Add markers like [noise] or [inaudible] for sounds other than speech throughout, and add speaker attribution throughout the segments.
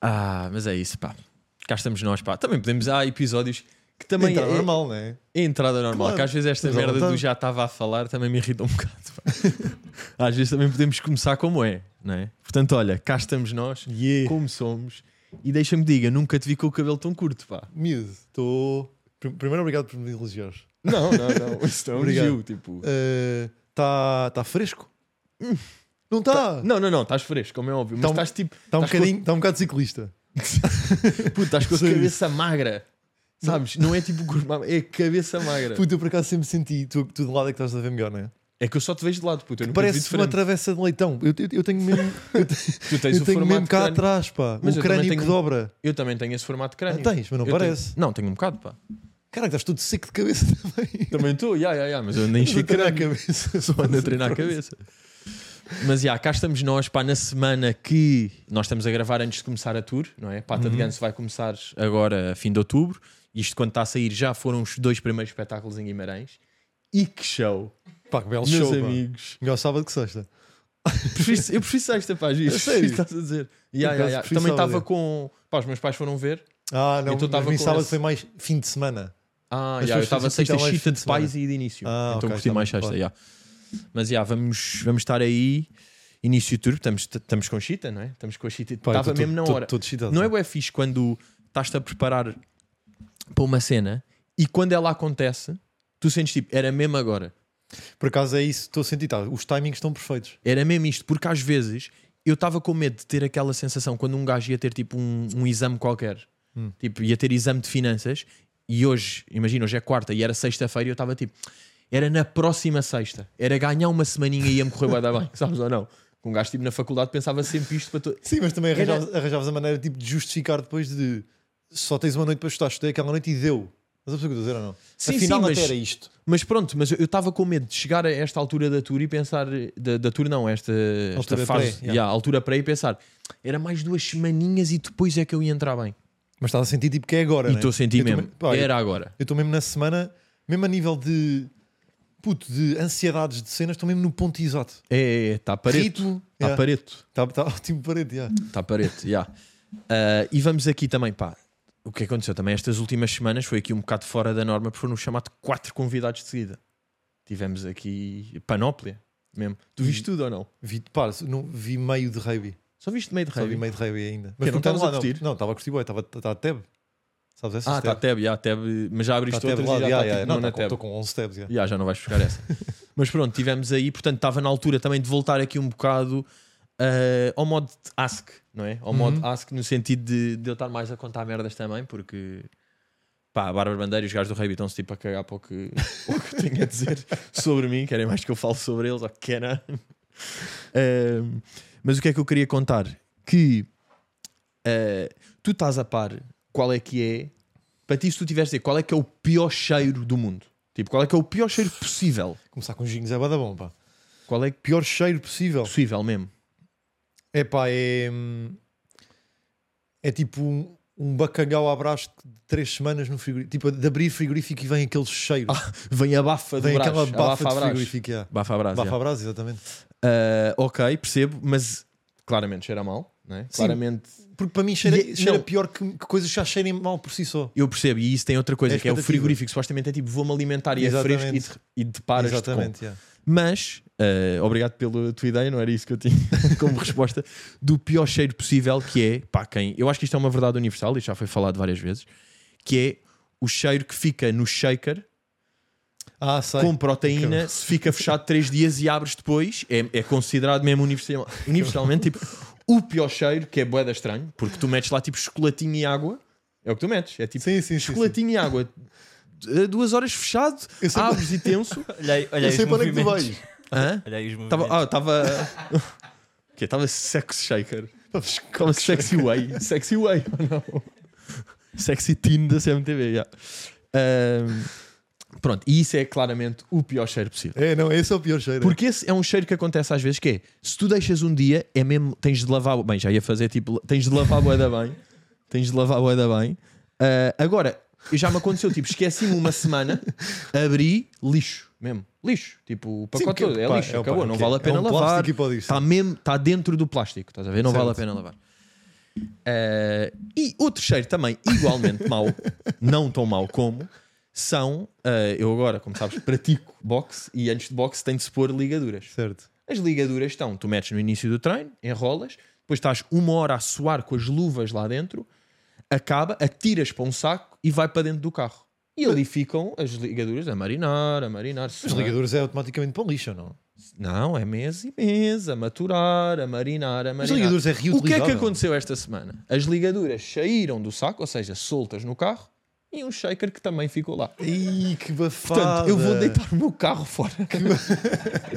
Speaker 1: Ah, mas é isso, pá. Cá estamos nós, pá. Também podemos. Há episódios que também.
Speaker 2: Entrada
Speaker 1: é,
Speaker 2: normal, não é?
Speaker 1: é entrada normal.
Speaker 2: Claro. tá-
Speaker 1: Que às vezes esta
Speaker 2: Estamos à
Speaker 1: merda do
Speaker 2: vontade.
Speaker 1: já estava a falar também me irrita um bocado. pá. [laughs] às vezes também podemos começar como é, não é? Portanto, olha, cá estamos nós,
Speaker 2: Yeah.
Speaker 1: como somos. E deixa-me diga, nunca te vi com o cabelo tão curto, pá.
Speaker 2: Miúdo, estou. Pr- Primeiro, obrigado por me elogiar.
Speaker 1: Não, não, não. Isso não
Speaker 2: Obrigado.
Speaker 1: Gil, tipo.
Speaker 2: Está Eh, tá fresco? Hum, Não está?
Speaker 1: Tá, Não, não, não, estás fresco, como é óbvio. Mas
Speaker 2: Tá um-
Speaker 1: estás tipo.
Speaker 2: Está um,
Speaker 1: estás com-
Speaker 2: bocadinho- tá um bocado ciclista.
Speaker 1: [laughs] Puto, estás com a
Speaker 2: Sim.
Speaker 1: cabeça magra. Sabes? Não é tipo gourmet, é cabeça magra.
Speaker 2: Puta, eu por acaso sempre senti. Tu, tu de lado é que estás a ver melhor, não é?
Speaker 1: É que eu só te vejo de lado, puto. Eu nunca te vi de
Speaker 2: Parece uma
Speaker 1: frente.
Speaker 2: travessa de leitão. Eu, eu- eu tenho mesmo, eu te-
Speaker 1: Tu [laughs] tens
Speaker 2: eu
Speaker 1: o
Speaker 2: tenho
Speaker 1: formato
Speaker 2: mesmo cá
Speaker 1: de crânio.
Speaker 2: atrás, pá.
Speaker 1: Mas
Speaker 2: um
Speaker 1: eu também
Speaker 2: crânio
Speaker 1: tenho
Speaker 2: que
Speaker 1: um-
Speaker 2: dobra.
Speaker 1: Eu também tenho esse formato de crânio.
Speaker 2: Ah, tens, mas não
Speaker 1: Eu
Speaker 2: parece.
Speaker 1: tenho- Não, tenho um bocado, pá.
Speaker 2: Caraca, estás todo seco de cabeça [laughs] também.
Speaker 1: Também estou, já, já, já, mas [laughs] eu nem
Speaker 2: Estou a
Speaker 1: cheguei
Speaker 2: treinar
Speaker 1: [laughs]
Speaker 2: a cabeça. Só
Speaker 1: a treinar a cabeça. Mas já, cá estamos nós, pá, na semana que nós estamos a gravar antes de começar a tour, não é?
Speaker 2: Uhum.
Speaker 1: Pata de Ganso vai começar agora, fim de outubro. Isto, quando está a sair, já foram os dois primeiros espetáculos em Guimarães. E que show,
Speaker 2: Pá, que belo
Speaker 1: meus
Speaker 2: show, pá.
Speaker 1: amigos.
Speaker 2: Melhor sábado que sexta.
Speaker 1: Prefiro- eu prefiro sexta,
Speaker 2: [laughs]
Speaker 1: pá, Giz.
Speaker 2: A sério?
Speaker 1: Estás a dizer? Ya,
Speaker 2: Por
Speaker 1: ya,
Speaker 2: acaso,
Speaker 1: ya.
Speaker 2: prefiro
Speaker 1: Também
Speaker 2: sábado.
Speaker 1: estava com. Pá, os meus pais foram ver.
Speaker 2: Ah, não,
Speaker 1: Então
Speaker 2: mas
Speaker 1: tava
Speaker 2: em
Speaker 1: com
Speaker 2: sábado
Speaker 1: esse-
Speaker 2: foi mais fim de semana.
Speaker 1: Ah,
Speaker 2: Mas
Speaker 1: ya,
Speaker 2: tu
Speaker 1: eu estava
Speaker 2: achas que
Speaker 1: sexta
Speaker 2: aquela é
Speaker 1: chita
Speaker 2: fim de
Speaker 1: de pais e de início.
Speaker 2: Ah,
Speaker 1: então
Speaker 2: ok,
Speaker 1: curti
Speaker 2: tá
Speaker 1: mais
Speaker 2: bem,
Speaker 1: sexta,
Speaker 2: claro.
Speaker 1: ya. Mas já, vamos, vamos estar aí. Início de tour, estamos, estamos com chita, não é? Estamos com a chita.
Speaker 2: Pá, eu
Speaker 1: Estava
Speaker 2: tô-
Speaker 1: mesmo na
Speaker 2: tô-
Speaker 1: hora.
Speaker 2: tô excitado.
Speaker 1: Não é bué fixe quando estás-te a preparar para uma cena e quando ela acontece, tu sentes tipo, era mesmo agora.
Speaker 2: Por acaso é isso, estou a sentir, tá, os timings estão perfeitos.
Speaker 1: Era mesmo isto, porque às vezes eu estava com medo de ter aquela sensação quando um gajo ia ter tipo um, um exame qualquer,
Speaker 2: Hum.
Speaker 1: tipo, ia ter exame de finanças, e hoje, imagina, hoje é quarta e era sexta-feira e eu estava tipo, era na próxima sexta, era ganhar uma semaninha e ia-me correr bué da bem, [laughs] sabes ou não? Um gajo tipo na faculdade pensava sempre isto para todo.
Speaker 2: Sim, mas é- também
Speaker 1: Era-
Speaker 2: arranjavas, arranjavas a maneira tipo, de justificar depois de só tens uma noite para estudar, estudei aquela noite e deu. Mas a pessoa que eu estou a dizer ou não?
Speaker 1: Sim,
Speaker 2: Afinal,
Speaker 1: sim,
Speaker 2: até
Speaker 1: mas-
Speaker 2: era isto.
Speaker 1: Mas pronto, mas eu estava com medo de chegar a esta altura da tour e pensar, da, da tour não, esta, esta
Speaker 2: Altura
Speaker 1: fase,
Speaker 2: pré,
Speaker 1: yeah.
Speaker 2: yeah.
Speaker 1: altura pré e pensar, era mais duas semaninhas e depois é que eu ia entrar bem.
Speaker 2: Mas estás a sentir tipo que é agora.
Speaker 1: E
Speaker 2: né?
Speaker 1: estou a sentir
Speaker 2: Eu tô
Speaker 1: mesmo,
Speaker 2: pá, eu-
Speaker 1: era agora.
Speaker 2: Eu estou mesmo na semana, mesmo a nível de puto, de ansiedades de cenas, estou mesmo no ponto exato.
Speaker 1: É, está pareto.
Speaker 2: Ritmo,
Speaker 1: Está
Speaker 2: yeah.
Speaker 1: pareto.
Speaker 2: Tá, tá ótimo parede, yeah.
Speaker 1: Está pareto, já. Ah, e vamos aqui também, pá. O que aconteceu também estas últimas semanas foi aqui um bocado fora da norma, porque foram chamado quatro convidados de seguida. Tivemos aqui panóplia mesmo. Tu viste
Speaker 2: Hum.
Speaker 1: tudo ou não?
Speaker 2: vi, pá, não, vi meio de rugby.
Speaker 1: Só viste meio de
Speaker 2: Só vi
Speaker 1: rugby.
Speaker 2: meio de rugby ainda.
Speaker 1: não
Speaker 2: porque
Speaker 1: estavas
Speaker 2: lá,
Speaker 1: a curtir?
Speaker 2: Não, estava a curtir, boy, estava estava a tab. Sabes essas
Speaker 1: Ah, está
Speaker 2: tab?
Speaker 1: tab, já, tab, mas já
Speaker 2: Tá
Speaker 1: abriste
Speaker 2: tab
Speaker 1: outras
Speaker 2: lá,
Speaker 1: e já
Speaker 2: yeah,
Speaker 1: está
Speaker 2: yeah,
Speaker 1: tipo,
Speaker 2: não,
Speaker 1: não na
Speaker 2: tá com-
Speaker 1: tab.
Speaker 2: estou com 11 tabs, yeah.
Speaker 1: Já, já não vais buscar
Speaker 2: [laughs]
Speaker 1: essa. Mas pronto, tivemos aí, portanto, estava na altura também de voltar aqui um bocado ah, ao modo de ask, não é? Ao modo ask no sentido de, de eu estar mais a contar merdas também, porque pá, a Bárbara Bandeira e os gajos do Rei estão-se tipo a cagar para o que, [laughs] para o que eu tenho a dizer sobre mim, querem mais que eu fale sobre eles, ou que era. Ahm, mas o que é que eu queria contar? Que ah, tu estás a par qual é que é, para ti, se tu tiveres a dizer qual é que é o pior cheiro do mundo, tipo, qual é que é o pior cheiro possível,
Speaker 2: Começar com gingos é bada bom, pá.
Speaker 1: qual é que
Speaker 2: Pior cheiro possível.
Speaker 1: possível mesmo.
Speaker 2: É pá, é. hum, É tipo um, um bacalhau à brás de 3 semanas no frigorífico. Tipo, de abrir frigorífico e vem aquele cheiro.
Speaker 1: Vem a bafa Ah, do
Speaker 2: vem
Speaker 1: braço.
Speaker 2: aquela
Speaker 1: a
Speaker 2: bafa de
Speaker 1: a brás.
Speaker 2: frigorífico. Yeah.
Speaker 1: Bafa a brás,
Speaker 2: Bafa
Speaker 1: yeah.
Speaker 2: à brás, exatamente.
Speaker 1: Ah, ok, percebo, mas claramente cheira mal, não é? Claramente
Speaker 2: Porque para mim cheira,
Speaker 1: E- é-
Speaker 2: cheira
Speaker 1: não.
Speaker 2: pior que, que coisas que já cheirem mal por si só.
Speaker 1: Eu percebo, e isso tem outra coisa,
Speaker 2: É
Speaker 1: que é o
Speaker 2: expectativa.
Speaker 1: frigorífico. Supostamente é tipo, vou-me alimentar e é
Speaker 2: Exatamente.
Speaker 1: fresco e, de, e deparas Exatamente.
Speaker 2: Exatamente, yeah.
Speaker 1: Mas, eh, obrigado pela tua ideia, não era isso que eu tinha [laughs] como resposta, do pior cheiro possível, que é, pá, quem... Eu acho que isto é uma verdade universal, e já foi falado várias vezes, que é o cheiro que fica no shaker
Speaker 2: Ah, sei.
Speaker 1: com proteína, se fica fechado 3 dias e abres depois, é, é considerado mesmo universal- universalmente tipo o pior cheiro, que é boeda estranho, porque tu metes lá tipo chocolatinho e água, é o que tu metes, é tipo
Speaker 2: Sim, sim, sim,
Speaker 1: chocolatinho e água, Eh, duas horas fechado,
Speaker 2: Eu sei
Speaker 1: abres e tenso.
Speaker 3: Olha aí, olha
Speaker 2: Eu
Speaker 3: aí
Speaker 2: sei
Speaker 3: os
Speaker 2: para onde é que tu
Speaker 3: movimentos.
Speaker 2: vais.
Speaker 1: Hã?
Speaker 3: Olha aí os
Speaker 1: Tava,
Speaker 3: movimentos.
Speaker 1: ah, tava. [laughs] O quê? Tava sex shaker. Como sexy way. Sexy way, ou não? Sexy teen da CMTV, já. Ahm, pronto, e isso é claramente o pior cheiro possível.
Speaker 2: [laughs] É, não, esse é o pior cheiro.
Speaker 1: Porque esse é um cheiro que acontece às vezes que é, se tu deixas um dia, é mesmo, tens de lavar, o- bem, já ia fazer tipo, tens de lavar a boeda bem, tens de lavar a boeda bem. Ah, agora, já me aconteceu, tipo, esqueci-me uma semana, abri, lixo, mesmo, lixo, tipo, o pacote
Speaker 2: que-
Speaker 1: todo, é
Speaker 2: pá,
Speaker 1: lixo,
Speaker 2: é, pá,
Speaker 1: acabou, não
Speaker 2: ok.
Speaker 1: vale a
Speaker 2: É
Speaker 1: pena
Speaker 2: um plástico
Speaker 1: lavar, tá
Speaker 2: e pode ir,
Speaker 1: está mesmo, está dentro do plástico, estás a ver, não vale a
Speaker 2: Certo.
Speaker 1: pena lavar. Eh, e outro cheiro também igualmente mau, não tão mau como, são. eh, eu agora, como sabes, pratico boxe e antes de boxe tem de se pôr ligaduras.
Speaker 2: Certo.
Speaker 1: As ligaduras estão, tu metes no início do treino, enrolas, depois estás uma hora a suar com as luvas lá dentro, acaba, atiras para um saco e vai para dentro do carro. E ali ficam as ligaduras a marinar, a marinar.
Speaker 2: Os ligadores é automaticamente para o lixo, ou não?
Speaker 1: Não, é mês e mês, a maturar, a marinar, a marinar.
Speaker 2: Os ligadores é
Speaker 1: O que é
Speaker 2: reutilizável.
Speaker 1: que aconteceu esta semana? As ligaduras saíram do saco, ou seja, soltas no carro, e um shaker que também ficou lá.
Speaker 2: Ih, que bafada.
Speaker 1: Portanto, eu vou deitar o meu carro fora. [laughs]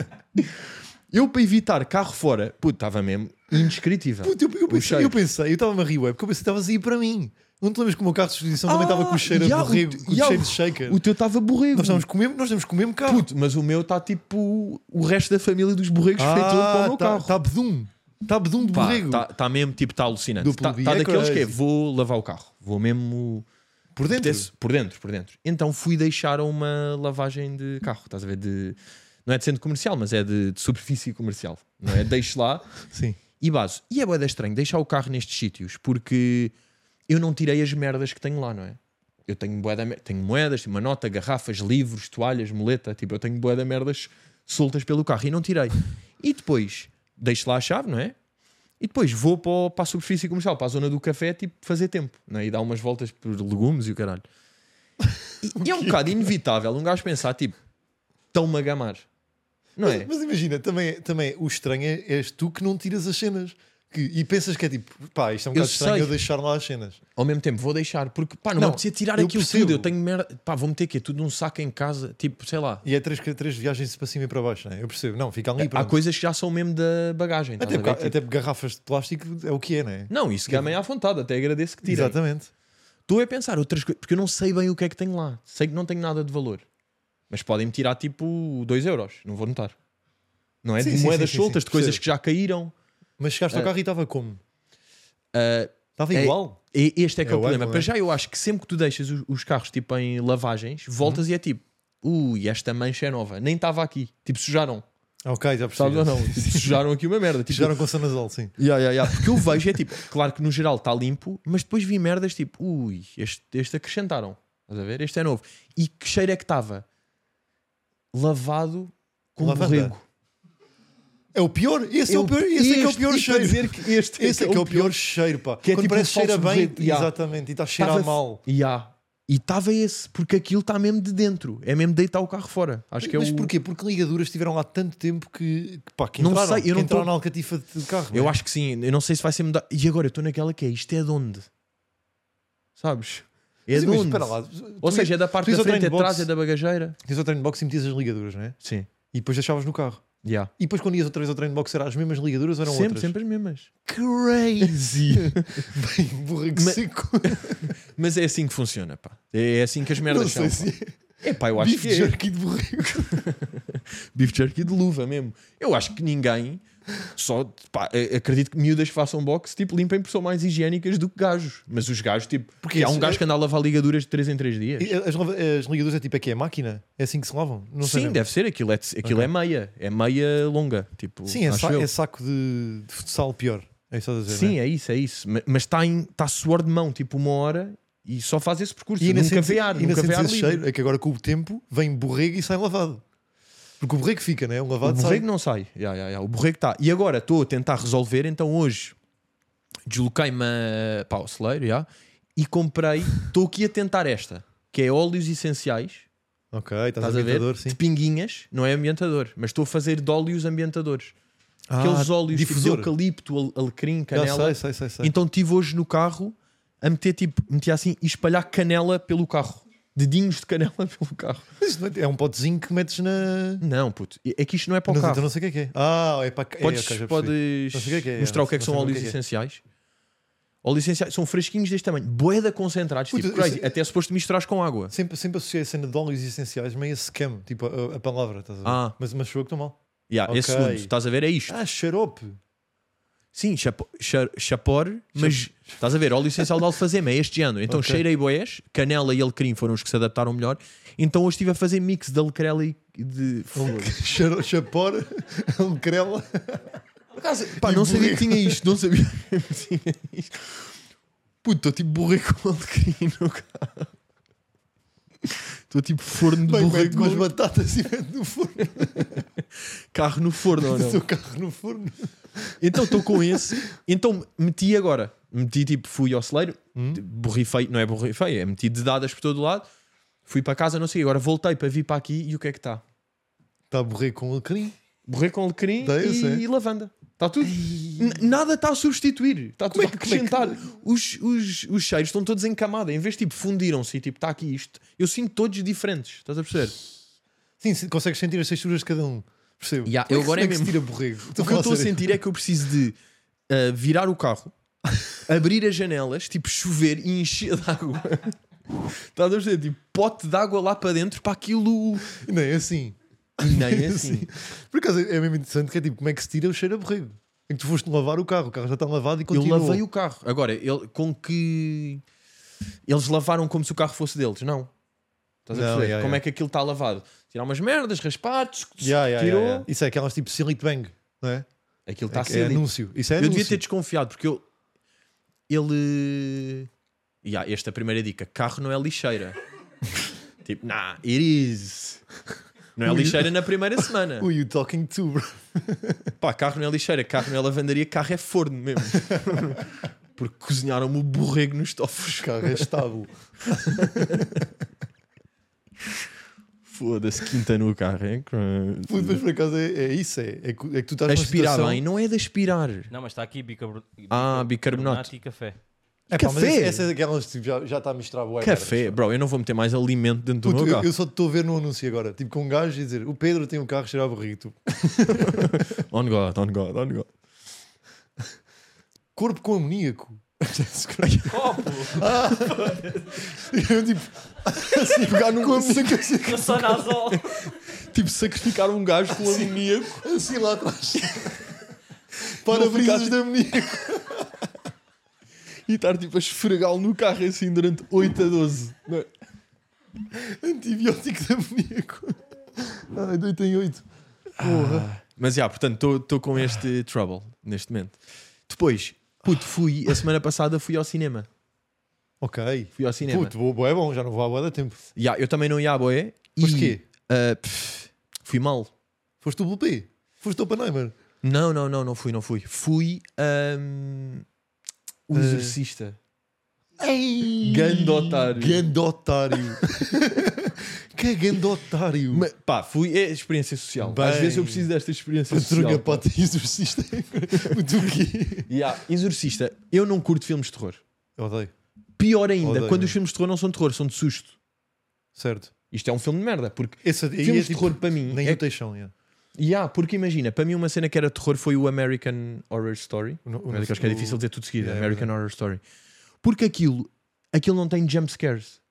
Speaker 1: eu, para evitar carro fora, puto, estava mesmo indescritível.
Speaker 2: Puta, eu, eu pensei,
Speaker 1: cheiro.
Speaker 2: eu pensei, eu estava-me a rir, ué, porque eu pensei que estavas a ir para mim. Não te lembras que o meu carro de exposição também estava com o cheiro
Speaker 1: Ah,
Speaker 2: de
Speaker 1: ya,
Speaker 2: borrego,
Speaker 1: o-
Speaker 2: com o
Speaker 1: ya,
Speaker 2: cheiro de shaker.
Speaker 1: O teu estava borrego.
Speaker 2: Nós estamos com o mesmo, nós estamos com o mesmo carro.
Speaker 1: Puto, mas o meu está tipo o resto da família dos borregos
Speaker 2: Ah,
Speaker 1: feito para o meu carro.
Speaker 2: Está tá, bedum. Está tá, bedum de borrego.
Speaker 1: Está mesmo tipo, está alucinante.
Speaker 2: Duplo
Speaker 1: Está
Speaker 2: dia,
Speaker 1: tá daqueles que é,
Speaker 2: crazy.
Speaker 1: vou lavar o carro. Vou mesmo
Speaker 2: Por dentro.
Speaker 1: Apetece- por dentro, por dentro. Então fui deixar a uma lavagem de carro, estás a ver? De, não é de centro comercial, mas é de, de superfície comercial. Não é? Deixo lá
Speaker 2: Sim.
Speaker 1: e base. E é boeda estranho deixar o carro nestes sítios porque eu não tirei as merdas que tenho lá, não é? Eu tenho, boeda, tenho moedas, tenho uma nota, garrafas, livros, toalhas, moleta. Tipo, eu tenho boeda merdas soltas pelo carro e não tirei. E depois deixo lá a chave, não é? E depois vou para, o- para a superfície comercial, para a zona do café, tipo, fazer tempo. Não é? E dar umas voltas por legumes e o caralho. E, e
Speaker 2: [laughs]
Speaker 1: é um bocado inevitável um gajo pensar, tipo, tão-me a gamar. Não é?
Speaker 2: Mas, mas imagina, também, também o estranho é, és tu que não tiras as cenas. Que, e pensas que é tipo, pá, isto é um
Speaker 1: Eu
Speaker 2: bocado estranho
Speaker 1: sei.
Speaker 2: eu deixar lá as cenas.
Speaker 1: ao mesmo tempo vou deixar, porque pá, não,
Speaker 2: Não,
Speaker 1: me apetecia tirar
Speaker 2: eu
Speaker 1: aquilo
Speaker 2: percebo.
Speaker 1: tudo, eu tenho merda, pá, vou meter aqui tudo num saco em casa, tipo, sei lá.
Speaker 2: E é três, três viagens para cima e para baixo, não é? Eu percebo. Não, fica ali.
Speaker 1: Há
Speaker 2: pronto.
Speaker 1: coisas que já são mesmo da bagagem, estás
Speaker 2: Até,
Speaker 1: a
Speaker 2: porque,
Speaker 1: ver? Tipo,
Speaker 2: até porque garrafas de plástico é o que é, não é?
Speaker 1: Não, isso gamem à vontade, até agradeço que tirem.
Speaker 2: Exatamente.
Speaker 1: Estou a pensar outras coisas, porque eu não sei bem o que é que tenho lá, sei que não tenho nada de valor, mas podem-me tirar tipo 2 euros, não vou notar. Não é?
Speaker 2: Sim,
Speaker 1: de
Speaker 2: sim,
Speaker 1: moedas
Speaker 2: sim, sim,
Speaker 1: soltas,
Speaker 2: sim,
Speaker 1: de coisas
Speaker 2: percebo.
Speaker 1: que já caíram.
Speaker 2: Mas chegaste ao
Speaker 1: Ah.
Speaker 2: carro e estava como?
Speaker 1: Ah,
Speaker 2: Estava
Speaker 1: É-
Speaker 2: igual?
Speaker 1: E este é que é,
Speaker 2: É
Speaker 1: o
Speaker 2: o
Speaker 1: problema.
Speaker 2: ângulo,
Speaker 1: Para
Speaker 2: é?
Speaker 1: já, eu acho que sempre que tu deixas os, os carros tipo em lavagens,
Speaker 2: Uhum.
Speaker 1: voltas e é tipo, ui, esta mancha é nova, nem estava aqui. Tipo, sujaram.
Speaker 2: Ok, já percebi.
Speaker 1: Sabes ou não? Tipo, sujaram aqui uma merda. Tipo,
Speaker 2: Chegaram com Sanazol, sim.
Speaker 1: Ya, ya, ya. Porque eu vejo, é [laughs] tipo, claro que no geral está limpo, mas depois vi merdas tipo, ui, este, este acrescentaram. Estás a ver? Este é novo. E que cheiro é que estava? Lavado com
Speaker 2: Lavanda.
Speaker 1: borrego.
Speaker 2: É o pior? Esse é o pior, esse é que é o
Speaker 1: este-
Speaker 2: pior
Speaker 1: e para
Speaker 2: cheiro.
Speaker 1: dizer que
Speaker 2: [laughs]
Speaker 1: este
Speaker 2: Esse é que é o pior cheiro, pá.
Speaker 1: Que é
Speaker 2: Quando
Speaker 1: tipo
Speaker 2: parece
Speaker 1: um
Speaker 2: cheira
Speaker 1: falso
Speaker 2: bem,
Speaker 1: dedo, yeah.
Speaker 2: exatamente, e está a cheirar mal.
Speaker 1: Ya. E estava esse, porque aquilo está mesmo de dentro. É mesmo deitar o carro fora. Acho que é
Speaker 2: Mas
Speaker 1: o...
Speaker 2: porquê? Porque ligaduras estiveram lá tanto tempo que, que, pá, que
Speaker 1: Não
Speaker 2: entraram,
Speaker 1: sei, eu
Speaker 2: que
Speaker 1: não tô-
Speaker 2: entraram na alcatifa de carro.
Speaker 1: Eu
Speaker 2: não é?
Speaker 1: acho que sim, eu não sei se vai ser mudado. E agora eu estou naquela que é isto é de onde? Sabes? É
Speaker 2: Mas
Speaker 1: de
Speaker 2: imagina,
Speaker 1: onde?
Speaker 2: espera lá,
Speaker 1: Ou
Speaker 2: tu
Speaker 1: seja, é da parte
Speaker 2: ias
Speaker 1: da
Speaker 2: ao
Speaker 1: frente, é de
Speaker 2: treino de
Speaker 1: trás, é da bagageira.
Speaker 2: ias ao treino de boxe e metias as ligaduras, não é?
Speaker 1: Sim.
Speaker 2: E depois deixavas no carro.
Speaker 1: Yeah.
Speaker 2: E depois quando ias outra vez ao treino de boxe eram as mesmas ligaduras ou eram
Speaker 1: Sempre,
Speaker 2: outras? [laughs]
Speaker 1: sempre as mesmas. [laughs]
Speaker 2: Crazy! Bem, borrego
Speaker 1: Mas-
Speaker 2: seco.
Speaker 1: Mas é assim que funciona, pá. É assim que as merdas
Speaker 2: Não
Speaker 1: são.
Speaker 2: sei se
Speaker 1: É pá, eu
Speaker 2: é
Speaker 1: acho
Speaker 2: bife
Speaker 1: que
Speaker 2: de
Speaker 1: é.
Speaker 2: jerky de borrego.
Speaker 1: Beef jerky de luva mesmo. Eu acho que ninguém, só, pá, a- acredito que miúdas que façam boxe, tipo, limpem por são mais higiênicas do que gajos. Mas os gajos, tipo,
Speaker 2: Porque
Speaker 1: há um
Speaker 2: isso-
Speaker 1: gajo que anda a lavar ligaduras de 3 em 3 dias.
Speaker 2: E As, lava- as ligaduras é tipo, é que é máquina? É assim que se lavam? Não sei
Speaker 1: Sim,
Speaker 2: mesmo.
Speaker 1: deve ser. Aquilo, é, aquilo é meia. É meia longa. Tipo,
Speaker 2: Sim, é,
Speaker 1: acho
Speaker 2: sa-
Speaker 1: eu.
Speaker 2: é saco de, de futsal pior. É isso a dizer,
Speaker 1: Sim,
Speaker 2: né?
Speaker 1: é isso, é isso. Ma- Mas está em- está suor de mão, tipo uma hora, e só faz esse percurso.
Speaker 2: E ainda
Speaker 1: nunca
Speaker 2: sentes-
Speaker 1: vê ar,
Speaker 2: ainda
Speaker 1: nunca vê
Speaker 2: sentes
Speaker 1: ar
Speaker 2: esse
Speaker 1: livre.
Speaker 2: cheiro. É que agora com o tempo vem borrego e sai lavado. Porque o borrego fica, né? O
Speaker 1: O
Speaker 2: lavado
Speaker 1: borrego
Speaker 2: sai.
Speaker 1: não sai. Ya, ya, ya, O borrego está. E agora estou a tentar resolver, então hoje desloquei-me a- para o celeiro ya, e comprei. Estou aqui a tentar esta, que é óleos essenciais
Speaker 2: Ok, estás,
Speaker 1: Estás a ver?
Speaker 2: ambientador, sim.
Speaker 1: de pinguinhas, não é ambientador, mas estou a fazer de óleos ambientadores. Aqueles óleos tipo de
Speaker 2: Ah, difusor.
Speaker 1: eucalipto, al- alecrim,
Speaker 2: Já
Speaker 1: canela.
Speaker 2: sei, sei, sei, sei.
Speaker 1: Então estive hoje no carro a meter tipo, meter assim e espalhar canela pelo carro. Dedinhos de canela [laughs] pelo carro.
Speaker 2: Mas isto não é- é um potezinho que metes na.
Speaker 1: Não, puto, é que isto não é para o
Speaker 2: Não,
Speaker 1: carro.
Speaker 2: então não sei o que é que é. Ah, é para.
Speaker 1: Podes,
Speaker 2: é, ok, já percebi.
Speaker 1: podes
Speaker 2: Não sei o que é que é,
Speaker 1: mostrar
Speaker 2: não
Speaker 1: o que é que
Speaker 2: sei-
Speaker 1: são
Speaker 2: não
Speaker 1: óleos
Speaker 2: sei o que é que é.
Speaker 1: essenciais? Óleos essenciais são fresquinhos deste tamanho, boeda concentrados,
Speaker 2: Puto,
Speaker 1: tipo crazy.
Speaker 2: isso-
Speaker 1: Até é suposto misturares com água.
Speaker 2: Sempre, sempre associei a cena de óleos essenciais meio a scam, tipo a, a palavra, estás a ver?
Speaker 1: Ah.
Speaker 2: Mas, mas chegou que estou mal.
Speaker 1: Yeah, Esse
Speaker 2: Ok.
Speaker 1: segundo, estás a ver, é isto.
Speaker 2: Ah, xarope.
Speaker 1: Sim, chapo- cha- chapor, mas estás a ver, óleo essencial de alfazema é este ano. Então
Speaker 2: Ok.
Speaker 1: cheirei boés, canela e alecrim foram os que se adaptaram melhor. Então hoje estive a fazer mix de alecrela e de flor.
Speaker 2: [laughs] um Xaro- Chapor, um crela.
Speaker 1: acaso, pá, não sabia que tinha isto, não sabia [laughs] que tinha isto. Puto, estou tipo borrego com alecrim no carro. Estou tipo forno de
Speaker 2: Bem, mete
Speaker 1: borrego
Speaker 2: com as
Speaker 1: com-
Speaker 2: batatas e mete no forno.
Speaker 1: carro no forno ou
Speaker 2: o
Speaker 1: não?
Speaker 2: seu carro no forno.
Speaker 1: Então estou com esse. Então meti agora. Meti tipo, fui ao celeiro, borrifei, não é borrifei, é meti dedadas por todo o lado. Fui para casa, não sei, agora voltei para vir para aqui e o que é que está?
Speaker 2: Está a borrer com alecrim.
Speaker 1: Borrei com alecrim
Speaker 2: Dá
Speaker 1: e,
Speaker 2: esse, é?
Speaker 1: e lavanda. Está Tá tudo. N- Nada está a substituir. Está tudo
Speaker 2: Como é
Speaker 1: a
Speaker 2: que- como é que-
Speaker 1: acrescentar. Os, os, os cheiros estão todos em camada. Em vez de tipo fundiram-se e tipo está aqui isto, eu sinto todos diferentes. Estás a perceber?
Speaker 2: Sim, se- consegues sentir as texturas de cada um. Percebo.
Speaker 1: Ya,
Speaker 2: Como
Speaker 1: eu
Speaker 2: que-
Speaker 1: agora
Speaker 2: como
Speaker 1: é
Speaker 2: que se
Speaker 1: mesmo.
Speaker 2: tira borrego?
Speaker 1: O que eu estou a sentir é que eu preciso de ah, virar o carro, abrir as janelas, tipo chover e encher de água. [laughs] Estás a perceber? Tipo pote de água lá para dentro para aquilo.
Speaker 2: Não, é assim.
Speaker 1: Nem [laughs]
Speaker 2: É assim.
Speaker 1: assim.
Speaker 2: Por acaso é mesmo interessante que é tipo, como é que se tira o cheiro a borrego? É que tu foste lavar o carro, o carro já está lavado e
Speaker 1: Eu
Speaker 2: continua.
Speaker 1: lavei o carro. Agora, ele, com que. Eles lavaram como se o carro fosse deles, não. Estás a
Speaker 2: Não,
Speaker 1: perceber?
Speaker 2: yeah,
Speaker 1: como
Speaker 2: yeah.
Speaker 1: é que aquilo está lavado? Tirar umas merdas, raspar, tsk, tsk,
Speaker 2: Ya, ya, ya,
Speaker 1: tirou.
Speaker 2: ya. Isso é aquelas tipo Silent Bang, não é?
Speaker 1: Aquilo está
Speaker 2: é,
Speaker 1: a
Speaker 2: que é
Speaker 1: ser.
Speaker 2: anúncio. Isso é
Speaker 1: eu
Speaker 2: anúncio.
Speaker 1: devia ter desconfiado, porque eu. Ele. Yeah, esta é a primeira dica: carro não é
Speaker 2: [laughs]
Speaker 1: lixeira. tipo, nah, it is. Não é
Speaker 2: Ui.
Speaker 1: lixeira na primeira semana.
Speaker 2: Who you talking to, bro?
Speaker 1: Pá, carro não é lixeira, carro não é lavandaria, carro é forno mesmo.
Speaker 2: [laughs]
Speaker 1: Porque cozinharam-me o borrego nos tofos.
Speaker 2: Carro é
Speaker 1: [laughs]
Speaker 2: estável.
Speaker 1: Foda-se, quinta no carro, hein?
Speaker 2: Puto, mas por acaso é, é isso, é, é, que, é que tu estás numa
Speaker 1: Aspirar
Speaker 2: situação...
Speaker 1: bem, não é de aspirar.
Speaker 3: Não, mas está aqui bicarbonato.
Speaker 1: Ah, bicarbonato.
Speaker 3: e [laughs] café.
Speaker 2: É, pá, mas
Speaker 1: Café!
Speaker 2: essa é daquelas tipo, já, já está a misturar bué
Speaker 1: Café,
Speaker 2: merdas, pá.
Speaker 1: bro, eu não vou meter mais alimento dentro do
Speaker 2: Puto,
Speaker 1: meu
Speaker 2: eu,
Speaker 1: carro.
Speaker 2: eu só te estou a ver no anúncio agora, tipo com um gajo e dizer o Pedro tem um carro cheirado a borrego. Tu,
Speaker 1: On God, on God, on God.
Speaker 2: Corpo com amoníaco. Ah.
Speaker 3: Copo!
Speaker 2: eu tipo, [laughs] assim, pegar num amoníaco
Speaker 3: Na Sonazol!
Speaker 1: Tipo, sacrificar um gajo com amoníaco.
Speaker 2: assim
Speaker 1: [laughs]
Speaker 2: lá atrás. Para-brisas
Speaker 1: ficar-
Speaker 2: de amoníaco.
Speaker 1: assim. [laughs] e estar tipo a esfregá-lo no carro assim durante 8 a 12. Não é?
Speaker 2: Antibiótico de amoníaco. Ai, doito em oito. Porra.
Speaker 1: Mas já, portanto, estou com este trouble neste momento. Depois, puto, fui, a semana passada fui ao cinema.
Speaker 2: Ok.
Speaker 1: Fui ao cinema.
Speaker 2: Puto, boa, boa, é bom, já não vou há boa da tempo.
Speaker 1: Já, eu também não ia à boé.
Speaker 2: Mas
Speaker 1: e,
Speaker 2: quê?
Speaker 1: ah, pff, fui mal.
Speaker 2: Foste o Blue P? Foste o Oppenheimer?
Speaker 1: Não, não, não, não fui, não fui. Fui ahm, o
Speaker 2: Ah.
Speaker 1: exorcista.
Speaker 2: Ei!
Speaker 1: Gandotário. [laughs]
Speaker 2: Gandotário. que é gandotário.
Speaker 1: Mas, pá, fui, é experiência social.
Speaker 2: Bem.
Speaker 1: Às vezes eu preciso desta experiência social. pá.
Speaker 2: Patrulha-pata exorcista. Muito [laughs] o quê?
Speaker 1: Yeah, Exorcista, eu não curto filmes de terror.
Speaker 2: Eu odeio.
Speaker 1: Pior ainda,
Speaker 2: Odeio.
Speaker 1: quando os filmes de terror não são de terror, são de susto.
Speaker 2: Certo.
Speaker 1: Isto é um filme de merda, porque
Speaker 2: Esse, tipo,
Speaker 1: filmes de terror para mim.
Speaker 2: Nem
Speaker 1: é-
Speaker 2: o Teixão, é.
Speaker 1: Yeah, porque imagina, para mim uma cena que era terror foi o American Horror Story.
Speaker 2: O no- o
Speaker 1: Não é
Speaker 2: nosso-
Speaker 1: daqueles que é
Speaker 2: o-
Speaker 1: difícil dizer tudo de seguida.
Speaker 2: Yeah, é
Speaker 1: American Horror Story. Porque aquilo, aquilo não tem jump scares.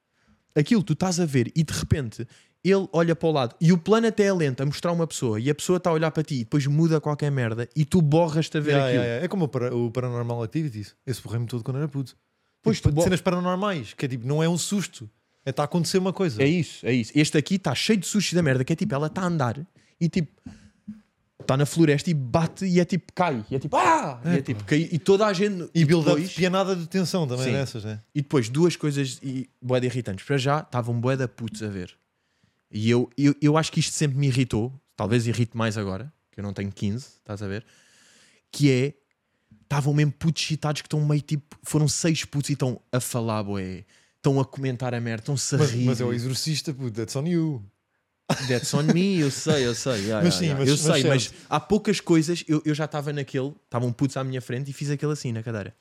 Speaker 1: Aquilo tu estás a ver e de repente ele olha para o lado e o plano até é lento a mostrar uma pessoa e a pessoa está a olhar para ti e depois muda qualquer merda e tu borras-te a ver
Speaker 2: Yeah,
Speaker 1: aquilo.
Speaker 2: yeah, yeah. É como o, para- o Paranormal Activities. Esse borrei-me todo quando era puto.
Speaker 1: Pois
Speaker 2: tipo,
Speaker 1: tu bo-
Speaker 2: cenas paranormais, que é tipo, não é um susto. É está a acontecer uma coisa.
Speaker 1: É isso, é isso. Este aqui está cheio de sushi da merda, que é tipo, ela está a andar e tipo. Está na floresta e bate e é tipo, cai. E é tipo, ah! E, é, tipo, cai, e toda a gente.
Speaker 2: E build-up
Speaker 1: depois-
Speaker 2: pianada de tensão também
Speaker 1: tipo, Sim.
Speaker 2: nessas, né?
Speaker 1: E depois duas coisas e bué de irritantes. Para já, estavam bué da putos a ver. E eu, eu, eu acho que isto sempre me irritou. Talvez irrite mais agora, que eu não tenho 15, estás a ver? Que é, estavam mesmo putos citados que estão meio tipo, foram seis putos e estão a falar, bué. Estão a comentar a merda, estão-se a
Speaker 2: Mas,
Speaker 1: rir.
Speaker 2: mas é o exorcista, puto. That's on you.
Speaker 1: That's on me, eu sei, eu sei. yeah, yeah,
Speaker 2: Mas sim,
Speaker 1: yeah.
Speaker 2: mas-
Speaker 1: eu
Speaker 2: mas
Speaker 1: sei, mas
Speaker 2: certo.
Speaker 1: há poucas coisas. Eu, eu já estava naquele, estavam putos à minha frente e fiz aquele assim na cadeira.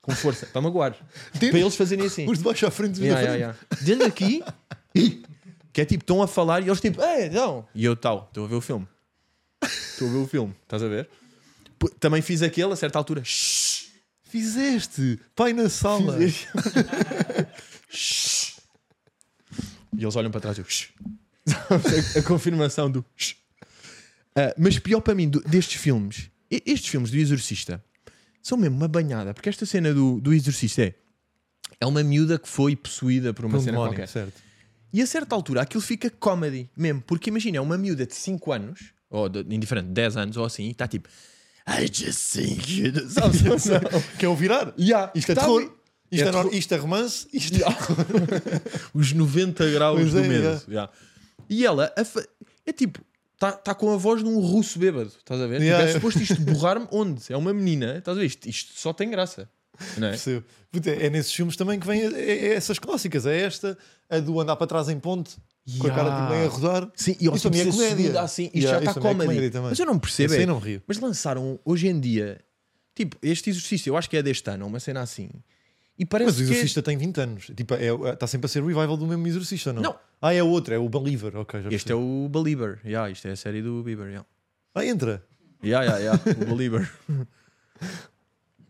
Speaker 1: Com força, para
Speaker 2: [laughs]
Speaker 1: magoar. para eles fazerem assim.
Speaker 2: Os de baixo à frente, os da
Speaker 1: Yeah,
Speaker 2: frente.
Speaker 1: yeah, yeah. Dentro aqui, que é tipo, estão a falar e eles tipo, é, não. E eu tal, estou a ver o filme. Estou a ver o filme, estás a ver? P- Também fiz aquele a certa altura. "Shh,
Speaker 2: Fizeste! Pai na sala!
Speaker 1: Fizeste. shh." E eles olham para trás e eu, "Shh." a, a confirmação do "Shh." Ah, mas pior para mim do- destes filmes, e- estes filmes do Exorcista são mesmo uma banhada, porque esta cena do, do Exorcista é, é uma miúda que foi possuída por uma
Speaker 2: Um
Speaker 1: cena
Speaker 2: demónio,
Speaker 1: qualquer.
Speaker 2: certo.
Speaker 1: E a certa altura aquilo fica comedy mesmo, porque imagina, é uma miúda de 5 anos, ou de, indiferente, 10 anos ou assim, e está tipo, I just think you do.
Speaker 2: [laughs]
Speaker 1: Sabes?
Speaker 2: Que é o virar.
Speaker 1: yeah,
Speaker 2: Isto é
Speaker 1: tá
Speaker 2: terror.
Speaker 1: ali.
Speaker 2: Isto
Speaker 1: É
Speaker 2: é, nor-
Speaker 1: terror.
Speaker 2: isto é romance. Isto
Speaker 1: Yeah. [laughs] Os 90 graus
Speaker 2: Pois
Speaker 1: do
Speaker 2: é,
Speaker 1: medo.
Speaker 2: yeah.
Speaker 1: Yeah. E ela a fa- é tipo, está tá com a voz de um russo bêbado. Estás a ver? Tipo,
Speaker 2: Yeah,
Speaker 1: é
Speaker 2: yeah.
Speaker 1: suposto isto borrar-me onde? É uma menina. Estás a ver? Isto, isto só tem graça. Não é?
Speaker 2: Percebo. Puta, é nesses filmes também que vêm é- é essas clássicas. É esta, a do andar para trás em ponte, com a cara
Speaker 1: Yeah.
Speaker 2: tipo meio a rodar.
Speaker 1: Sim, e ao tipo
Speaker 2: Isso também é
Speaker 1: ser
Speaker 2: comédia.
Speaker 1: subida assim, isto
Speaker 2: Yeah,
Speaker 1: já
Speaker 2: isso
Speaker 1: está
Speaker 2: também é
Speaker 1: comedy.
Speaker 2: comédia também.
Speaker 1: Mas eu não percebo.
Speaker 2: Esse aí
Speaker 1: é-
Speaker 2: não rio.
Speaker 1: Mas lançaram hoje em dia, tipo, este exorcista, eu acho que é deste ano, uma cena assim. E parece
Speaker 2: Mas o
Speaker 1: que é
Speaker 2: Exorcista tem 20 anos. Tipo, é- está sempre a ser revival do mesmo Exorcista, não?
Speaker 1: Não.
Speaker 2: Ah, é outro, é o Believer. Ok, já
Speaker 1: este é o Believer. Yeah, isto é a série do Bieber. Yeah,
Speaker 2: percebi. Ah, entra.
Speaker 1: yeah, yeah, yeah, o Believer.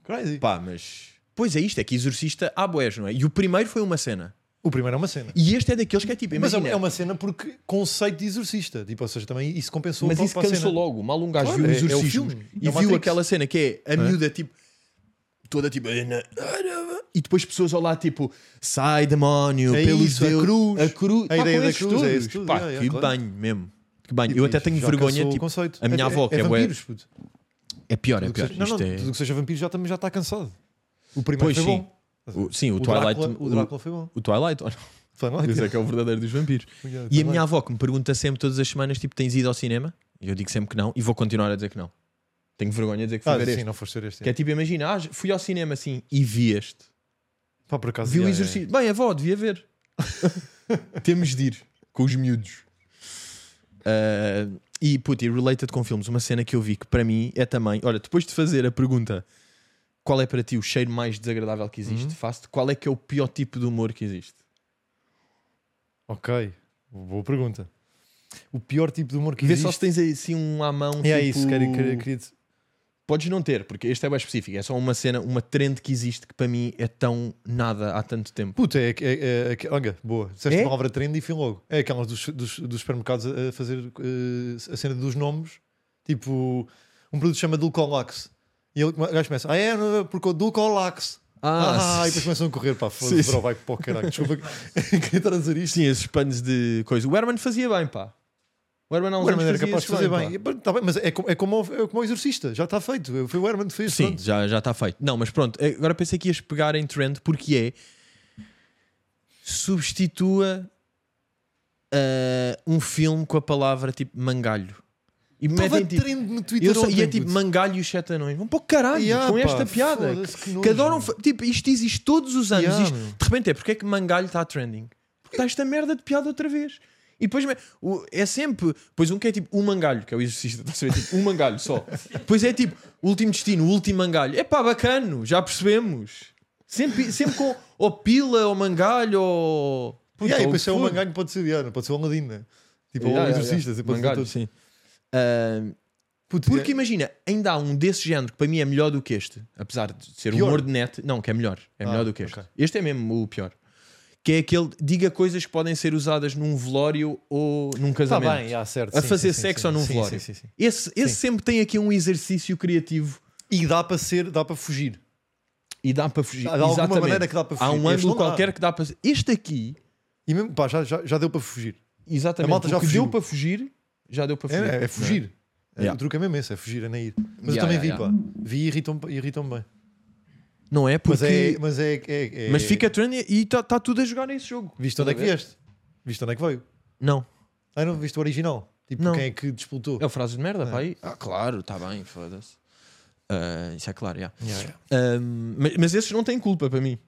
Speaker 2: Crazy.
Speaker 1: Pá, mas. Pois é, isto é que exorcista há boés, não é? E o primeiro foi uma cena.
Speaker 2: O primeiro é uma cena.
Speaker 1: E este é daqueles que é tipo,
Speaker 2: Mas é
Speaker 1: imagina.
Speaker 2: uma-
Speaker 1: Mas,
Speaker 2: é uma cena porque conceito de exorcista. Tipo, ou seja, também isso compensou para-
Speaker 1: isso
Speaker 2: para a
Speaker 1: cansou
Speaker 2: cena.
Speaker 1: logo. Mal um gajo
Speaker 2: Claro,
Speaker 1: viu o
Speaker 2: é- é o
Speaker 1: exorcismo
Speaker 2: filme, é
Speaker 1: e viu
Speaker 2: o Matrix.
Speaker 1: aquela cena que é a miúda tipo. Toda tipo. E depois pessoas ao lado tipo. Sai demónio,
Speaker 2: É
Speaker 1: pelos
Speaker 2: isso, a
Speaker 1: deuses.
Speaker 2: cruz.
Speaker 1: A cruz.
Speaker 2: A
Speaker 1: Pá,
Speaker 2: ideia
Speaker 1: com
Speaker 2: da
Speaker 1: esses
Speaker 2: cruz, é
Speaker 1: todos.
Speaker 2: isso tudo,
Speaker 1: Pá,
Speaker 2: yeah, yeah,
Speaker 1: que
Speaker 2: claro.
Speaker 1: banho mesmo. Que banho. Eu até tenho
Speaker 2: Já
Speaker 1: vergonha.
Speaker 2: cansou o
Speaker 1: Tipo,
Speaker 2: conceito.
Speaker 1: a minha
Speaker 2: É-
Speaker 1: avó,
Speaker 2: é,
Speaker 1: que
Speaker 2: é
Speaker 1: é bué-
Speaker 2: vampiros, puto.
Speaker 1: é pior, é
Speaker 2: Tudo que
Speaker 1: pior.
Speaker 2: seja- Não,
Speaker 1: Isto
Speaker 2: não,
Speaker 1: é-
Speaker 2: tudo que seja vampiro já também já está cansado. O primeiro
Speaker 1: Pois
Speaker 2: foi
Speaker 1: sim.
Speaker 2: bom.
Speaker 1: O- Sim, o
Speaker 2: O
Speaker 1: Twilight.
Speaker 2: Drácula- O
Speaker 1: o-
Speaker 2: Drácula foi bom.
Speaker 1: O Twilight, [laughs] olha.
Speaker 2: Foi lá,
Speaker 1: Esse é que é o verdadeiro dos vampiros.
Speaker 2: Yeah,
Speaker 1: E a
Speaker 2: também.
Speaker 1: minha avó que me pergunta sempre todas as semanas: tipo, tens ido ao cinema? E eu digo sempre que não, e vou continuar a dizer que não. Tenho vergonha de dizer que fui
Speaker 2: Ah,
Speaker 1: ver
Speaker 2: sim,
Speaker 1: este.
Speaker 2: não foste ver este.
Speaker 1: Que é tipo, imagina, ah, fui ao cinema assim e vi este.
Speaker 2: Pá, por acaso.
Speaker 1: Vi o
Speaker 2: yeah, yeah.
Speaker 1: exercício. Bem, avó, devia
Speaker 2: [laughs]
Speaker 1: ver. Temos de ir com os miúdos. Ah, e puta, e related com filmes, uma cena que eu vi que para mim é também. Olha, depois de fazer a pergunta qual é para ti o cheiro mais desagradável que existe,
Speaker 2: Uhum.
Speaker 1: faço-te qual é que é o pior tipo de humor que existe.
Speaker 2: Ok. Boa pergunta. O pior tipo de humor que
Speaker 1: Vê
Speaker 2: existe.
Speaker 1: só se tens aí, assim um à mão.
Speaker 2: É
Speaker 1: tipo-
Speaker 2: isso, queria, queria, queria dizer.
Speaker 1: Podes não ter, porque este é bem específico. É só uma cena, uma trend que existe que para mim é tão nada há tanto tempo.
Speaker 2: Puta, é, que- é, é, que- olha, boa. Disseste
Speaker 1: É?
Speaker 2: a palavra trend e fim logo. É aquelas dos, dos, dos supermercados a a fazer eh, a cena dos nomes. Tipo, um produto chama Dulcolax. E ele, o gajo começa, ah é, não é, porque o Dulcolax. Ah, e depois começam a correr, pá,
Speaker 1: Sim,
Speaker 2: foda-se,
Speaker 1: sim.
Speaker 2: bro, vai para o
Speaker 1: [laughs]
Speaker 2: caralho. Desculpa, [laughs] queria estar a dizer isto.
Speaker 1: Sim, esses panos de coisa. O Herman fazia bem, pá. O Herman há uns
Speaker 2: O Herman
Speaker 1: anos
Speaker 2: era
Speaker 1: fazia
Speaker 2: capaz de
Speaker 1: isso
Speaker 2: fazer bem.
Speaker 1: pá.
Speaker 2: Tá bem, mas é como, é, como, o- é como o exorcista, já está feito. Foi o Herman que fez.
Speaker 1: Sim,
Speaker 2: pronto.
Speaker 1: já já está feito. Não, mas pronto, é, agora pensei que ias pegar em trend porque é substitua ah, um filme com a palavra tipo mangalho. E
Speaker 2: Estava
Speaker 1: metem tipo.
Speaker 2: trend no
Speaker 1: Eu
Speaker 2: Twitter.
Speaker 1: sei, e é
Speaker 2: ontem,
Speaker 1: tipo
Speaker 2: puto.
Speaker 1: mangalho e os sete anões. Vão para o caralho
Speaker 2: Yeah,
Speaker 1: com
Speaker 2: ah, pá,
Speaker 1: esta piada.
Speaker 2: foda-se, que
Speaker 1: Que
Speaker 2: nojo,
Speaker 1: adoram.
Speaker 2: meu.
Speaker 1: fa- Tipo, isto existe todos os anos.
Speaker 2: um Yeah,
Speaker 1: isto-
Speaker 2: meu.
Speaker 1: de repente é porque é que Mangalho está trending? Porque está esta merda de piada outra vez. E depois me- o- é sempre. Pois um que é tipo o mangalho, que é o exorcista, estás a ver? Tipo, um mangalho só. Depois é tipo o último destino, o último mangalho. É pá, bacano, já percebemos. Sempre, sempre com ou pila ou mangalho ou.
Speaker 2: E
Speaker 1: puta,
Speaker 2: aí,
Speaker 1: ou
Speaker 2: depois
Speaker 1: o
Speaker 2: se é
Speaker 1: que
Speaker 2: um
Speaker 1: for.
Speaker 2: manganho, pode ser Diana, pode ser um Aladino, né? Tipo,
Speaker 1: Yeah,
Speaker 2: ou
Speaker 1: yeah,
Speaker 2: exorcista,
Speaker 1: yeah.
Speaker 2: assim, pode ser
Speaker 1: Mangalho,
Speaker 2: todo.
Speaker 1: sim. Ah,
Speaker 2: Puto,
Speaker 1: porque
Speaker 2: é-
Speaker 1: imagina, ainda há um desse género que para mim é melhor do que este, apesar de ser
Speaker 2: Pior?
Speaker 1: humor de net, não, que é melhor, é
Speaker 2: Ah,
Speaker 1: melhor do que este.
Speaker 2: ok.
Speaker 1: Este é mesmo o pior. Que é aquele diga coisas que podem ser usadas num velório ou num
Speaker 2: Tá
Speaker 1: casamento.
Speaker 2: bem, já, certo.
Speaker 1: A
Speaker 2: sim,
Speaker 1: fazer
Speaker 2: sim, sim,
Speaker 1: sexo
Speaker 2: sim.
Speaker 1: ou num
Speaker 2: Sim,
Speaker 1: velório.
Speaker 2: sim, sim, sim.
Speaker 1: Esse, esse sempre tem aqui um exercício criativo
Speaker 2: E dá para ser, dá para fugir.
Speaker 1: e dá para fugir.
Speaker 2: Há de alguma
Speaker 1: Exatamente.
Speaker 2: maneira que dá para
Speaker 1: Há
Speaker 2: fugir.
Speaker 1: um
Speaker 2: Este
Speaker 1: ângulo
Speaker 2: não dá.
Speaker 1: qualquer que dá para. Este aqui,
Speaker 2: E mesmo, pá, já, já, já deu para fugir.
Speaker 1: exatamente,
Speaker 2: A malta
Speaker 1: o
Speaker 2: já
Speaker 1: que
Speaker 2: fugiu.
Speaker 1: deu para fugir, já deu para
Speaker 2: É,
Speaker 1: fugir.
Speaker 2: é, é fugir. É,
Speaker 1: Yeah.
Speaker 2: O truque é mesmo esse, é fugir, é não ir. Mas
Speaker 1: Yeah,
Speaker 2: eu também vi,
Speaker 1: yeah,
Speaker 2: pá. Vi e irritam-me irritam bem.
Speaker 1: Não é?
Speaker 2: Mas,
Speaker 1: Porque.
Speaker 2: é, mas é, é- é-
Speaker 1: Mas fica trendy e está tudo a jogar nesse jogo.
Speaker 2: Viste onde é que
Speaker 1: Estás a ver?
Speaker 2: vieste? Viste onde é que veio?
Speaker 1: Não.
Speaker 2: Ah, não, viste o original. Tipo,
Speaker 1: Não.
Speaker 2: quem é que disputou?
Speaker 1: É o frase de merda,
Speaker 2: É.
Speaker 1: pá. aí? Ah, claro, está bem, foda-se. Ah, isso é claro, já.
Speaker 2: Yeah, yeah.
Speaker 1: Ahm, mas, mas esses não têm culpa para mim.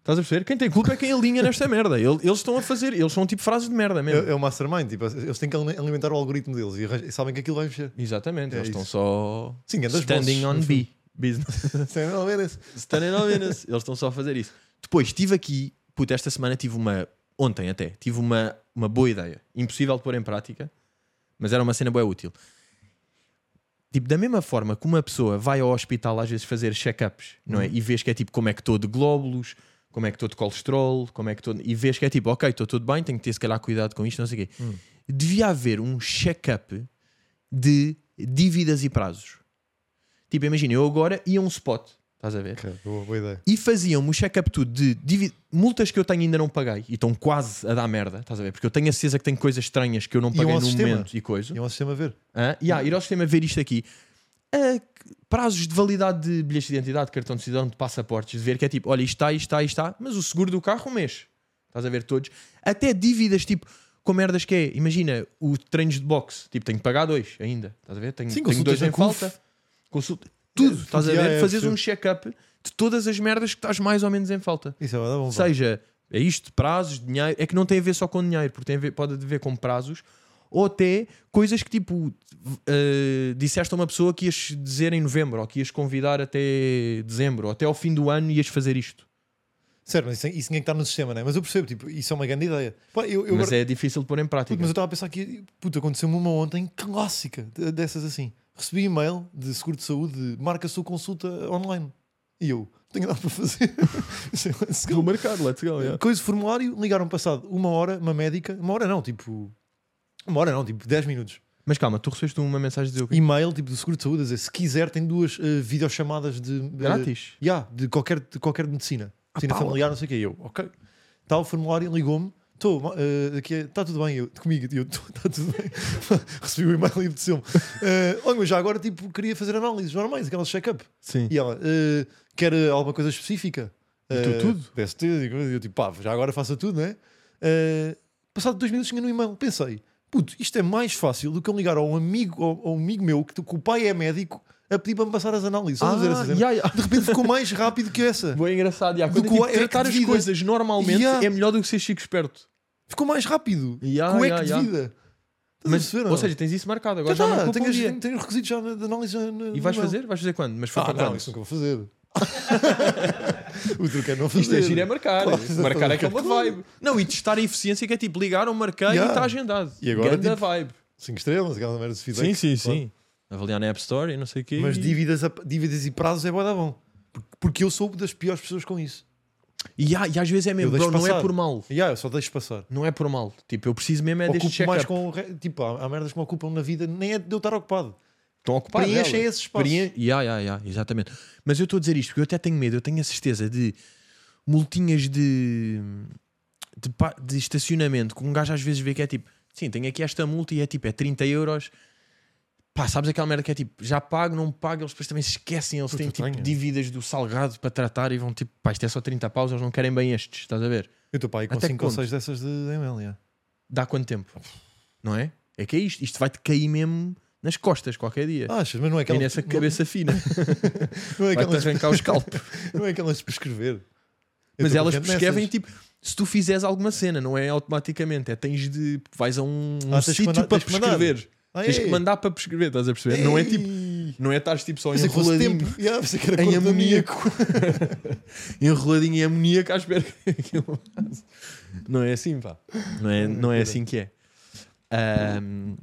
Speaker 1: Estás a perceber? Quem tem culpa é quem alinha nesta merda. Ele- Eles, estão a fazer, eles são tipo frases de merda mesmo.
Speaker 2: É, é o mastermind, tipo, eles têm que alimentar o algoritmo deles e arranjam- sabem que aquilo vai mexer.
Speaker 1: Exatamente,
Speaker 2: É
Speaker 1: eles
Speaker 2: isso.
Speaker 1: estão só
Speaker 2: Sim, é andas
Speaker 1: standing
Speaker 2: [laughs]
Speaker 1: on B. Business.
Speaker 2: Sim, não, é esse.
Speaker 1: Standing on business. Eles estão só a fazer isso. Depois estive aqui, puto, esta semana tive uma, ontem até, tive uma, uma boa ideia. Impossível de pôr em prática, mas era uma cena boa útil. Tipo, da mesma forma que uma pessoa vai ao hospital às vezes fazer check-ups, não é? E vês que é tipo como é que estou de glóbulos, como é que estou de colesterol, como é que estou. E vês que é tipo, ok, estou tudo bem, tenho que ter se calhar cuidado com isto, não sei o quê. Devia haver um check-up de dívidas e prazos. Tipo, imagina, eu agora ia a um spot, estás a ver?
Speaker 2: Ok, boa, boa ideia.
Speaker 1: e faziam-me o check-up tudo de divi- multas que eu tenho e ainda não paguei e estão quase a dar merda, estás a ver? Porque eu tenho a certeza que tem coisas estranhas que eu não
Speaker 2: Iam
Speaker 1: paguei
Speaker 2: ao
Speaker 1: no
Speaker 2: sistema.
Speaker 1: momento e coisa.
Speaker 2: E é um sistema a ver.
Speaker 1: Hã? E há, ir ao sistema ver isto aqui. ah, prazos de validade de bilhetes de identidade, de cartão de cidadão, de passaportes, de ver que é tipo, olha, isto está, isto está, isto está, mas o seguro do carro um mês. Estás a ver todos. Até dívidas tipo, com merdas que é, imagina, o treinos de boxe, tipo, tenho que pagar dois ainda. Estás a ver? Tenho,
Speaker 2: Sim,
Speaker 1: tenho
Speaker 2: consultas
Speaker 1: dois
Speaker 2: na
Speaker 1: em
Speaker 2: CUF.
Speaker 1: falta. Consulta. Tudo,
Speaker 2: É,
Speaker 1: estás a
Speaker 2: yeah,
Speaker 1: ver?
Speaker 2: é,
Speaker 1: Fazes
Speaker 2: percebo.
Speaker 1: um check-up de todas as merdas que estás mais ou menos em falta.
Speaker 2: Isso é bué da bom. pá.
Speaker 1: Seja, é isto, prazos, dinheiro. É que não tem a ver só com dinheiro, porque tem a ver, pode haver com prazos ou até coisas que tipo eh, disseste a uma pessoa que ias dizer em novembro ou que ias convidar até dezembro ou até ao fim do ano ias fazer isto.
Speaker 2: Certo, mas isso, isso ninguém está no sistema, né? Mas eu percebo, tipo, isso é uma grande ideia. Pá, eu, eu
Speaker 1: mas
Speaker 2: agora-
Speaker 1: é difícil de pôr em
Speaker 2: Puto,
Speaker 1: prática.
Speaker 2: mas eu estava a pensar que, puta, aconteceu-me uma ontem clássica de- dessas assim. Recebi e-mail de seguro de saúde, de marca a sua consulta online. E eu, não tenho nada para fazer. [laughs] Sei lá, se calhar-
Speaker 1: marcar, let's go.
Speaker 2: Coisa de formulário, ligaram passado uma hora, uma médica, uma hora não, tipo. Uma hora não, tipo 10 minutos.
Speaker 1: Mas calma, tu recebeste uma mensagem de dizer o quê?
Speaker 2: E-mail, tipo, do seguro de saúde, a dizer, se quiser, tem duas eh, videochamadas de. eh,
Speaker 1: Grátis. Ah,
Speaker 2: Ya, de, qualquer, de qualquer medicina. Medicina
Speaker 1: pá,
Speaker 2: familiar, não sei o que. Eu, ok. Está o formulário, ligou-me. eh, Estou, está tá tudo bem. Eu, comigo, eu, [laughs] está tudo bem. Recebi o e-mail e apeteceu-me. Eh, olha, mas já agora, tipo, queria fazer análises normais, aquelas check-up.
Speaker 1: Sim.
Speaker 2: E ela, eh, quer eh, alguma coisa específica?
Speaker 1: tu,
Speaker 2: Eh,
Speaker 1: tudo?
Speaker 2: PST, e coisa. eu tipo, pá, já agora faça tudo, né? Eh, passado dois minutos, tinha no e-mail. Pensei, puto, isto é mais fácil do que eu ligar a um amigo, a um amigo meu, que, que o pai é médico, a pedir para me passar as análises. Vamos dizer
Speaker 1: Ah,
Speaker 2: assim,
Speaker 1: yeah, yeah.
Speaker 2: de repente ficou mais rápido
Speaker 1: [laughs]
Speaker 2: que essa.
Speaker 1: Bem engraçado. Yeah.
Speaker 2: Do
Speaker 1: Quando,
Speaker 2: que
Speaker 1: tipo,
Speaker 2: o- é que
Speaker 1: tratar as
Speaker 2: devida.
Speaker 1: coisas normalmente
Speaker 2: Yeah.
Speaker 1: é melhor do que ser chico esperto.
Speaker 2: Ficou mais rápido.
Speaker 1: Ya,
Speaker 2: Como
Speaker 1: ya,
Speaker 2: é que
Speaker 1: ya.
Speaker 2: devida? Estás a
Speaker 1: Mas,
Speaker 2: perceber,
Speaker 1: ou
Speaker 2: não?
Speaker 1: seja, tens isso marcado.
Speaker 2: já
Speaker 1: Agora já,
Speaker 2: está,
Speaker 1: marcou para
Speaker 2: Ah. Tá,
Speaker 1: um
Speaker 2: tenho,
Speaker 1: dia.
Speaker 2: tenho, tenho os requisitos já na- de análise. na- na-
Speaker 1: E vais
Speaker 2: no e-mail.
Speaker 1: fazer? Vais fazer quando? Mas foi
Speaker 2: Ah,
Speaker 1: para
Speaker 2: não,
Speaker 1: quando?
Speaker 2: isso nunca vou
Speaker 1: [laughs]
Speaker 2: fazer. [laughs] o truque é não fazer.
Speaker 1: Isto é giro é marcar.
Speaker 2: Claro,
Speaker 1: marcar
Speaker 2: exatamente.
Speaker 1: é aquela vibe. Não, e testar a eficiência que é tipo, ligaram, marquei e
Speaker 2: Yeah.
Speaker 1: está agendado.
Speaker 2: E agora,
Speaker 1: Ganda
Speaker 2: tipo,
Speaker 1: vibe.
Speaker 2: 5 estrelas, aquela merda de feedback. claro.
Speaker 1: Avaliar na App Store e não sei o quê.
Speaker 2: Mas
Speaker 1: e-
Speaker 2: dívidas, a- dívidas e prazos é boa da bom. Porque- Porque eu sou das piores pessoas com isso.
Speaker 1: E, há- e às vezes é mesmo,
Speaker 2: Eu
Speaker 1: bro,
Speaker 2: deixo
Speaker 1: não é
Speaker 2: passar.
Speaker 1: por mal.
Speaker 2: E ah, eu só deixo passar.
Speaker 1: Não é por mal. Tipo, eu preciso mesmo é deste
Speaker 2: Ocupo mais
Speaker 1: check-up.
Speaker 2: com. o re- Tipo, há, há merdas que me ocupam na vida, nem é de eu estar ocupado.
Speaker 1: Estão ocupados.
Speaker 2: Preenchem esse espaço.
Speaker 1: Experiência. Ya, ya, ya, exatamente. Mas eu estou a dizer isto porque eu até tenho medo, eu tenho a certeza de multinhas de, de, pa- de estacionamento que um gajo às vezes vê que é tipo, sim, tenho aqui esta multa e é tipo, é 30 euros. Pá, sabes aquela merda que é tipo, já pago, não pago, eles depois também se esquecem, eles
Speaker 2: Puta,
Speaker 1: têm tipo
Speaker 2: tenho.
Speaker 1: dívidas do salgado para tratar e vão tipo, pá, isto é só 30 paus, eles não querem bem estes, estás a ver?
Speaker 2: Eu estou para aí com
Speaker 1: Até
Speaker 2: 5 ou
Speaker 1: quanto?
Speaker 2: 6 dessas de ML. yeah.
Speaker 1: Dá quanto tempo? Não é? É que é isto, isto vai-te cair mesmo nas costas qualquer dia.
Speaker 2: Ah, Achas, mas não
Speaker 1: e
Speaker 2: é aquela.
Speaker 1: nessa
Speaker 2: não-
Speaker 1: cabeça fina,
Speaker 2: Não é
Speaker 1: vai-te
Speaker 2: aquelas,
Speaker 1: arrancar o escalpo.
Speaker 2: [laughs] não é aquelas para escrever. Eu
Speaker 1: Mas
Speaker 2: tô
Speaker 1: elas
Speaker 2: confiante
Speaker 1: prescrevem
Speaker 2: nessas.
Speaker 1: tipo, se tu fizeres alguma cena, não é automaticamente, é tens de vais a um, um
Speaker 2: Ah, tens que
Speaker 1: sítio
Speaker 2: mandar-
Speaker 1: para
Speaker 2: tens que mandar.
Speaker 1: prescrever.
Speaker 2: Ah,
Speaker 1: tipo, Tens
Speaker 2: ei.
Speaker 1: que mandar para prescrever, estás a perceber? Não é
Speaker 2: Ei.
Speaker 1: tipo, não é estares tipo só
Speaker 2: Pensei que fosse
Speaker 1: enroladinho,
Speaker 2: tempo. [laughs] Yeah, pensei que era
Speaker 1: em
Speaker 2: cor de
Speaker 1: amoníaco. [laughs] enroladinho em amoníaco à espera que [laughs] aquilo passe. Não é assim, pá. Não é, não é assim que é. Ahm,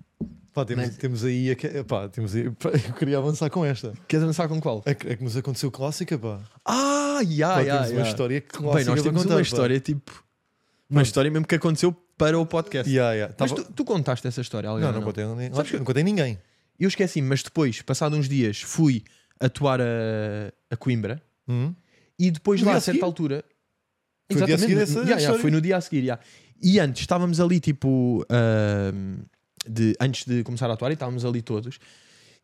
Speaker 2: Pá, temos,
Speaker 1: Mas-
Speaker 2: temos aí. a que- Pá, temos aí pá, eu queria avançar com esta.
Speaker 1: queres avançar com qual?
Speaker 2: É que, é que nos aconteceu clássica, pá.
Speaker 1: Ah,
Speaker 2: Pá,
Speaker 1: ya,
Speaker 2: temos
Speaker 1: ya,
Speaker 2: uma
Speaker 1: ya.
Speaker 2: história clássica.
Speaker 1: Bem, nós
Speaker 2: para
Speaker 1: temos
Speaker 2: contar,
Speaker 1: uma
Speaker 2: pá.
Speaker 1: história tipo, uma história mesmo que aconteceu para o podcast.
Speaker 2: Yeah, yeah.
Speaker 1: Mas
Speaker 2: Tava-
Speaker 1: tu, tu contaste essa história, a alguém?
Speaker 2: Não,
Speaker 1: ou
Speaker 2: não contei, a ninguém.
Speaker 1: Sabes que-
Speaker 2: não contei a ninguém.
Speaker 1: Eu esqueci, mas depois, passado uns dias, fui atuar a, a Coimbra
Speaker 2: Hum?
Speaker 1: e depois
Speaker 2: No
Speaker 1: lá, a
Speaker 2: dia a
Speaker 1: certa
Speaker 2: seguir?
Speaker 1: altura.
Speaker 2: Foi no dia a seguir
Speaker 1: Exatamente,
Speaker 2: essa
Speaker 1: yeah, yeah,
Speaker 2: história?
Speaker 1: foi no dia a seguir. yeah. E antes estávamos ali, tipo, ahm, de, antes de começar a atuar, e estávamos ali todos.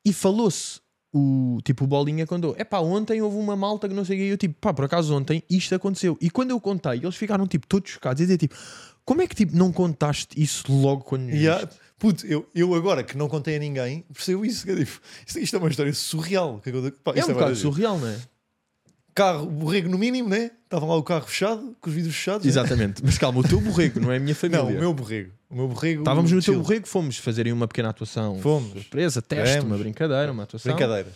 Speaker 1: E falou-se, o tipo, o Bolinha contou: é pá, ontem houve uma malta que não sei o quê." E eu, tipo, pá, por acaso ontem isto aconteceu. E quando eu contei, eles ficaram, tipo, todos chocados e dizer, tipo, como é que, tipo, não contaste isso logo quando nos
Speaker 2: Yeah.
Speaker 1: viste?"
Speaker 2: Puto, eu, eu agora que não contei a ninguém, percebo isso. que é tipo, isto, isto é uma história surreal. que aconteceu. Pá,
Speaker 1: É
Speaker 2: isto
Speaker 1: um bocado
Speaker 2: verdade.
Speaker 1: surreal, não é?
Speaker 2: Carro, borrego no mínimo, né? Estava lá o carro fechado, com os vidros fechados. né?
Speaker 1: [laughs] Exatamente. Mas calma, o teu borrego não é a minha família.
Speaker 2: Não, o meu borrego. O meu borrego.
Speaker 1: Estávamos no teu
Speaker 2: chill.
Speaker 1: borrego, fomos fazerem uma pequena atuação.
Speaker 2: Fomos.
Speaker 1: Surpresa, teste,
Speaker 2: Fomos.
Speaker 1: uma brincadeira, uma atuação.
Speaker 2: Brincadeiras.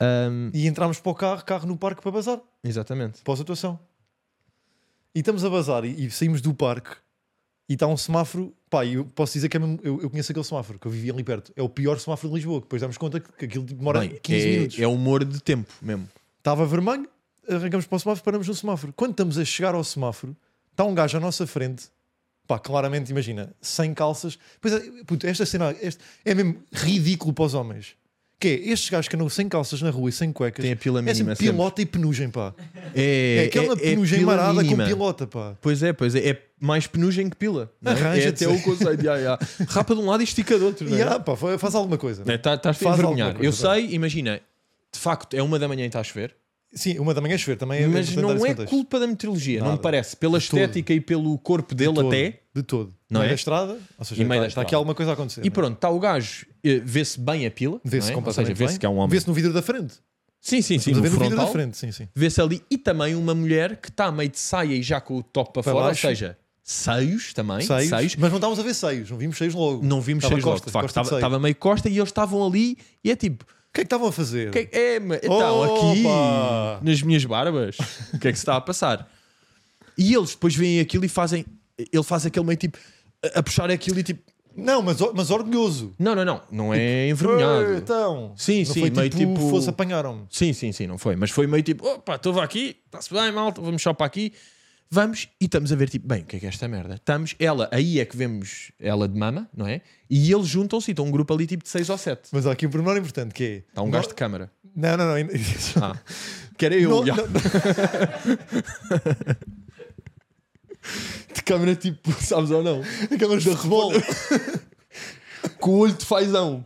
Speaker 1: Ahm,
Speaker 2: E entramos para o carro, carro no parque para bazar.
Speaker 1: exatamente.
Speaker 2: Para a situação. E estamos a bazar e, e saímos do parque e está um semáforo. Pá, eu posso dizer que é mesmo- eu, eu conheço aquele semáforo que eu vivia ali perto. É o pior semáforo de Lisboa. que Depois damos conta que, que aquilo demora
Speaker 1: Bem,
Speaker 2: 15 minutos.
Speaker 1: é, é humor de tempo mesmo.
Speaker 2: Estava vermelho, arrancamos para o semáforo, paramos no semáforo. Quando estamos a chegar ao semáforo, está um gajo à nossa frente, pá, claramente, imagina, sem calças. Pois é, puto, esta cena este- é mesmo ridículo para os homens. Que é estes gajos que andam sem calças na rua e sem cuecas.
Speaker 1: Tem a pila
Speaker 2: é
Speaker 1: mínima.
Speaker 2: sempre
Speaker 1: sempre.
Speaker 2: pilota e penugem, pá.
Speaker 1: É,
Speaker 2: É, aquela
Speaker 1: é- é
Speaker 2: penugem
Speaker 1: pila
Speaker 2: marada
Speaker 1: mínima.
Speaker 2: com pilota, pá.
Speaker 1: Pois é, pois é. É mais penugem que pila. não é? É
Speaker 2: Arranja-te.
Speaker 1: até o conceito. Ya, ya. Rapa de um lado e estica do outro. não é?
Speaker 2: E, ah, pá, fa- faz alguma coisa.
Speaker 1: Não é? Tá- Estás-te a
Speaker 2: Faz
Speaker 1: envergonhar.
Speaker 2: alguma
Speaker 1: Eu
Speaker 2: coisa,
Speaker 1: sei, imagina. De facto, é uma da manhã e está a chover.
Speaker 2: Sim, uma da manhã é chover também. é
Speaker 1: Mas
Speaker 2: importante dar
Speaker 1: não
Speaker 2: esse
Speaker 1: é
Speaker 2: contexto.
Speaker 1: culpa da meteorologia, não
Speaker 2: Nada.
Speaker 1: me parece. Pela
Speaker 2: De todo.
Speaker 1: estética e pelo corpo
Speaker 2: De
Speaker 1: dele
Speaker 2: todo,
Speaker 1: até.
Speaker 2: De todo.
Speaker 1: Não é?
Speaker 2: Meio da estrada. Ou seja,
Speaker 1: E meio
Speaker 2: está,
Speaker 1: da
Speaker 2: está aqui
Speaker 1: estrada.
Speaker 2: alguma coisa a acontecer.
Speaker 1: E
Speaker 2: não é?
Speaker 1: pronto, está o gajo, eh, vê-se bem a pila.
Speaker 2: Vê-se
Speaker 1: não é? Ou
Speaker 2: completamente
Speaker 1: seja, vê-se
Speaker 2: bem.
Speaker 1: que é um homem.
Speaker 2: Vê-se no vidro da frente.
Speaker 1: Sim, sim, sim.
Speaker 2: Estamos a
Speaker 1: No
Speaker 2: ver no vidro da
Speaker 1: frontal,
Speaker 2: frente, sim, sim.
Speaker 1: vê-se ali. E também uma mulher que está meio de saia e já com o top para
Speaker 2: Para
Speaker 1: fora.
Speaker 2: baixo.
Speaker 1: Ou seja, seios também.
Speaker 2: Seios,
Speaker 1: Seios.
Speaker 2: Mas não estávamos a ver seios, não vimos seios logo.
Speaker 1: Não vimos
Speaker 2: Estava
Speaker 1: seios
Speaker 2: costa,
Speaker 1: logo, de facto.
Speaker 2: costa de
Speaker 1: Estava,
Speaker 2: seio.
Speaker 1: estava meio costa e eles estavam ali e é tipo...
Speaker 2: O que é que estavam a fazer?
Speaker 1: Que é, ma- então, aqui,
Speaker 2: Opa!
Speaker 1: nas minhas barbas, o que é que se está a passar? E eles depois veem aquilo e fazem. Ele faz aquele meio tipo. a- A puxar aquilo e tipo.
Speaker 2: Não, mas, mas orgulhoso.
Speaker 1: Não, não, não. Não é
Speaker 2: Ei,
Speaker 1: envergonhado.
Speaker 2: Então,
Speaker 1: Sim,
Speaker 2: não
Speaker 1: sim,
Speaker 2: foi
Speaker 1: meio
Speaker 2: tipo,
Speaker 1: tipo-
Speaker 2: fosse apanharam-me.
Speaker 1: Sim, sim, sim, não foi. Mas foi meio tipo. opa, estou aqui, está-se bem, malta, vamos só para aqui. Vamos e estamos a ver tipo. Bem, o que é que é esta merda? Estamos. Ela, aí é que vemos ela de mama, não é? E eles juntam-se e estão um grupo ali tipo de 6 ou 7.
Speaker 2: Mas há aqui um pormenor importante que é.
Speaker 1: Está um gajo de câmara.
Speaker 2: Não, não, não. ainda- isso-
Speaker 1: Ah, que era eu.
Speaker 2: Não,
Speaker 1: já.
Speaker 2: não, não.
Speaker 1: [laughs] De câmara tipo, sabes ou não?
Speaker 2: Aquelas da rebola.
Speaker 1: [laughs] Com o olho de fazão.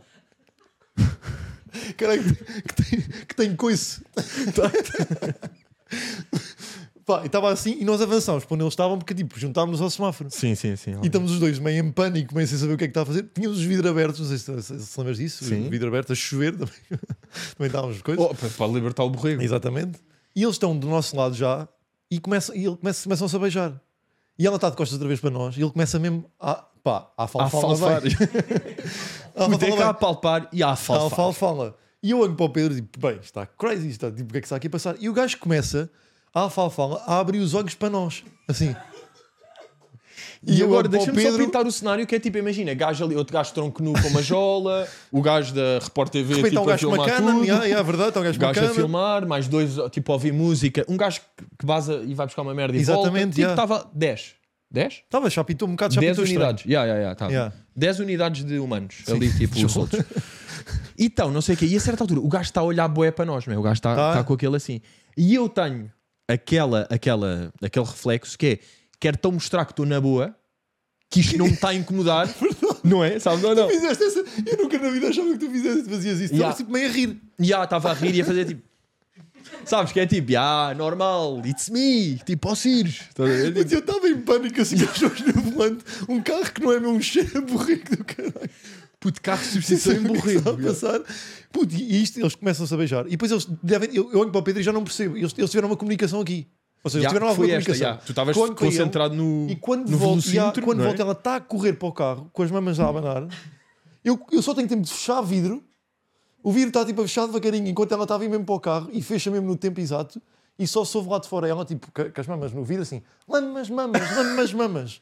Speaker 2: Caralho, que tem, que tem coice.
Speaker 1: Tá.
Speaker 2: [laughs] Pá, e estava assim e nós avançámos para onde eles estavam porque tipo, juntámos-nos ao semáforo.
Speaker 1: [laughs] Sim, sim, sim.
Speaker 2: E estamos os dois meio em pânico, meio sem saber o que é que está a fazer. Tínhamos os vidros abertos, não sei se, se, se lembras disso.
Speaker 1: Sim.
Speaker 2: O vidro aberto a chover também. [laughs] também estávamos coisas.
Speaker 1: Oh, para, para libertar o borrego.
Speaker 2: [laughs] Exatamente. E eles estão do nosso lado já e, começam, e ele começa, começam-se a beijar. E ela está de costas outra vez para nós e ele começa mesmo a. pá, a
Speaker 1: A
Speaker 2: falfala.
Speaker 1: falfar.
Speaker 2: vai. A
Speaker 1: O
Speaker 2: falfala
Speaker 1: Deca
Speaker 2: vai.
Speaker 1: a palpar e a
Speaker 2: Fala,
Speaker 1: falfar.
Speaker 2: fala, fala. E eu olho para o Pedro e digo, bem, está crazy, está, tipo, o que é que está aqui a passar? E o gajo começa, a fala, fala, a abrir os olhos para nós, assim.
Speaker 1: E,
Speaker 2: eu
Speaker 1: agora
Speaker 2: olho para o
Speaker 1: deixa-me só pintar o cenário que é tipo, imagina, gajo ali, outro gajo tronco nu
Speaker 2: [laughs]
Speaker 1: com uma jola, o gajo da Repórter TV
Speaker 2: de repente
Speaker 1: tipo,
Speaker 2: há um
Speaker 1: a
Speaker 2: gajo com uma
Speaker 1: filmar
Speaker 2: cana,
Speaker 1: tudo,
Speaker 2: yeah, yeah, é verdade, está um gajo
Speaker 1: o
Speaker 2: com uma
Speaker 1: gajo a
Speaker 2: cana.
Speaker 1: filmar, mais dois, tipo, a ouvir música, um gajo que- que baza e vai buscar uma merda e
Speaker 2: Exatamente,
Speaker 1: volta. Tipo,
Speaker 2: yeah.
Speaker 1: estava 10. 10?
Speaker 2: Estava, já pintou um bocado, já
Speaker 1: 10
Speaker 2: pintou estranho.
Speaker 1: unidades. Yeah, yeah, yeah, tá.
Speaker 2: Yeah.
Speaker 1: 10 unidades de humanos ali,
Speaker 2: [laughs]
Speaker 1: tipo, soltos. Então, não sei o quê. E a certa altura, o gajo está a olhar boé para nós, meu. o gajo está
Speaker 2: Tá.
Speaker 1: está com aquele assim. E eu tenho aquela, aquela, aquele reflexo que é: quero tão mostrar que estou na boa, que isto não me está a
Speaker 2: [laughs]
Speaker 1: incomodar, não é? Sabes ou não?
Speaker 2: Fizeste essa, eu nunca na vida achava que tu fizeste, fazias isso.
Speaker 1: Yeah.
Speaker 2: Estava tipo meio a rir.
Speaker 1: E ah, estava a rir e a fazer tipo. Sabes que é tipo, ah, normal, it's me, tipo, ó Sires. Estás a ver? Tipo,
Speaker 2: Mas eu estava em pânico, assim, com as pessoas no volante, um carro que não é meu, um cheiro a borrico do caralho.
Speaker 1: Puto carro
Speaker 2: [laughs]
Speaker 1: de
Speaker 2: Isso
Speaker 1: substituição
Speaker 2: é
Speaker 1: em
Speaker 2: está a
Speaker 1: borrego.
Speaker 2: passar. Puto, e isto, eles começam-se a beijar. E depois eles devem. Eu, eu olho para o Pedro e já não percebo. Eles, eles tiveram uma comunicação aqui. Ou seja, eles
Speaker 1: Já,
Speaker 2: tiveram alguma
Speaker 1: foi esta,
Speaker 2: comunicação.
Speaker 1: já. Tu estavas
Speaker 2: Quando foi ele,
Speaker 1: concentrado no.
Speaker 2: E quando
Speaker 1: no
Speaker 2: volta, já,
Speaker 1: velocímetro,
Speaker 2: quando
Speaker 1: não é?
Speaker 2: volta, ela está a correr para o carro, com as mamas a abanar. Eu, eu só tenho tempo de fechar vidro. O vidro está tipo a fechar devagarinho enquanto ela estava a vir mesmo para o carro e fecha mesmo no tempo exato. E só soube lá de fora ela, tipo, ca- com, as mamas no vidro, assim: lamas, mamas, lamas, mamas.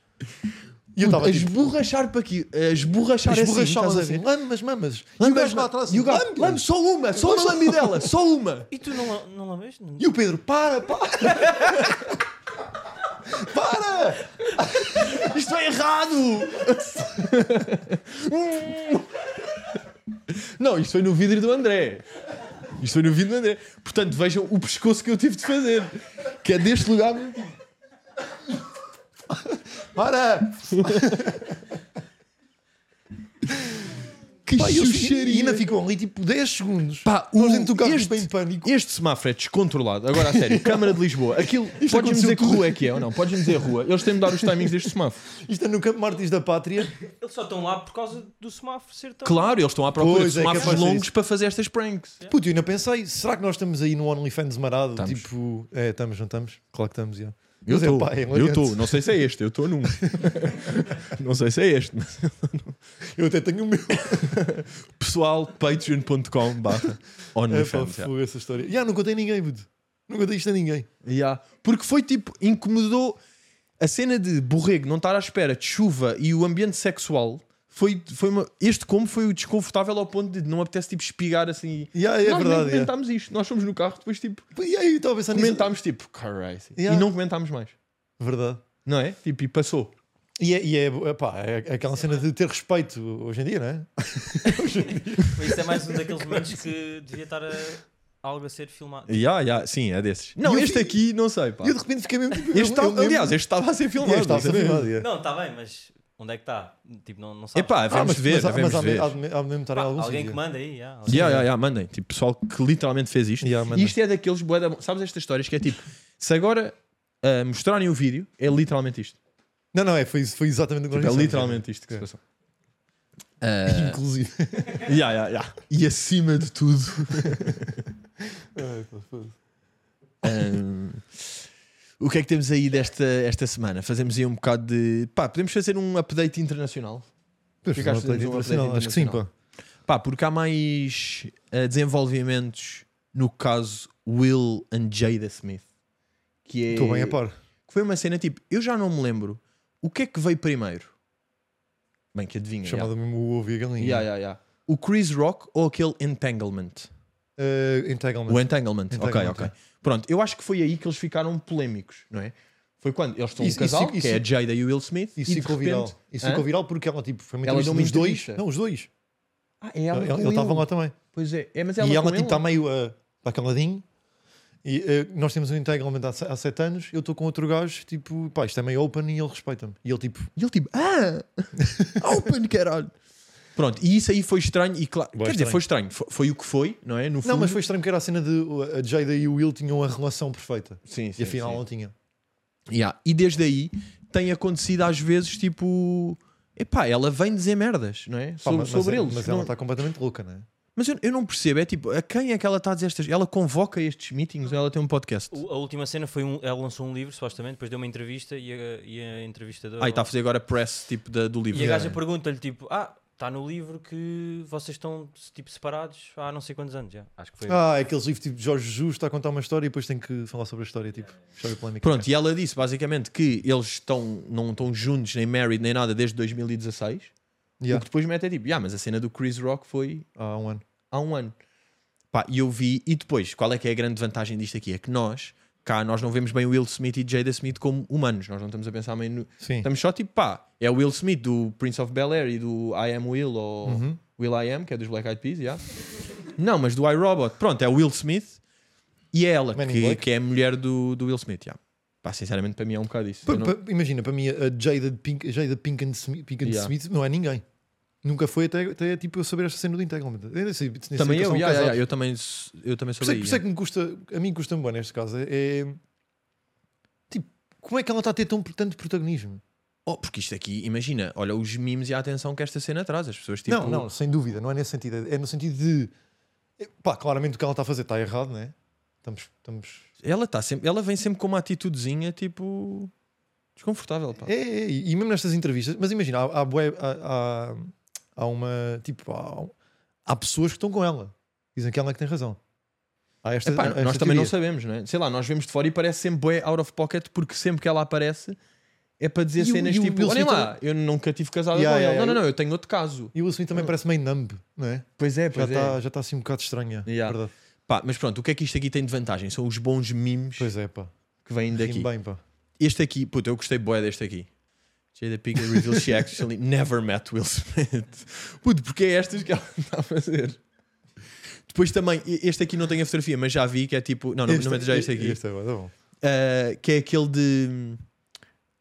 Speaker 2: E eu
Speaker 1: Puto,
Speaker 2: estava
Speaker 1: a
Speaker 2: tipo,
Speaker 1: esborrachar para aqui, a esborrachar,
Speaker 2: esborrachá-las
Speaker 1: assim,
Speaker 2: assim:
Speaker 1: estás
Speaker 2: lamas, mamas.
Speaker 1: a ver?
Speaker 2: E o gajo lá atrás,
Speaker 1: E
Speaker 2: assim,
Speaker 1: o gajo,
Speaker 2: "Lame-lhe."
Speaker 1: lame, só uma, só uma lambidela, só uma.
Speaker 3: E tu não, la- não lames? Não.
Speaker 2: E o Pedro, para, para!
Speaker 3: [laughs]
Speaker 2: para!
Speaker 1: Isto é errado! [laughs] Não, isto foi no vidro do André. Isto foi no vidro do André. Portanto, vejam o pescoço que eu tive de fazer. Que é deste lugar.
Speaker 2: Para!
Speaker 1: Que
Speaker 2: Pá, e eles- E
Speaker 1: chucharia.
Speaker 2: ainda ficam ali tipo 10 segundos.
Speaker 1: Pá,
Speaker 2: Nós
Speaker 1: o-
Speaker 2: dentro do carro
Speaker 1: este-
Speaker 2: bem em pânico.
Speaker 1: Este semáforo é descontrolado. Agora, a sério,
Speaker 2: [laughs]
Speaker 1: Câmara de Lisboa. Aquilo. Podes-me
Speaker 2: aconteceu
Speaker 1: dizer que
Speaker 2: tudo.
Speaker 1: rua é que é ou não? Podes-me dizer rua. Eles têm de dar os timings deste semáforo.
Speaker 2: Isto é no Campo Martins da Pátria.
Speaker 3: Eles só estão lá por causa do semáforo ser
Speaker 1: [laughs]
Speaker 3: tão.
Speaker 1: Claro, eles estão à procura
Speaker 2: Pois,
Speaker 1: de
Speaker 2: é
Speaker 1: semáforos
Speaker 2: capaz de ser
Speaker 1: longos para fazer estas pranks.
Speaker 2: Puto, eu ainda pensei, será que nós estamos aí no OnlyFans marado?
Speaker 1: Estamos.
Speaker 2: Tipo, é, estamos, não estamos? Claro que estamos, já.
Speaker 1: Eu
Speaker 2: Mas é,
Speaker 1: estou,
Speaker 2: pá, é
Speaker 1: eu
Speaker 2: hilariante.
Speaker 1: estou. Não sei se é este, eu estou
Speaker 2: [laughs]
Speaker 1: num. não sei se é este. mas-
Speaker 2: Eu até tenho o meu.
Speaker 1: [laughs] Pessoal, patreon.com barra
Speaker 2: É, pá,
Speaker 1: OnlyFans. já.
Speaker 2: fogo essa história. Já, não contei a ninguém, puto. Não contei isto a ninguém.
Speaker 1: Já. Porque foi tipo, incomodou a cena de borrego não estar à espera de chuva e o ambiente sexual. Foi, foi uma- este como foi o desconfortável ao ponto de não apetece tipo espigar assim.
Speaker 2: Já, é
Speaker 1: nós nem
Speaker 2: verdade. já.
Speaker 1: comentámos isto, nós fomos no carro, depois tipo,
Speaker 2: Pá, E aí, eu estava a pensar nisso.
Speaker 1: comentámos tipo, caralho,
Speaker 2: Já.
Speaker 1: e não comentámos mais,
Speaker 2: Verdade.
Speaker 1: não é? Tipo, e passou.
Speaker 2: E é, e é, epá, é aquela cena de ter respeito hoje em dia, não é?
Speaker 3: Isso é mais um daqueles momentos que devia estar a- algo a ser filmado.
Speaker 1: Ya, ya, sim, é desses. Não,
Speaker 2: eu
Speaker 1: este
Speaker 2: vi-
Speaker 1: aqui não sei, pá.
Speaker 2: E eu de repente fiquei mesmo tipo. eu-
Speaker 1: Este tá-
Speaker 2: eu mesmo- É,
Speaker 1: aliás, este estava a ser
Speaker 2: Yeah,
Speaker 1: filmado.
Speaker 2: estava a ser
Speaker 1: exatamente.
Speaker 2: filmado, yeah.
Speaker 3: Não, está bem, mas onde é que está? Tipo, não, não sabes.
Speaker 1: Epá,
Speaker 2: Ah,
Speaker 1: vamos
Speaker 2: mas-
Speaker 1: ver,
Speaker 2: mas há-
Speaker 1: vamos
Speaker 2: mas há-
Speaker 1: ver.
Speaker 2: há de me- há de mesmo estar
Speaker 3: Pá,
Speaker 2: em algum
Speaker 3: alguém
Speaker 2: sítio.
Speaker 3: que manda aí. já, alguém.
Speaker 1: Ya, ya, ya, mandem. Tipo, pessoal que literalmente fez isto.
Speaker 2: Yeah,
Speaker 1: E
Speaker 2: mandem.
Speaker 1: isto é daqueles bué da bom. Sabes estas histórias que é tipo, se agora ah, mostrarem o vídeo, é literalmente isto.
Speaker 2: Não, não, é, foi, isso- foi exatamente o que
Speaker 1: Tipo,
Speaker 2: nós
Speaker 1: é
Speaker 2: dissemos,
Speaker 1: literalmente isto que se
Speaker 2: Ok.
Speaker 1: passou.
Speaker 2: yeah.
Speaker 1: Ah, [laughs]
Speaker 2: [laughs] Inclusive.
Speaker 1: ya, ya, ya. E acima de tudo. [laughs] é,
Speaker 2: Ai, pá, foda-se.
Speaker 1: Ahm, Ah, o que é que temos aí desta esta semana? Fazemos aí um bocado de. Pá, podemos fazer um update internacional.
Speaker 2: Podemos fazer um
Speaker 1: Ficaste a
Speaker 2: update
Speaker 1: dizer um update
Speaker 2: internacional, Acho que sim, pá.
Speaker 1: internacional. Pá, porque há mais ah, desenvolvimentos no caso Will and Jada Smith. Que é.
Speaker 2: Estou bem a par.
Speaker 1: Que foi uma cena tipo, eu já não me lembro o que é que veio primeiro. Bem, que adivinha.
Speaker 2: Chamada mesmo o ovo e a galinha.
Speaker 1: yeah. Yeah, yeah, yeah. O Chris Rock ou aquele Entanglement?
Speaker 2: Eh, entanglement.
Speaker 1: O Entanglement.
Speaker 2: Entanglement,
Speaker 1: ok,
Speaker 2: é.
Speaker 1: ok. Pronto, eu acho que foi aí que eles ficaram polémicos, não é? Foi quando eles estão um
Speaker 2: Isso-
Speaker 1: casal,
Speaker 2: isso-
Speaker 1: que é a Jada e o Will Smith,
Speaker 2: Isso
Speaker 1: e de
Speaker 2: ficou
Speaker 1: repente-
Speaker 2: viral. Isso
Speaker 1: Hã?
Speaker 2: ficou viral porque ela tipo, foi uma
Speaker 1: Ela
Speaker 2: entrevista
Speaker 1: deu uma
Speaker 2: dos dois.
Speaker 1: entrevista.
Speaker 2: Não, os dois.
Speaker 1: Ah, é ela
Speaker 2: Ele-
Speaker 1: com
Speaker 2: ele estava
Speaker 1: ele.
Speaker 2: lá também.
Speaker 1: Pois é, é mas ela
Speaker 2: E ela
Speaker 1: com
Speaker 2: tipo
Speaker 1: ele.
Speaker 2: está meio eh, para aquele ladinho. E eh, nós temos um entanglement há, se- há sete anos. Eu estou com outro gajo, tipo, pá, isto é meio open e ele respeita-me. E ele tipo,
Speaker 1: E ele tipo,
Speaker 2: [laughs]
Speaker 1: ah! Open, caralho! Pronto, e isso aí foi estranho e claro.
Speaker 2: Bué
Speaker 1: quer dizer,
Speaker 2: estranho.
Speaker 1: foi estranho, foi, foi o que foi, não é? No fundo.
Speaker 2: não, mas foi estranho porque era a cena de uh, a Jada e o Will tinham a relação perfeita.
Speaker 1: Sim, sim,
Speaker 2: e afinal
Speaker 1: sim.
Speaker 2: não tinha.
Speaker 1: Yeah. E desde aí tem acontecido às vezes tipo. Epá, ela vem dizer merdas, não é?
Speaker 2: Pá,
Speaker 1: sobre
Speaker 2: mas,
Speaker 1: sobre
Speaker 2: mas,
Speaker 1: eles.
Speaker 2: Mas
Speaker 1: Não-
Speaker 2: ela está completamente louca, não é?
Speaker 1: mas eu, eu não percebo, é tipo, a quem é que ela está a dizer estas. Ela convoca estes meetings ou ela tem um podcast?
Speaker 3: O- A última cena foi um. Ela lançou um livro, supostamente, depois deu uma entrevista e a, e a entrevistadora.
Speaker 1: Ah, e está a fazer agora press tipo da- do livro.
Speaker 3: E a gaja
Speaker 1: Yeah.
Speaker 3: pergunta-lhe, tipo, ah, está no livro que vocês estão tipo, separados há não sei quantos anos. Já. Acho que foi.
Speaker 2: Ah, é aqueles livros tipo Jorge Jesus está a contar uma história e depois tem que falar sobre a história, tipo, história polémica.
Speaker 1: Pronto, e ela disse basicamente que eles estão, não estão juntos, nem married, nem nada desde 2016. O
Speaker 2: Yeah,
Speaker 1: que depois mete é tipo, ah, mas a cena do Chris Rock foi
Speaker 2: Há um ano.
Speaker 1: há um ano. Pá, e eu vi, e depois, qual é que é a grande vantagem disto aqui? É que nós, cá, nós não vemos bem o Will Smith e Jada Smith como humanos, nós não estamos a pensar bem no.
Speaker 2: Sim.
Speaker 1: Estamos só tipo, pá, é o Will Smith do Prince of Bel Air e do I Am Will ou
Speaker 2: Uhum.
Speaker 1: Will I Am, que é dos Black Eyed Peas, yeah. não, mas do iRobot, pronto, é o Will Smith e é ela,
Speaker 2: Man in
Speaker 1: que,
Speaker 2: Black.
Speaker 1: que é a mulher do, do Will Smith, yeah. pá, sinceramente, para mim é um bocado isso.
Speaker 2: Pa-
Speaker 1: Eu não-
Speaker 2: pa- Imagina, para mim, a Jada Pink, a Jada Pink and Smith, Pink and
Speaker 1: Yeah.
Speaker 2: Smith não é ninguém. Nunca foi até, até tipo eu saber esta cena do É, Entanglement. Eu nem sei- nem sei
Speaker 1: Também
Speaker 2: que
Speaker 1: eu,
Speaker 2: são
Speaker 1: yeah,
Speaker 2: casados.
Speaker 1: yeah, eu também, s- eu também
Speaker 2: um
Speaker 1: sou
Speaker 2: Por isso é-
Speaker 1: daí.
Speaker 2: por isso é que me custa, a mim custa-me bem neste caso. É, é, tipo, como é que ela está a ter tão, tanto protagonismo?
Speaker 1: Oh, porque isto aqui, imagina, olha os memes e a atenção que esta cena traz. As pessoas tipo.
Speaker 2: não, não, sem dúvida, não é nesse sentido. É no sentido de é, pá, claramente o que ela está a fazer está errado, não é? Estamos, estamos
Speaker 1: Ela, tá sempre, ela vem sempre com uma atitudezinha tipo. desconfortável. Pá.
Speaker 2: É, é, e e mesmo nestas entrevistas, mas imagina, há, há, bué- há, há- há uma tipo, há, há pessoas que estão com ela, dizem que ela é que tem razão. Há esta,
Speaker 1: Epá,
Speaker 2: há
Speaker 1: nós
Speaker 2: esta
Speaker 1: também não
Speaker 2: teoria.
Speaker 1: sabemos, não é? Sei lá, nós vemos de fora e parece sempre bué out of pocket porque sempre que ela aparece é para dizer
Speaker 2: E o-
Speaker 1: cenas
Speaker 2: e o
Speaker 1: tipo:
Speaker 2: Will
Speaker 1: olhem
Speaker 2: Smith
Speaker 1: lá, eu nunca tive casada
Speaker 2: Yeah,
Speaker 1: com ela.
Speaker 2: yeah, yeah.
Speaker 1: não, não, não, eu tenho outro caso.
Speaker 2: E o Will Smith também parece meio numb, não é?
Speaker 1: Pois é,
Speaker 2: Já
Speaker 1: pois
Speaker 2: está
Speaker 1: é.
Speaker 2: já tá assim um bocado estranha.
Speaker 1: Yeah.
Speaker 2: Verdade.
Speaker 1: Pá, mas pronto, o que é que isto aqui tem de vantagem? São os bons memes
Speaker 2: Pois é, pá.
Speaker 1: que vêm daqui.
Speaker 2: Rime bem, pá.
Speaker 1: Este aqui, puta, eu gostei boé deste aqui. Jada Pinkett reveals she actually never met Will Smith. Puto, porque é estas que ela está a fazer. Depois também, e- este aqui não tem a fotografia, mas já vi que é tipo. Não, não, não mete já este aqui.
Speaker 2: Este é, bué da bom.
Speaker 1: Uh, que é aquele de. hum,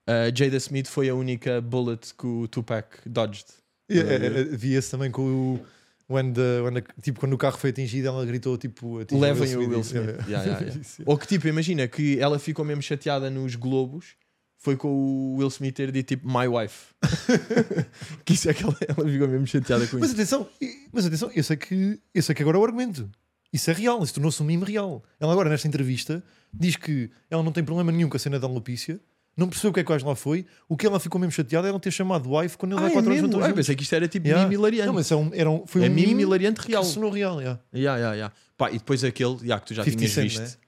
Speaker 1: uh, Jada Smith foi a única bullet que o Tupac dodged.
Speaker 2: E, é, é, é, vi esse também com o. When the- when the- tipo, quando o carro foi atingido, ela gritou tipo. atinge
Speaker 1: Levem o Will Smith.
Speaker 2: É, é.
Speaker 1: Yeah, yeah, yeah.
Speaker 2: Isso, é.
Speaker 1: Ou que tipo, imagina que ela ficou mesmo chateada nos Globos. Foi com o Will Smith ter dito tipo My Wife. [laughs] que isso é que ela, ela ficou mesmo chateada com
Speaker 2: Mas
Speaker 1: isso.
Speaker 2: atenção, e- mas atenção, eu sei que, eu sei que agora é o argumento. Isso é real, isso tornou-se um meme real. Ela agora, nesta entrevista, diz que ela não tem problema nenhum com a cena da alopícia, não percebeu o que é que quase lá foi, o que ela ficou mesmo chateada é ela ter chamado wife quando ele
Speaker 1: Ah,
Speaker 2: há
Speaker 1: é
Speaker 2: 4 anos
Speaker 1: mesmo?
Speaker 2: não estão
Speaker 1: Ah, eu
Speaker 2: juntos.
Speaker 1: pensei que isto era tipo
Speaker 2: Yeah.
Speaker 1: meme hilariante.
Speaker 2: Não, mas é um, era um, foi
Speaker 1: é
Speaker 2: um
Speaker 1: meme
Speaker 2: meme
Speaker 1: hilariante
Speaker 2: que
Speaker 1: real.
Speaker 2: se tornou real, yeah.
Speaker 1: Yeah, yeah, yeah. Pá, e depois aquele yeah, que tu já
Speaker 2: 50
Speaker 1: tinhas visto.
Speaker 2: Cent, né?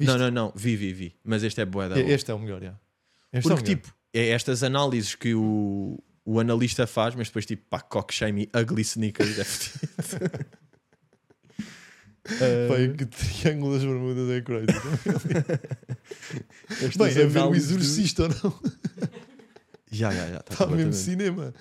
Speaker 1: Não,
Speaker 2: Viste?
Speaker 1: não, não. Vi, vi, vi. Mas este é boa da
Speaker 2: É, Este é o melhor, yeah. Este é o
Speaker 1: Porque,
Speaker 2: melhor.
Speaker 1: tipo, é estas análises que o, o analista faz, mas depois, tipo, pá, cock shame e ugly sneakers. é fedido. eh,
Speaker 2: Pai, que triângulo das bermudas é crazy.
Speaker 1: Estas
Speaker 2: Bem, é ver o
Speaker 1: análises do-
Speaker 2: exorcista ou não?
Speaker 1: Ya, Já, já, já.
Speaker 2: Está Tá mesmo
Speaker 1: tá completamente.
Speaker 2: cinema.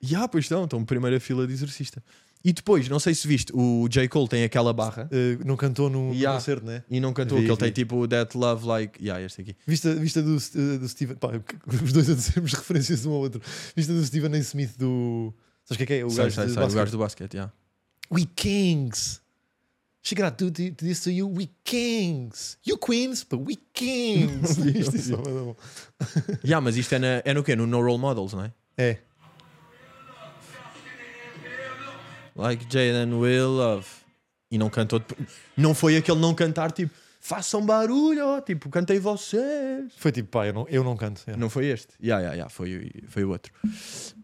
Speaker 1: Já, pois estão, estão primeira fila de exorcista. E depois, não sei se viste, o J. Cole tem aquela barra
Speaker 2: Eh, não cantou no, no
Speaker 1: Yeah.
Speaker 2: concerto, né?
Speaker 1: e não cantou,
Speaker 2: Vi,
Speaker 1: que ele tem
Speaker 2: vi.
Speaker 1: tipo That Love Like. Ya, este aqui.
Speaker 2: Vista, vista do, eh, do Steven. Pá, os dois a dizermos [laughs] referências um ao outro. Vista do Steven A. Smith do. Sabes o que é que é? O
Speaker 1: Sai,
Speaker 2: gajo
Speaker 1: sai,
Speaker 2: de
Speaker 1: sai, o
Speaker 2: basquete.
Speaker 1: gajo do basquete. ya.
Speaker 2: We Kings. She got to do this to you. We Kings. You Queens, but we
Speaker 1: [laughs]
Speaker 2: Kings. Isto é só mais bom.
Speaker 1: Ya, mas isto é, na- é no quê? No No Role Models, não é?
Speaker 2: É.
Speaker 1: Like Jaden Will Love. E não cantou. de- Não foi aquele não cantar tipo façam barulho, ó, tipo cantei vocês.
Speaker 2: Foi tipo, pá, eu não, eu não canto. é.
Speaker 1: Não foi este? Ya, ya, ya, foi, foi o outro.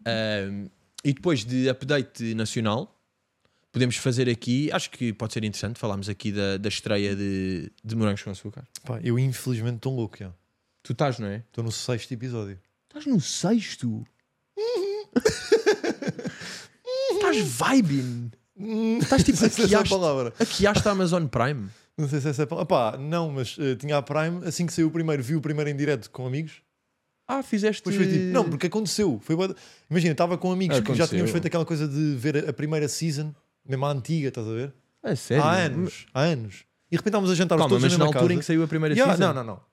Speaker 1: Ahm, e depois de update nacional, podemos fazer aqui, acho que pode ser interessante, falámos aqui da, da estreia de, de Morangos com Açúcar.
Speaker 2: Pá, eu infelizmente estou louco. já.
Speaker 1: Tu estás, não é?
Speaker 2: Estou no sexto episódio.
Speaker 1: Estás no sexto. Uhum. Estás vibing.
Speaker 2: [laughs]
Speaker 1: Estás tipo
Speaker 2: Não sei se essa é a
Speaker 1: hasta-
Speaker 2: palavra.
Speaker 1: aqui hasta Amazon Prime.
Speaker 2: Não sei se essa é a palavra. Pá, não, mas eh, tinha a Prime. Assim que saiu o primeiro, vi o primeiro em direto com amigos.
Speaker 1: Ah, fizeste.
Speaker 2: Depois foi tipo, não, porque aconteceu. Foi bué de- Imagina, estava com amigos que já
Speaker 1: Aconteceu.
Speaker 2: tínhamos feito aquela coisa de ver a- a primeira season, mesmo a antiga, estás a ver?
Speaker 1: É sério.
Speaker 2: Há anos, há anos. E de repente estávamos a jantar
Speaker 1: Calma,
Speaker 2: todos
Speaker 1: mas na
Speaker 2: mesma
Speaker 1: altura
Speaker 2: casa.
Speaker 1: em que saiu a primeira
Speaker 2: Yeah,
Speaker 1: season.
Speaker 2: Não, não, não.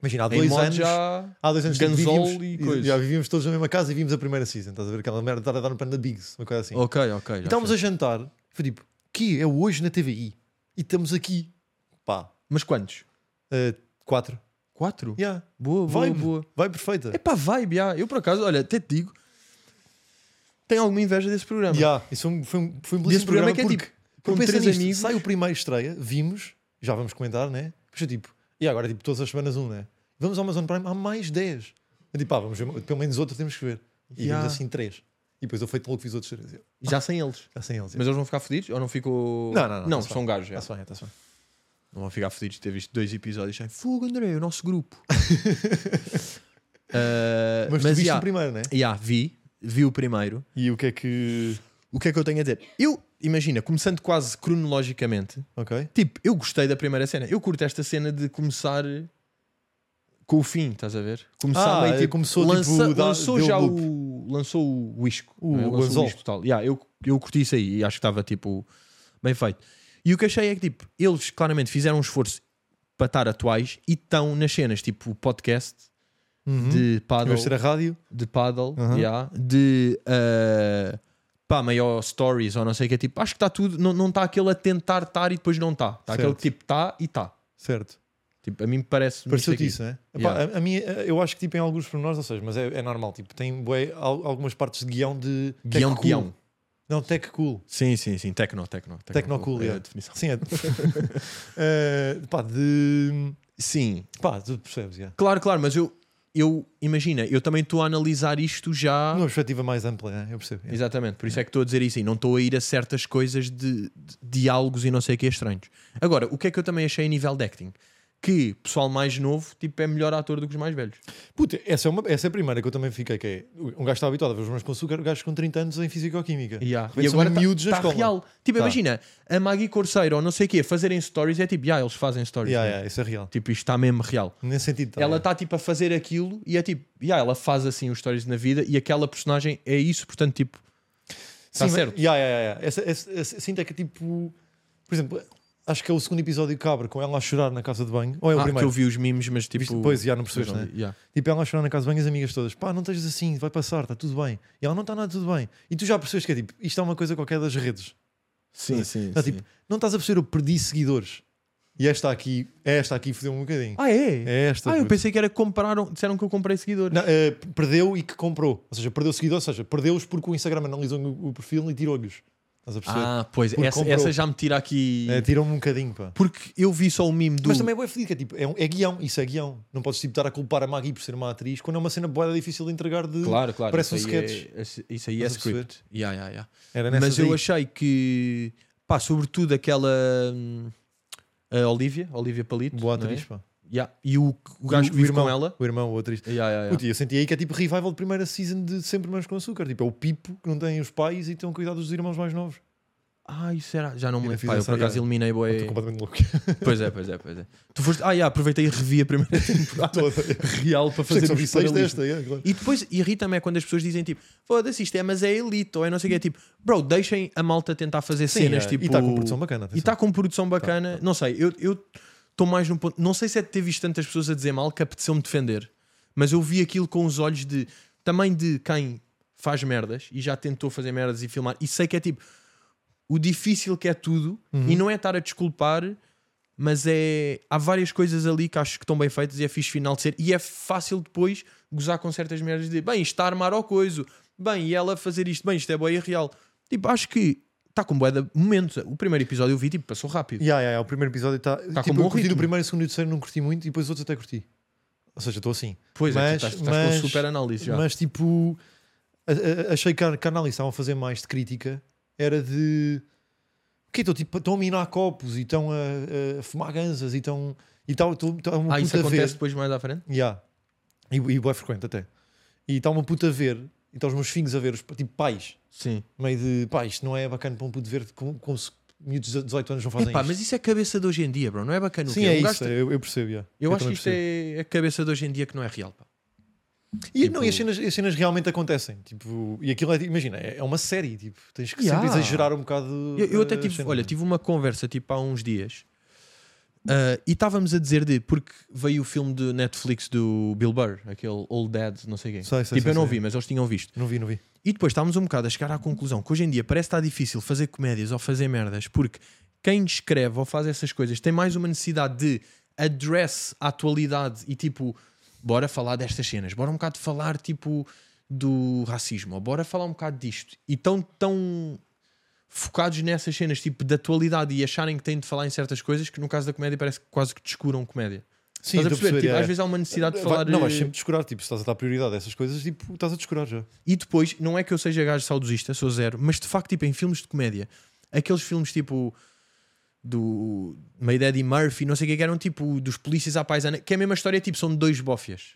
Speaker 2: Imagina, há
Speaker 1: Em
Speaker 2: dois
Speaker 1: modo
Speaker 2: anos.
Speaker 1: já...
Speaker 2: Há dois anos que
Speaker 1: Ganzol
Speaker 2: vivíamos,
Speaker 1: e coisa.
Speaker 2: já vivíamos todos na mesma casa e vimos a primeira season. Estás a ver aquela merda de estar a dar no pano da Biggs, uma coisa assim.
Speaker 1: Ok, ok. Oh, já
Speaker 2: E estávamos
Speaker 1: sei.
Speaker 2: a jantar, foi tipo, que é hoje na TVI. E estamos aqui. Pá,
Speaker 1: Mas quantos?
Speaker 2: eh, quatro.
Speaker 1: Quatro?
Speaker 2: Yeah.
Speaker 1: Boa, boa,
Speaker 2: Vai,
Speaker 1: boa.
Speaker 2: vai perfeita.
Speaker 1: É pá, vibe, já. Eu por acaso, olha, até te digo, tenho alguma inveja desse programa.
Speaker 2: Yeah, isso foi um, foi um, foi um
Speaker 1: Desse
Speaker 2: belíssimo
Speaker 1: programa
Speaker 2: programa,
Speaker 1: que é
Speaker 2: porque,
Speaker 1: tipo,
Speaker 2: porque
Speaker 1: com
Speaker 2: pensa
Speaker 1: três
Speaker 2: nisto,
Speaker 1: amigos.
Speaker 2: Sai o primeiro estreia, vimos, já vamos comentar, né? Mas é tipo, e agora tipo todas as semanas um, né? Vamos ao Amazon Prime, há mais 10. Eu tipo, pá, vamos ver, pelo menos outro temos que ver. E
Speaker 1: Yeah.
Speaker 2: vimos assim três. E depois eu feito logo fiz outros três. Eu,
Speaker 1: Já sem eles.
Speaker 2: Já sem eles. Tá eu.
Speaker 1: Mas eles vão ficar fodidos? Ou não ficou.
Speaker 2: Não, não, não,
Speaker 1: Não,
Speaker 2: tá-se
Speaker 1: são gajos. já.
Speaker 2: Está-se bem, está-se bem.
Speaker 1: Não vão ficar fodidos de ter visto dois episódios. Ai, Fogo, André, o nosso
Speaker 2: [laughs]
Speaker 1: grupo. Ah,
Speaker 2: Mas, tu viste
Speaker 1: já,
Speaker 2: o primeiro, né?
Speaker 1: já, vi. Vi o primeiro.
Speaker 2: E o que é que.
Speaker 1: O que é que eu tenho a dizer? Eu, imagina, começando quase cronologicamente,
Speaker 2: Ok.
Speaker 1: Tipo, eu gostei da primeira cena. Eu curto esta cena de começar com o fim, estás a ver? Começar
Speaker 2: Ah,
Speaker 1: meio
Speaker 2: é,
Speaker 1: tipo,
Speaker 2: começou,
Speaker 1: lança-
Speaker 2: tipo, dá-
Speaker 1: lançou
Speaker 2: deu
Speaker 1: já
Speaker 2: loop.
Speaker 1: o lançou o isco,
Speaker 2: O-
Speaker 1: não é?
Speaker 2: o
Speaker 1: Lançou
Speaker 2: anzol.
Speaker 1: isco total. Yeah, eu eu curti isso aí e acho que estava tipo bem feito. E o que achei é que tipo, eles claramente fizeram um esforço para estar atuais e estão nas cenas, tipo o podcast
Speaker 2: Uhum.
Speaker 1: de
Speaker 2: Em
Speaker 1: paddle,
Speaker 2: vez de ser a rádio.
Speaker 1: de paddle,
Speaker 2: Uhum.
Speaker 1: yeah, de uh, pá, maior stories ou não sei o que é tipo, acho que está tudo, não- não está aquele a tentar estar e depois não está. Está
Speaker 2: Certo.
Speaker 1: aquele que tipo está e está.
Speaker 2: Certo.
Speaker 1: Tipo, a mim parece
Speaker 2: Pareceu-te isso, né? Epá,
Speaker 1: Yeah.
Speaker 2: a, a minha, eu acho que tipo, em alguns pormenores, ou seja, mas é, é normal. Tipo, tem bué, al- algumas partes de guião de.
Speaker 1: Guião,
Speaker 2: tech
Speaker 1: guião.
Speaker 2: cool. Não, tech cool.
Speaker 1: Sim, sim, sim. Tecno, tecno.
Speaker 2: Tecnocool,
Speaker 1: é a
Speaker 2: yeah.
Speaker 1: definição.
Speaker 2: Sim, é.
Speaker 1: [laughs]
Speaker 2: Eh, pá, de.
Speaker 1: Sim,
Speaker 2: Pá, tu percebes, já.
Speaker 1: claro, claro, mas eu, eu imagina, eu também estou a analisar isto já.
Speaker 2: Numa perspectiva mais ampla, né? eu percebo. já.
Speaker 1: Exatamente, por isso é que estou a dizer isso e não estou a ir a certas coisas de, de diálogos e não sei o que estranhos. Agora, o que é que eu também achei a nível de acting? Que pessoal mais novo tipo, é melhor ator do que os mais velhos.
Speaker 2: Puta, essa é, uma, essa é a primeira que eu também fiquei, que é. Um gajo está habituado a ver os meus com açúcar, gajos com 30 anos em Fisicoquímica.
Speaker 1: Yeah.
Speaker 2: E agora miúdos na
Speaker 1: tá
Speaker 2: escola.
Speaker 1: real. Tipo,
Speaker 2: Tá.
Speaker 1: imagina, a Maggie Corseiro ou não sei o quê, fazerem stories é tipo, yeah, eles fazem stories.
Speaker 2: Yeah,
Speaker 1: né?
Speaker 2: yeah, isso é real.
Speaker 1: Tipo, isto está mesmo real.
Speaker 2: Nesse sentido, tá,
Speaker 1: ela
Speaker 2: yeah.
Speaker 1: está tipo a fazer aquilo e é tipo, yeah, ela faz assim os stories na vida e aquela personagem é isso, portanto, tipo, está
Speaker 2: Sim, mas-
Speaker 1: certo.
Speaker 2: Yeah, yeah, yeah. Essa, essa, essa- sinto é que tipo. Por exemplo, acho que é o segundo episódio que abre com ela a chorar na casa de banho. Ou é o
Speaker 1: Ah, que
Speaker 2: primeiro?
Speaker 1: eu vi os memes, mas tipo.
Speaker 2: Viste depois, já não percebes,
Speaker 1: não
Speaker 2: né?
Speaker 1: vi, yeah.
Speaker 2: Tipo, ela a chorar na casa de banho e as amigas todas, pá, não estejas assim, vai passar, está tudo bem. E ela não está nada tudo bem. E tu já percebes que é tipo, isto é uma coisa qualquer das redes.
Speaker 1: Sim, sim. Tá,
Speaker 2: Não,
Speaker 1: sim.
Speaker 2: tipo, não estás a perceber, eu perdi seguidores. E esta aqui, esta aqui fodeu um bocadinho.
Speaker 1: Ah, é?
Speaker 2: É esta.
Speaker 1: Ah, eu
Speaker 2: puto.
Speaker 1: pensei que era que compraram, disseram que eu comprei seguidores.
Speaker 2: Não, eh, perdeu e que comprou. Ou seja, perdeu seguidores, ou seja, perdeu-os porque o Instagram analisou o, o perfil e tirou-lhes. Estás a perceber?
Speaker 1: ah, pois,
Speaker 2: Porque
Speaker 1: essa,
Speaker 2: comprou.
Speaker 1: essa já me tira aqui.
Speaker 2: Eh, Tirou-me um bocadinho, pá.
Speaker 1: Porque eu vi só o meme do.
Speaker 2: Mas também é bué fedido, que é tipo, é, um- é guião, isso é guião. Não podes tipo estar a culpar a Maggie por ser uma atriz quando é uma cena boa difícil de entregar de.
Speaker 1: Claro, claro.
Speaker 2: Parece
Speaker 1: isso
Speaker 2: um
Speaker 1: aí é-
Speaker 2: sketch.
Speaker 1: esse- isso aí é
Speaker 2: Estás a perceber?
Speaker 1: script. Yeah, yeah, yeah.
Speaker 2: Era nessas
Speaker 1: Mas eu
Speaker 2: aí.
Speaker 1: achei que, pá, sobretudo aquela. hum, a Olivia, Olivia Palito.
Speaker 2: Boa
Speaker 1: não
Speaker 2: atriz,
Speaker 1: é?
Speaker 2: pá.
Speaker 1: Yeah. E o, o gajo
Speaker 2: E
Speaker 1: que vive
Speaker 2: irmão,
Speaker 1: com ela.
Speaker 2: O irmão, o atriz.
Speaker 1: Yeah, yeah, yeah.
Speaker 2: Puta, e eu senti aí que é tipo revival de primeira season de Sempre Mãos com Açúcar. Tipo, é o Pipo que não tem os pais e tem um cuidado dos irmãos mais novos.
Speaker 1: Ah, isso era. Já não me
Speaker 2: Eu
Speaker 1: lembro.
Speaker 2: fiz
Speaker 1: Pá, eu
Speaker 2: essa,
Speaker 1: por acaso
Speaker 2: já.
Speaker 1: eliminei
Speaker 2: Estou
Speaker 1: boé.
Speaker 2: completamente louco. [laughs]
Speaker 1: Pois é, pois é, pois é. Tu foste. Ah, já, aproveitei e revi a
Speaker 2: [laughs]
Speaker 1: primeira temporada
Speaker 2: Toda.
Speaker 1: real para
Speaker 2: Sei que
Speaker 1: fazer
Speaker 2: só
Speaker 1: os
Speaker 2: vi seis
Speaker 1: paralelos.
Speaker 2: desta, é, claro.
Speaker 1: E depois irrita-me é quando as pessoas dizem tipo, foda-se, isto é, mas é elite, ou é não sei o que, é tipo, bro, deixem a malta tentar fazer cenas
Speaker 2: é.
Speaker 1: tipo.
Speaker 2: E está com produção bacana.
Speaker 1: E
Speaker 2: atenção. Tá,
Speaker 1: está com produção bacana. Não sei, eu estou mais num ponto. Não sei se é de ter visto tantas pessoas a dizer mal que apeteceu-me defender, mas eu vi aquilo com os olhos de também de quem faz merdas e já tentou fazer merdas e filmar. E sei que é tipo o difícil que é tudo
Speaker 2: Uhum.
Speaker 1: e não é estar a desculpar. Mas é. Há várias coisas ali que acho que estão bem feitas e é fixe final de ser. E é fácil depois gozar com certas merdas de bem, isto está a armar ao coiso, bem, e ela fazer isto, bem, isto é boia real. Tipo, acho que está com boia de momentos. O primeiro episódio eu vi, tipo, passou rápido.
Speaker 2: Yeah, yeah, yeah, o primeiro episódio está.
Speaker 1: Tá com
Speaker 2: tipo,
Speaker 1: bom
Speaker 2: eu curti
Speaker 1: ritmo.
Speaker 2: do primeiro, segundo e terceiro não curti muito e depois os outros até curti. Ou seja, estou assim.
Speaker 1: Pois é, tu
Speaker 2: Mas-
Speaker 1: estás, estás com
Speaker 2: mas-
Speaker 1: super análise já.
Speaker 2: Mas tipo, a- a- achei que a, que a análise estavam a fazer mais de crítica. Era de. Que estão tipo, estão a minar copos e estão a, a fumar ganzas e estão. E tal, estão- estão uma
Speaker 1: ah, isso
Speaker 2: puta a
Speaker 1: acontece
Speaker 2: ver.
Speaker 1: depois mais à frente?
Speaker 2: Yeah. E, e boé frequente até. E está uma puta a ver. E está os meus filhos a ver, os, tipo pais.
Speaker 1: Sim.
Speaker 2: Meio de pá, isto não é bacana para um puto ver como, como se miúdos de 18 anos não fazem
Speaker 1: Epá,
Speaker 2: isto.
Speaker 1: mas isso é cabeça de hoje em dia, bro. Não é bacana o
Speaker 2: Sim,
Speaker 1: quê?
Speaker 2: é
Speaker 1: Um gajo-
Speaker 2: isso, eu, eu percebo. yeah.
Speaker 1: Eu, acho que
Speaker 2: também
Speaker 1: isto é a cabeça de hoje em dia que não é real. Pá.
Speaker 2: E,
Speaker 1: Tipo-
Speaker 2: não, e as, cenas, as cenas realmente acontecem. Tipo, e aquilo é, imagina, é é uma série. Tipo, tens que
Speaker 1: Yeah.
Speaker 2: sempre exagerar um bocado.
Speaker 1: Eu, eu até
Speaker 2: a
Speaker 1: tive,
Speaker 2: cena.
Speaker 1: olha, tive uma conversa tipo há uns dias ah, e estávamos a dizer de porque veio o filme do Netflix do Bill Burr, aquele Old Dad, não sei quem.
Speaker 2: Sei, sei,
Speaker 1: tipo,
Speaker 2: sei,
Speaker 1: eu não
Speaker 2: sei.
Speaker 1: vi, mas eles tinham visto.
Speaker 2: Não vi, não vi.
Speaker 1: E depois estávamos um bocado a chegar à conclusão que hoje em dia parece estar difícil fazer comédias ou fazer merdas, porque quem escreve ou faz essas coisas tem mais uma necessidade de address a atualidade e tipo, bora falar destas cenas, bora um bocado falar tipo do racismo, ou bora falar um bocado disto. E tão, tão focados nessas cenas tipo de atualidade e acharem que têm de falar em certas coisas que no caso da comédia parece que quase que descuram comédia.
Speaker 2: Sim,
Speaker 1: Estás a
Speaker 2: estou
Speaker 1: perceber?
Speaker 2: perceber,
Speaker 1: Tipo,
Speaker 2: é.
Speaker 1: Às vezes há uma necessidade de
Speaker 2: Vai-
Speaker 1: falar.
Speaker 2: Não,
Speaker 1: eh,
Speaker 2: vais sempre descurar. Tipo, se estás a dar prioridade a essas coisas, tipo, estás a descurar já.
Speaker 1: E depois, não é que eu seja gajo saudosista, sou zero, mas de facto, tipo, em filmes de comédia, aqueles filmes tipo do My Daddy Murphy, não sei o que, que eram tipo dos polícias à paisana, que é a mesma história, tipo, são dois bofias.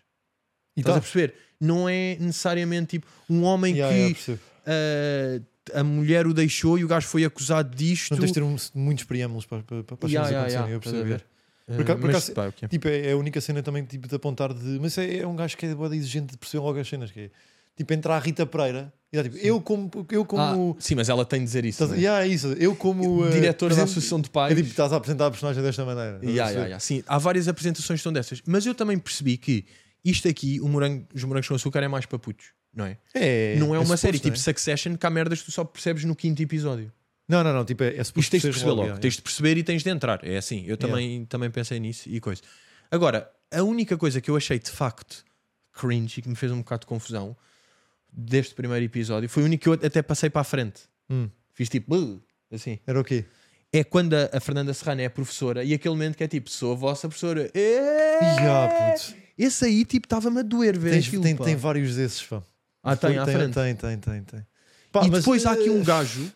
Speaker 2: E
Speaker 1: Estás
Speaker 2: tá.
Speaker 1: a perceber? Não é necessariamente tipo um homem
Speaker 2: Yeah,
Speaker 1: que
Speaker 2: yeah, percebo.
Speaker 1: ah, a mulher o deixou e o gajo foi acusado disto.
Speaker 2: Não tens de ter um- muitos preâmbulos para, para, para para as
Speaker 1: Yeah,
Speaker 2: cenas
Speaker 1: yeah, yeah,
Speaker 2: acontecerem, eu
Speaker 1: estás a
Speaker 2: percebo.
Speaker 1: ver? Ah,
Speaker 2: acaso- por
Speaker 1: mas,
Speaker 2: acaso-
Speaker 1: pá, ok.
Speaker 2: Tipo, é, é a única cena também tipo, de apontar de. Mas é, é um gajo que é boa exigente de perceber logo as cenas. Que é, tipo, entrar a Rita Pereira e dá tipo, eu como. Eu como
Speaker 1: Ah, sim, mas ela tem de dizer isso.
Speaker 2: estás-
Speaker 1: não é?
Speaker 2: yeah, é isso. Eu como. eh,
Speaker 1: Diretora da
Speaker 2: presidente-
Speaker 1: Associação de
Speaker 2: É
Speaker 1: Pais.
Speaker 2: tipo, estás a apresentar a personagem desta maneira. estás a
Speaker 1: Ya,
Speaker 2: perceber?
Speaker 1: ya, ya. Sim, há várias apresentações que são dessas. Mas eu também percebi que isto aqui, o morango, os morangos com açúcar, é mais para putos, não é?
Speaker 2: É,
Speaker 1: não é uma
Speaker 2: suposto,
Speaker 1: série tipo
Speaker 2: não é?
Speaker 1: Succession que há merdas que tu só percebes no quinto episódio.
Speaker 2: Não, não, não. Tipo, é, é suposto
Speaker 1: Isto tens de
Speaker 2: seres
Speaker 1: perceber logo,
Speaker 2: é,
Speaker 1: tens de perceber e tens de entrar. É assim, eu também, também pensei nisso e coisa. Agora, a única coisa que eu achei de facto cringe e que me fez um bocado de confusão deste primeiro episódio foi o único que eu até passei para a frente.
Speaker 2: Hum.
Speaker 1: Fiz tipo, "Bú", assim.
Speaker 2: Era o quê?
Speaker 1: É quando a, a Fernanda Serrano é a professora e aquele momento que é tipo, sou a vossa professora. É!
Speaker 2: Ya, puto.
Speaker 1: Esse aí, tipo, estava-me a doer ver
Speaker 2: Tens-
Speaker 1: aquilo,
Speaker 2: tem,
Speaker 1: pá.
Speaker 2: tem vários desses, pá.
Speaker 1: Ah, tem, à
Speaker 2: tem,
Speaker 1: frente.
Speaker 2: Tem, eh, tem, tem, tem.
Speaker 1: e depois há aqui um gajo,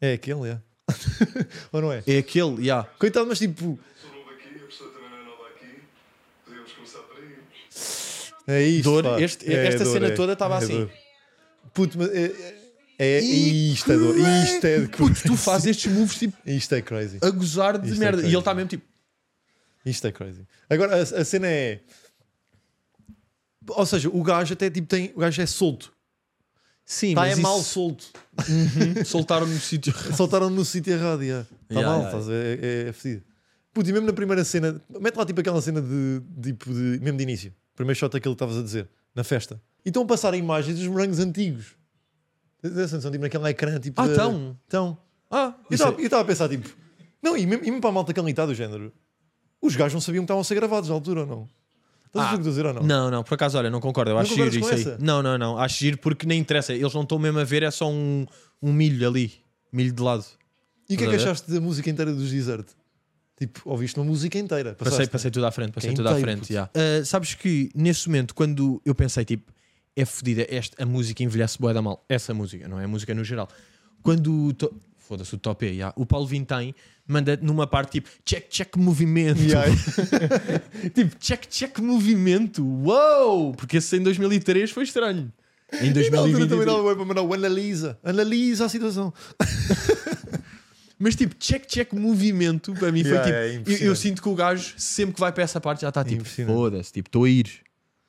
Speaker 2: É aquele, é. [laughs] Ou não é?
Speaker 1: é aquele, já.
Speaker 2: Coitado, mas tipo.
Speaker 4: Sou novo aqui, a pessoa também não é nova aqui. Podemos começar por aí.
Speaker 2: É isto.
Speaker 1: Dor,
Speaker 2: pá.
Speaker 1: este-
Speaker 2: É
Speaker 1: esta
Speaker 2: dor,
Speaker 1: cena
Speaker 2: é.
Speaker 1: toda estava
Speaker 2: É
Speaker 1: assim.
Speaker 2: dor. Puto, mas. É, é, é isto é dor. Isto é de
Speaker 1: Puto, tu fazes estes moves, tipo,
Speaker 2: Isto é crazy.
Speaker 1: a gozar de
Speaker 2: Isto é
Speaker 1: merda. e
Speaker 2: crazy.
Speaker 1: ele está mesmo, tipo,
Speaker 2: Isto é crazy. Agora, a, a cena é. Ou seja, o gajo até tipo tem. O gajo é solto.
Speaker 1: sim,
Speaker 2: Está
Speaker 1: mas
Speaker 2: é
Speaker 1: isso-
Speaker 2: mal [laughs] solto.
Speaker 1: soltaram-me no sítio.
Speaker 2: Soltaram no sítio errado. Está
Speaker 1: Yeah,
Speaker 2: mal,
Speaker 1: yeah,
Speaker 2: estás a ver? é, é, é fedido. Puto, e mesmo na primeira cena, mete lá tipo aquela cena de tipo de. mesmo de início. Primeiro shot aquele que estavas a dizer, na festa. E estão a passar imagens dos morangos antigos. Tens essa noção, tipo, naquele ecrã, tipo.
Speaker 1: Ah,
Speaker 2: da-
Speaker 1: estão?
Speaker 2: Estão.
Speaker 1: Ah,
Speaker 2: Eu
Speaker 1: isso
Speaker 2: estava eu estava a pensar, tipo. Não, e mesmo, e mesmo para a malta calitada do género, os gajos não sabiam que estavam a ser gravados na altura ou não. Estás a ver o que estou a dizer ou
Speaker 1: é- Não, não, por acaso, olha, não concordo. Eu acho giro
Speaker 2: concordas
Speaker 1: isso
Speaker 2: com
Speaker 1: aí.
Speaker 2: essa?
Speaker 1: Não, não, não. Acho giro porque nem interessa. Eles não estão mesmo a ver, é só um, um milho ali. Milho de lado.
Speaker 2: E o que
Speaker 1: Estás
Speaker 2: é que
Speaker 1: a ver?
Speaker 2: achaste da música inteira dos Desert? Tipo, ouviste uma música inteira.
Speaker 1: Passei,
Speaker 2: passaste,
Speaker 1: passei tudo à frente, passei
Speaker 2: Quem
Speaker 1: tudo à
Speaker 2: tem,
Speaker 1: frente.
Speaker 2: puto?
Speaker 1: já. Ah, sabes que nesse momento, quando eu pensei, tipo, é fodida, esta, a música envelhece boa da mal. Essa música, não é a música no geral. Quando. o To... Foda-se, o top E, já. o Paulo Vintém manda numa parte tipo check, check movimento.
Speaker 2: né?
Speaker 1: [laughs]
Speaker 2: E aí-
Speaker 1: Tipo check, check movimento. Uou! Porque esse em 2003 foi estranho. Em
Speaker 2: Na altura também
Speaker 1: 2020.
Speaker 2: dava bué para mandar o analisa, analisa a situação.
Speaker 1: Mas tipo, check, check, movimento para mim foi
Speaker 2: Yeah,
Speaker 1: tipo.
Speaker 2: é
Speaker 1: eu- eu,
Speaker 2: impressionante. É
Speaker 1: sinto que o gajo, sempre que vai para essa parte, já está tipo,
Speaker 2: Impressionante.
Speaker 1: foda-se, tipo, estou a ir.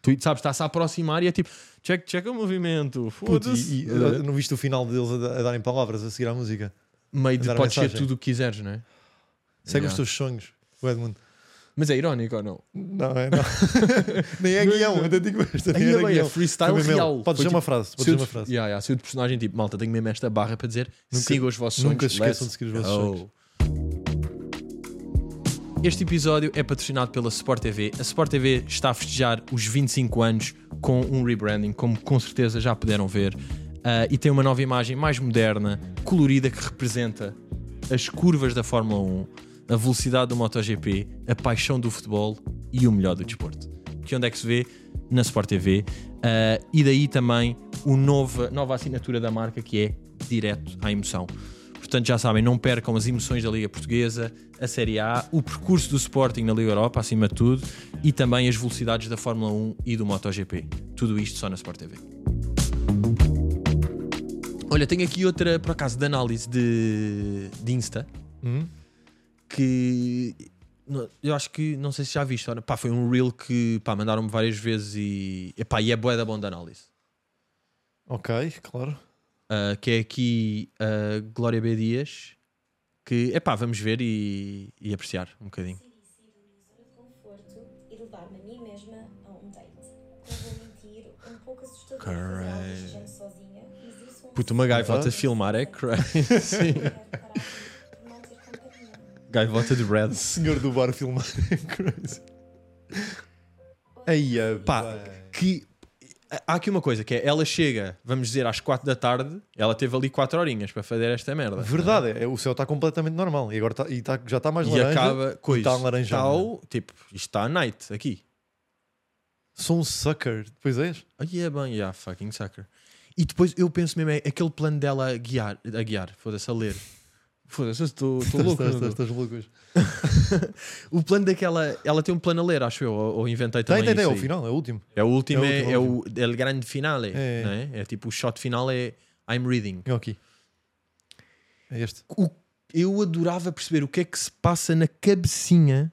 Speaker 1: Tu sabes, está-se a aproximar e é tipo, check, check o movimento,
Speaker 2: Puto,
Speaker 1: foda-se.
Speaker 2: e, uh, e,
Speaker 1: Eh,
Speaker 2: não viste o final deles a, da- a darem palavras a seguir à música?
Speaker 1: Meio de
Speaker 2: dar a
Speaker 1: podes ser
Speaker 2: mensagem.
Speaker 1: tudo o que quiseres, não é?
Speaker 2: Segue
Speaker 1: Yeah.
Speaker 2: os teus sonhos, o Edmund.
Speaker 1: Mas é irónico ou não?
Speaker 2: Não, é não. [laughs] Nem é guião, eu até digo esta. Nem
Speaker 1: Ainda
Speaker 2: era
Speaker 1: bem, é
Speaker 2: guião.
Speaker 1: freestyle
Speaker 2: Foi mesmo.
Speaker 1: real.
Speaker 2: Podes
Speaker 1: Foi
Speaker 2: dizer uma
Speaker 1: tipo,
Speaker 2: frase. Podes
Speaker 1: se
Speaker 2: dizer
Speaker 1: eu
Speaker 2: uma
Speaker 1: de-
Speaker 2: frase.
Speaker 1: Yeah, yeah, se eu de personagem, tipo, malta, tenho mesmo esta barra para dizer
Speaker 2: Nunca-
Speaker 1: sigam os vossos
Speaker 2: nunca
Speaker 1: sonhos.
Speaker 2: se esqueçam
Speaker 1: let's
Speaker 2: de seguir os vossos
Speaker 1: go.
Speaker 2: sonhos.
Speaker 1: Este episódio é patrocinado pela Sport TV. A Sport TV está a festejar os 25 anos com um rebranding, como com certeza já puderam ver. Ah, e tem uma nova imagem mais moderna, colorida, que representa as curvas da Fórmula 1, a velocidade do MotoGP, a paixão do futebol e o melhor do desporto. Que onde é que se vê? Na Sport TV. Ah, e daí também a nova, nova assinatura da marca que é direto à emoção. Portanto, já sabem, não percam as emoções da Liga Portuguesa, a Série A, o percurso do Sporting na Liga Europa, acima de tudo, e também as velocidades da Fórmula 1 e do MotoGP. Tudo isto só na Sport TV. Olha, tenho aqui outra, por acaso, de análise de, de Insta,
Speaker 2: Hum?
Speaker 1: que no- eu acho que, não sei se já viste, olha, pá, foi um reel que pá, mandaram-me várias vezes e, epá, e é bué da bom de análise.
Speaker 2: Ok, claro.
Speaker 1: Uh, que é aqui a Glória B. Dias, que é pá, vamos ver e, e apreciar um bocadinho.
Speaker 5: sair da minha zona de conforto e levar-me a mim mesma a um date. Não vou mentir, um pouco assustador fazer algo deste género sozinha, mas isso é um
Speaker 1: Puto, uma gaivota a
Speaker 2: gaivota a
Speaker 1: filmar é crazy. [laughs] Sim.
Speaker 5: segredo para parar por não ter companhia.
Speaker 1: Gaivota de Brad.
Speaker 2: Senhor do
Speaker 1: [laughs]
Speaker 2: bar filmar é crazy. Aí, é,
Speaker 1: Pá,
Speaker 2: bem.
Speaker 1: que. Há aqui uma coisa que é, ela chega, vamos dizer, às 4 da tarde, ela teve ali 4 horinhas para fazer esta merda.
Speaker 2: Verdade, é, o céu está completamente normal e agora tá- e tá- já está mais
Speaker 1: E
Speaker 2: laranja.
Speaker 1: acaba coisa.
Speaker 2: tá laranjado,
Speaker 1: tal, tipo, isto está a night aqui.
Speaker 2: Sou um sucker, pois és.
Speaker 1: Aí é bem, yeah, fucking sucker. E depois eu penso mesmo, é aquele plano dela a guiar, a guiar, foda-se, a ler. Foda-se, eu estou estou louco.
Speaker 2: Estás-
Speaker 1: não
Speaker 2: estás-
Speaker 1: estou?
Speaker 2: Estás louco hoje.
Speaker 1: O plano daquela. Ela tem um plano a ler, acho eu, ou, ou inventei
Speaker 2: Tem,
Speaker 1: também.
Speaker 2: tem, tem, é
Speaker 1: isso
Speaker 2: o
Speaker 1: aí.
Speaker 2: final, é o último.
Speaker 1: É o último,
Speaker 2: É o
Speaker 1: é,
Speaker 2: último,
Speaker 1: é
Speaker 2: é o
Speaker 1: o é o grande finale.
Speaker 2: É.
Speaker 1: não É. é tipo, o shot final é I'm reading.
Speaker 2: É aqui. É este.
Speaker 1: O- eu adorava perceber o que é que se passa na cabecinha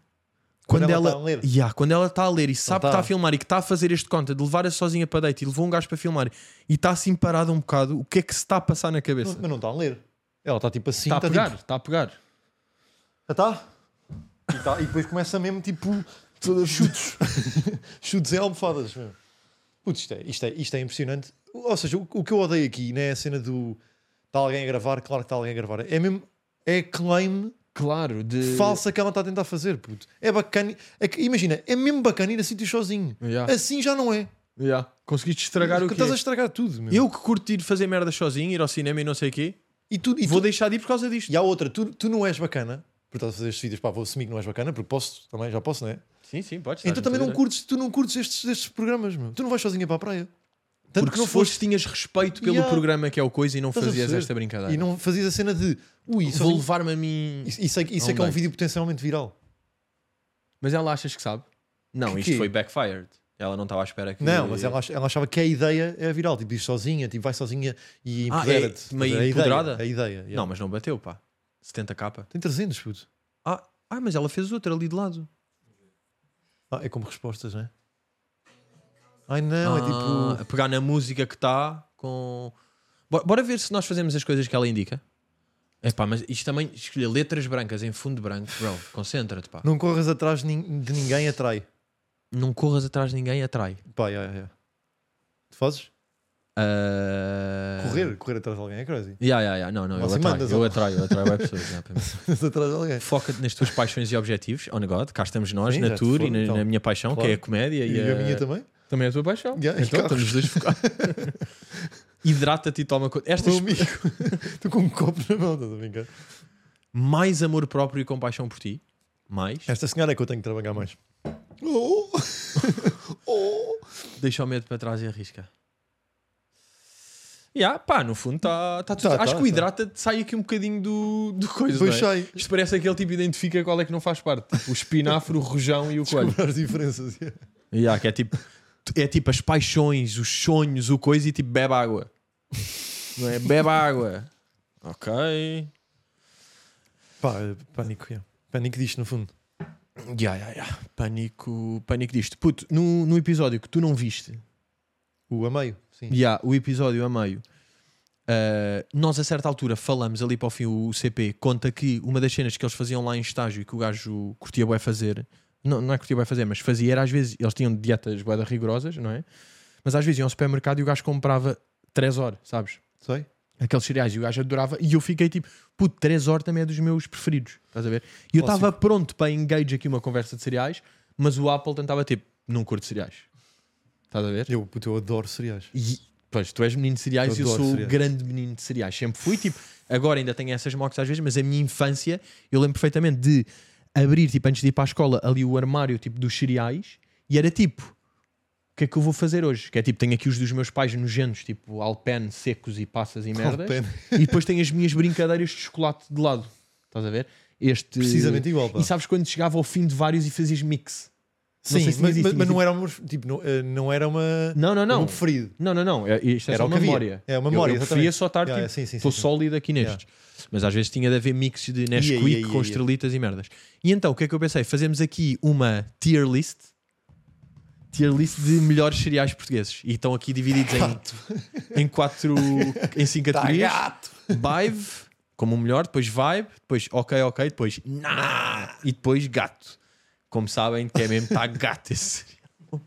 Speaker 1: quando,
Speaker 2: Quando
Speaker 1: ela
Speaker 2: ela tá a ler.
Speaker 1: Yeah, quando ela está a ler e sabe que
Speaker 2: tá.
Speaker 1: está a filmar e que está a fazer este conta de levar-a sozinha para date e levou um gajo para filmar e está assim parada um bocado, o que é que se está a passar na
Speaker 2: Não-
Speaker 1: cabeça?
Speaker 2: mas não está a ler. Ela está tipo assim,
Speaker 1: Está a
Speaker 2: tá,
Speaker 1: pegar,
Speaker 2: tipo,
Speaker 1: está a pegar.
Speaker 2: Ah, tá? E, tá- e depois começa mesmo tipo toda- chutes. [laughs] chutes em almofadas. Mesmo. Putz, isto é, isto, é, isto é impressionante. Ou seja, o, o que eu odeio aqui não é a cena do está alguém a gravar, claro que está alguém a gravar. É mesmo, é claim
Speaker 1: Claro, de.
Speaker 2: falsa que ela está a tentar fazer. Puto. É bacana. é que- imagina, é mesmo bacana ir a sítios sozinho.
Speaker 1: Yeah.
Speaker 2: Assim já não é.
Speaker 1: Yeah. Conseguiste Ah. estragar o que
Speaker 2: Estás a estragar tudo. Meu.
Speaker 1: Eu que curto ir fazer merda sozinho, ir ao cinema e não sei o quê,
Speaker 2: e tu, e
Speaker 1: vou
Speaker 2: tu-
Speaker 1: deixar de ir por causa disto.
Speaker 2: E há outra, tu, tu não és bacana, porque estás a fazer estes vídeos, pá, vou assumir que não és bacana, porque posso também, já posso, não é?
Speaker 1: Sim, sim, podes.
Speaker 2: então também não curtes, tu não curtes estes, estes programas, meu. Tu não vais sozinha para a praia. Tanto
Speaker 1: Porque
Speaker 2: que não
Speaker 1: se foste, tinhas respeito pelo
Speaker 2: Yeah.
Speaker 1: programa que é o coisa e não
Speaker 2: estás a
Speaker 1: fazias
Speaker 2: perceber?
Speaker 1: esta brincadeira.
Speaker 2: E não fazias a cena de
Speaker 1: é.
Speaker 2: ui,
Speaker 1: Vou
Speaker 2: sozinho-
Speaker 1: levar-me a mim.
Speaker 2: isso, isso é, que- isso é
Speaker 1: Não
Speaker 2: que é um
Speaker 1: dá.
Speaker 2: vídeo potencialmente viral.
Speaker 1: Mas ela achas que sabe? Não,
Speaker 2: Que
Speaker 1: isto
Speaker 2: quê?
Speaker 1: foi backfired. Ela não estava à espera que.
Speaker 2: Não, mas ela, ach- ela achava que a ideia é viral, tipo, diz sozinha, tipo, vai sozinha
Speaker 1: Ah,
Speaker 2: e
Speaker 1: é
Speaker 2: empodera-te.
Speaker 1: meio
Speaker 2: Mas a
Speaker 1: empoderada?
Speaker 2: ideia. é A ideia yeah.
Speaker 1: Não, mas não bateu, pá. 70 k
Speaker 2: Tem 300, puto.
Speaker 1: Ah, ah, mas ela fez outra ali de lado.
Speaker 2: Ah, é como respostas, não é? Ai não,
Speaker 1: Ah,
Speaker 2: é tipo.
Speaker 1: A pegar na música que está com. Bora, bora ver se nós fazemos as coisas que ela indica. É pá, mas isto também. Escolher letras brancas em fundo branco. Bro, concentra-te, pá.
Speaker 2: Não corras atrás de nin- de ninguém, atrai.
Speaker 1: Não corras atrás de ninguém, atrai.
Speaker 2: Pá, yeah, yeah, yeah. Tu fazes?
Speaker 1: Ah,
Speaker 2: Correr, correr atrás de alguém é crazy. [laughs]
Speaker 1: Yeah, yeah, yeah. Não, não, eu
Speaker 2: Você
Speaker 1: atraio,
Speaker 2: mandas
Speaker 1: eu
Speaker 2: ou-
Speaker 1: atraio, eu atraio bué pessoas. yeah, [laughs] para mim.
Speaker 2: atrás de alguém.
Speaker 1: Foca-te nas tuas paixões e objetivos, on God, cá estamos nós,
Speaker 2: Sim,
Speaker 1: na
Speaker 2: já te
Speaker 1: tour
Speaker 2: foram,
Speaker 1: e na,
Speaker 2: então.
Speaker 1: na minha paixão,
Speaker 2: Claro.
Speaker 1: que é a comédia e,
Speaker 2: E a minha
Speaker 1: também. [laughs]
Speaker 2: também?
Speaker 1: é a tua paixão.
Speaker 2: Yeah, e
Speaker 1: então
Speaker 2: carros.
Speaker 1: estamos os dois focados. [laughs] Hidrata-te e toma conta. Estas
Speaker 2: Meu amigo, [laughs] estou Tipo, com um copo na mão, estás a brincar?
Speaker 1: mais amor próprio e compaixão por ti. Mais.
Speaker 2: Esta senhora é que eu tenho que trabalhar mais. Oh! [laughs] oh!
Speaker 1: Deixa o medo para trás e arrisca. Yeah, pá, no fundo está tá tudo.
Speaker 2: Tá,
Speaker 1: Acho
Speaker 2: tá,
Speaker 1: que o
Speaker 2: tá.
Speaker 1: hidrata sai aqui um bocadinho do, do coisa.
Speaker 2: Pois
Speaker 1: não é?
Speaker 2: sai.
Speaker 1: Isto parece aquele tipo que identifica qual é que não faz parte. Tipo, o espinafre, o rojão e o coelho.
Speaker 2: Cobrar as diferenças. yeah.
Speaker 1: Yeah, que é tipo é tipo as paixões, os sonhos, o coisa e tipo bebe água. Não é? Bebe água. Ok.
Speaker 2: Pá, pânico, yeah. pânico disto no fundo.
Speaker 1: Ya, ya, ya. Pânico, pânico disto. Puto, no, no episódio que tu não viste,
Speaker 2: O a meio, sim.
Speaker 1: ya, o episódio a meio, ah, nós a certa altura falamos ali para o fim, o CP conta que uma das cenas que eles faziam lá em estágio e que o gajo curtia bué fazer, não, não é curtia bué fazer, mas fazia era às vezes, eles tinham dietas bué da rigorosas, não é? Mas às vezes iam ao supermercado e o gajo comprava 3 horas, sabes?
Speaker 2: Sei?
Speaker 1: aqueles cereais e o gajo adorava e eu fiquei tipo, puto, 3 horas também é dos meus preferidos, estás a ver? E eu estava pronto para engage aqui uma conversa de cereais, mas o Apple tentava tipo, não curto cereais, estás a ver?
Speaker 2: Eu, puto, eu adoro cereais.
Speaker 1: E, pois, tu és menino de cereais
Speaker 2: Eu
Speaker 1: e eu
Speaker 2: adoro
Speaker 1: sou o
Speaker 2: cereais.
Speaker 1: grande menino de cereais, sempre fui tipo, agora ainda tenho essas mocas às vezes, mas a minha infância eu lembro perfeitamente de abrir, tipo, antes de ir para a escola, ali o armário tipo dos cereais e era tipo. O que é que eu vou fazer hoje? Que é tipo, tenho aqui os dos meus pais nojentos, tipo alpene, secos e passas
Speaker 2: [laughs]
Speaker 1: e merdas
Speaker 2: Alpene.
Speaker 1: e depois tem as minhas brincadeiras de chocolate de lado. Estás a ver? Este...
Speaker 2: Precisamente igual, pá.
Speaker 1: E sabes quando chegava ao fim de vários e fazias mix? Não
Speaker 2: Sim,
Speaker 1: sei se
Speaker 2: mas,
Speaker 1: existe,
Speaker 2: mas- mas
Speaker 1: mas
Speaker 2: não era uma, tipo, não, eh, não era uma
Speaker 1: Não, não,
Speaker 2: o
Speaker 1: não.
Speaker 2: meu preferido.
Speaker 1: Não, não, não. É- Isto é
Speaker 2: Era
Speaker 1: só
Speaker 2: o que
Speaker 1: uma
Speaker 2: havia.
Speaker 1: memória.
Speaker 2: É, uma memória,
Speaker 1: Eu, eu preferia
Speaker 2: exatamente.
Speaker 1: só estar
Speaker 2: Yeah, yeah, sim,
Speaker 1: tipo,
Speaker 2: sim,
Speaker 1: estou
Speaker 2: sim, sim.
Speaker 1: sólido aqui nestes. Mas às vezes tinha de haver mix de Nesquik
Speaker 2: ia, ia,
Speaker 1: com
Speaker 2: ia.
Speaker 1: estrelitas e merdas. E então, o que é que eu pensei? Fazemos aqui uma tier list. Tier list de melhores cereais portugueses. E estão aqui divididos em, em quatro, em cinco
Speaker 2: Tá,
Speaker 1: categorias. Vibe, como o melhor, depois vibe, depois ok, ok, depois nah, e depois gato. Como sabem, que é mesmo, está gato esse cereal.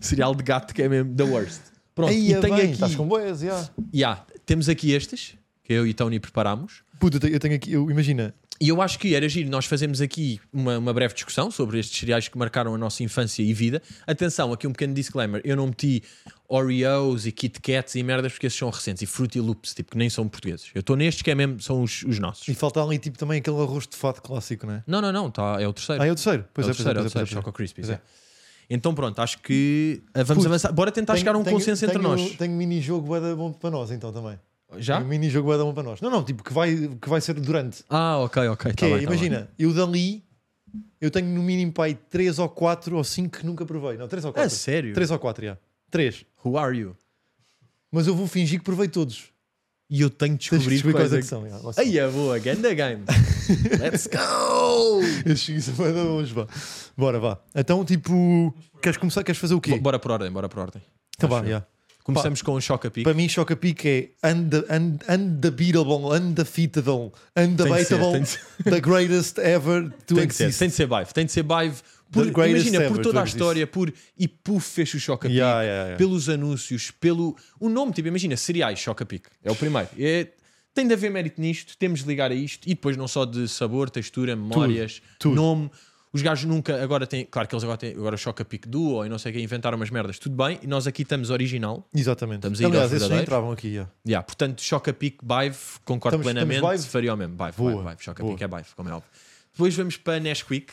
Speaker 1: cereal de gato que é mesmo the worst. Pronto,
Speaker 2: Aí, é
Speaker 1: e tenho
Speaker 2: bem,
Speaker 1: aqui,
Speaker 2: Estás com um? boias, yeah.
Speaker 1: Ya, temos aqui estes, que eu e Tony preparámos.
Speaker 2: Puto, eu tenho- eu tenho aqui, eu, imagina,
Speaker 1: E eu acho que era giro nós fazemos aqui uma, uma breve discussão sobre estes cereais que marcaram a nossa infância e vida. Atenção, aqui um pequeno disclaimer: eu não meti Oreos e Kit Kats e merdas porque esses são recentes e Fruity Loops, tipo, que nem são portugueses. Eu estou nestes que é mesmo, são os, os
Speaker 2: e
Speaker 1: nossos.
Speaker 2: falta ali tipo também aquele arroz de fato clássico, não é?
Speaker 1: Não, não, não, tá, é o terceiro.
Speaker 2: Ah, é o terceiro. Pois
Speaker 1: é
Speaker 2: é,
Speaker 1: o terceiro, é o terceiro,
Speaker 2: pois é, pois é, pois
Speaker 1: Choco
Speaker 2: é.
Speaker 1: Crispies.
Speaker 2: Pois
Speaker 1: é. Então pronto, acho que ah, vamos
Speaker 2: Puto,
Speaker 1: avançar. Bora tentar chegar a um consenso entre
Speaker 2: tenho-
Speaker 1: nós.
Speaker 2: Tenho mini-jogo bué da bom para nós, então também.
Speaker 1: Já?
Speaker 2: Tenho Um mini-jogo bué da bom para nós. Não, não, tipo, que vai, que vai ser durante.
Speaker 1: Ah, ok, ok.
Speaker 2: Que
Speaker 1: tá
Speaker 2: é,
Speaker 1: bem, tá
Speaker 2: imagina, eu dali, eu tenho no mínimo pai 3 ou 4 ou 5 que nunca provei. Não, 3 ou
Speaker 1: bem.
Speaker 2: 4.
Speaker 1: A É Ah, sério?
Speaker 2: 3 ou 4, já. 3.
Speaker 1: Who are you?
Speaker 2: Mas eu vou fingir que provei todos.
Speaker 1: E eu tenho de
Speaker 2: Tens que
Speaker 1: descobrir,
Speaker 2: descobrir
Speaker 1: quais
Speaker 2: quais
Speaker 1: é
Speaker 2: é
Speaker 1: que
Speaker 2: que são. já, lá está.
Speaker 1: Aí é boa, ganda
Speaker 2: [laughs]
Speaker 1: game. Let's go!
Speaker 2: Esses filhos são é bué da bons, vá. Bora, vá. Então, tipo, queres começar? Queres fazer o quê?
Speaker 1: Bora por ordem, bora por ordem.
Speaker 2: Tá
Speaker 1: acho
Speaker 2: bem,
Speaker 1: eu.
Speaker 2: já.
Speaker 1: Começamos com o Choca Pico.
Speaker 2: Para mim, Chocapic é unde- un- undebeatable, undefeatable,
Speaker 1: tem
Speaker 2: undebatable,
Speaker 1: de ser.
Speaker 2: [laughs] the greatest ever to
Speaker 1: Tem de ser,
Speaker 2: exist.
Speaker 1: tem de ser Bive, tem de ser Bive. Por,
Speaker 2: greatest
Speaker 1: imagina, por
Speaker 2: ever,
Speaker 1: toda a
Speaker 2: tu dizes.
Speaker 1: história, por e puf, fez o Choca Pico,
Speaker 2: Yeah, yeah, yeah.
Speaker 1: pelos anúncios, pelo. O nome, tipo, imagina, cereais Choca Pico, é o primeiro. É- tem de haver mérito nisto, temos de ligar a isto e depois não só de sabor, textura, memórias,
Speaker 2: tudo.
Speaker 1: nome. Os gajos nunca, agora têm, claro que eles agora têm, agora Choca Pico Duo e não sei o que, inventaram umas merdas, tudo bem, e nós aqui estamos original.
Speaker 2: Exatamente.
Speaker 1: Estamos a ir aos
Speaker 2: Aliás, esses nem
Speaker 1: verdadeiros.
Speaker 2: entravam aqui. já.
Speaker 1: Yeah, portanto, Choca Pico, Bive, concordo
Speaker 2: Estamos-
Speaker 1: plenamente.
Speaker 2: estamos Bive?
Speaker 1: Faria o mesmo. Bive,
Speaker 2: Boa,
Speaker 1: Bive, Bive. Choca Pico
Speaker 2: boa.
Speaker 1: é Bive, como é óbvio. Depois vamos para Nesquik.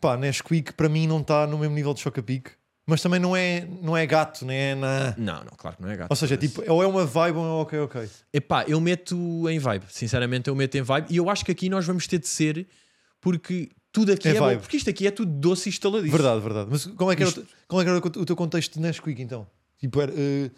Speaker 2: Pá, Nesquik para mim não está no mesmo nível de Chocapic, mas também não é, não é gato, não é na.
Speaker 1: Não, não, claro que não é gato.
Speaker 2: Ou seja,
Speaker 1: Mas-
Speaker 2: tipo, ou é uma vibe ou é um ok, ok.
Speaker 1: Epá, eu meto em vibe. Sinceramente, eu meto em vibe. E eu acho que aqui nós vamos ter de ser, porque tudo aqui
Speaker 2: É
Speaker 1: é, bom.
Speaker 2: vibe.
Speaker 1: Porque isto aqui é tudo doce e estaladíssimo.
Speaker 2: Verdade, verdade. Mas como é que era, o, te- como é que era o teu contexto de Nesquik então? Tipo, era, eh,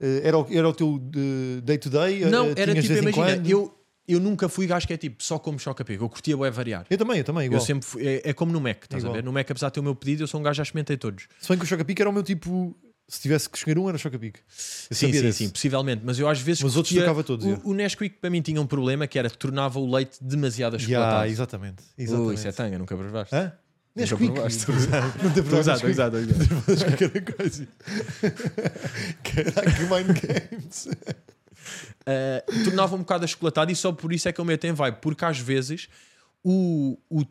Speaker 2: eh, era, o, era o teu eh, day to day?
Speaker 1: Não,
Speaker 2: Eh,
Speaker 1: era
Speaker 2: tinhas
Speaker 1: tipo,
Speaker 2: de vez em
Speaker 1: imagina,
Speaker 2: quando?
Speaker 1: eu, eu nunca fui gajo que é tipo, só como Choca Pico. Eu curtia bué variar.
Speaker 2: Eu também, eu também,
Speaker 1: Eu
Speaker 2: igual.
Speaker 1: sempre fui, é, é como no Mac, estás
Speaker 2: Igual.
Speaker 1: a ver? No Mac, apesar de ter o meu pedido, eu sou um gajo que já experimentei todos.
Speaker 2: Se bem que o Chocapic era o meu tipo. Se tivesse que escolher um, era o Chocapic. Eu
Speaker 1: Sim,
Speaker 2: sabia
Speaker 1: sim,
Speaker 2: desse.
Speaker 1: sim, possivelmente. Mas eu às vezes.
Speaker 2: Mas outros
Speaker 1: curtia-
Speaker 2: trocava todos,
Speaker 1: O,
Speaker 2: é.
Speaker 1: o Nesquik para mim tinha um problema que era que tornava o leite demasiado
Speaker 2: Yeah,
Speaker 1: achocolatado.
Speaker 2: exatamente. exatamente.
Speaker 1: Ui, isso é tanga, nunca provaste.
Speaker 2: Hã? Nesquik.
Speaker 1: provaste.
Speaker 2: Estou a usar. [laughs] Não tem
Speaker 1: Estou a usar, estou a
Speaker 2: [laughs]
Speaker 1: usar, estou a usar.
Speaker 2: Caraca, mind games.
Speaker 1: Uh, tornava um bocado achocolatado e só por isso é que eu meto em vibe, porque às vezes o, o, uh,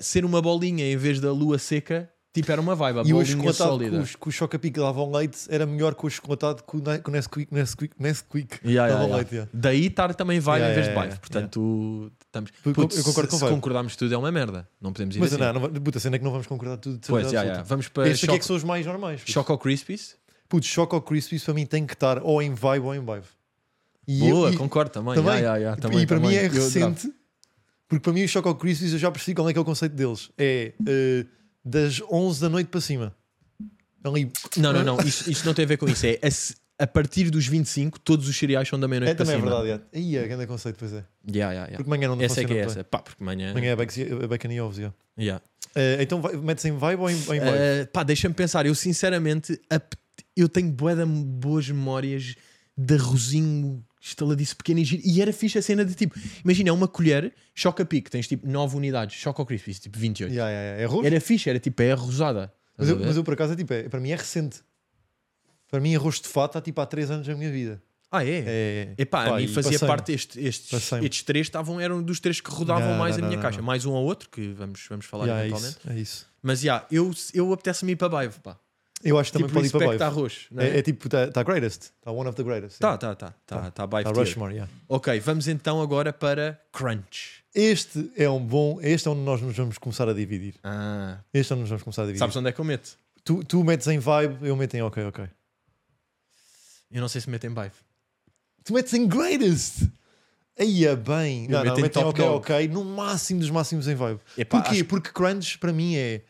Speaker 1: ser uma bolinha em vez da lua seca, tipo, era uma vibe, a
Speaker 2: E o
Speaker 1: bolinha
Speaker 2: chocolatado que
Speaker 1: sólida.
Speaker 2: os- que o Chocapic dava ao leite era melhor que o chocolatado que o Ne- que o Nesquik, Nesquik, Nesquik
Speaker 1: Yeah, yeah,
Speaker 2: dava um ao
Speaker 1: yeah.
Speaker 2: leite. yeah.
Speaker 1: Daí estar também vibe
Speaker 2: Yeah,
Speaker 1: em vez de
Speaker 2: yeah,
Speaker 1: vibe.
Speaker 2: yeah,
Speaker 1: Portanto, estamos.
Speaker 2: Eu
Speaker 1: Putz, se,
Speaker 2: concordo com
Speaker 1: se
Speaker 2: vibe.
Speaker 1: concordarmos tudo é uma merda. Não podemos ir
Speaker 2: Mas
Speaker 1: assim.
Speaker 2: não, não, vai- puta, a cena é que não vamos concordar tudo. de
Speaker 1: Pois,
Speaker 2: certeza
Speaker 1: yeah, yeah.
Speaker 2: absoluta.
Speaker 1: Vamos eh, para
Speaker 2: Estes aqui é que
Speaker 1: Choco,
Speaker 2: são os mais normais. puto.
Speaker 1: Choco Crispies.
Speaker 2: Putz, Choco Crispies para mim tem que estar ou em vibe ou em vibe. E
Speaker 1: Boa,
Speaker 2: eu- e-
Speaker 1: concordo também.
Speaker 2: também.
Speaker 1: Yeah, yeah, yeah, também,
Speaker 2: e para
Speaker 1: também.
Speaker 2: mim é
Speaker 1: Eu adorava.
Speaker 2: recente, porque para mim o Choco Crispies eu já percebi qual é que é o conceito deles. É eh, das 11 da noite para cima. Ali,
Speaker 1: Não, não, não. Isso, isso não tem a ver com isso. É a, se- a partir dos 25, todos os cereais são da meia-noite
Speaker 2: É
Speaker 1: para
Speaker 2: também é
Speaker 1: cima.
Speaker 2: verdade. é. Aí é grande conceito, pois é.
Speaker 1: Yeah, yeah, yeah.
Speaker 2: Porque manhã não
Speaker 1: Essa é
Speaker 2: funciona
Speaker 1: que é
Speaker 2: muito
Speaker 1: essa. Pá, porque amanhã.
Speaker 2: bem. Manhã é bacon- é bacon e ovos, yeah.
Speaker 1: Yeah.
Speaker 2: Eh, Então vai- metes em vibe ou em, ou em vibe?
Speaker 1: Ah, pá, deixa-me pensar. Eu sinceramente apet- eu tenho bué de boas memórias de arrozinho estaladiço pequeno e giro. E era fixe a cena de tipo, imagina, é uma colher, choca-pique, tens tipo 9 unidades, choca crispy, tipo 28.
Speaker 2: Yeah, yeah, yeah. É arroz?
Speaker 1: Era fixe, era tipo, é arrosada. Estás
Speaker 2: Mas
Speaker 1: a
Speaker 2: eu,
Speaker 1: ver?
Speaker 2: mas eu, por acaso é tipo, é- para mim é recente. Para mim arroz de fato há tipo há 3 anos da minha vida.
Speaker 1: Ah, é?
Speaker 2: É,
Speaker 1: Epá, a
Speaker 2: Pá,
Speaker 1: mim
Speaker 2: e
Speaker 1: fazia
Speaker 2: passei-me.
Speaker 1: parte, este- estes,
Speaker 2: Passei-me.
Speaker 1: estes três estavam, eram dos três que rodavam
Speaker 2: Não,
Speaker 1: mais
Speaker 2: não,
Speaker 1: a minha
Speaker 2: não,
Speaker 1: caixa,
Speaker 2: não.
Speaker 1: mais um ao outro, que vamos, vamos falar
Speaker 2: Yeah, é,
Speaker 1: eventualmente.
Speaker 2: isso, é isso.
Speaker 1: Mas já, eu, eu apetece-me ir para Baive, pá.
Speaker 2: Eu acho que também
Speaker 1: tipo,
Speaker 2: pode ir para
Speaker 1: respect
Speaker 2: baixo.
Speaker 1: arroz. não
Speaker 2: É,
Speaker 1: É,
Speaker 2: é tipo, está tá greatest. Está one of the greatest.
Speaker 1: Tá, tá, tá, tá, tá, Baive.
Speaker 2: Está
Speaker 1: tier.
Speaker 2: Rushmore, yeah.
Speaker 1: Ok, vamos então agora para Crunch.
Speaker 2: Este é um bom. Este é onde nós nos vamos começar a dividir.
Speaker 1: Ah,
Speaker 2: Este é onde nos vamos começar a dividir.
Speaker 1: sabes onde é que eu meto?
Speaker 2: Tu, tu metes em vibe, eu meto em ok, ok.
Speaker 1: Eu não sei se meto em Baive.
Speaker 2: Tu metes em greatest. Aí é bem.
Speaker 1: Eu
Speaker 2: Não, não,
Speaker 1: meto em
Speaker 2: meto em
Speaker 1: top
Speaker 2: ok,
Speaker 1: dog.
Speaker 2: ok. No máximo dos máximos em vibe.
Speaker 1: Epá,
Speaker 2: Porquê?
Speaker 1: acho-
Speaker 2: Porque crunch para mim é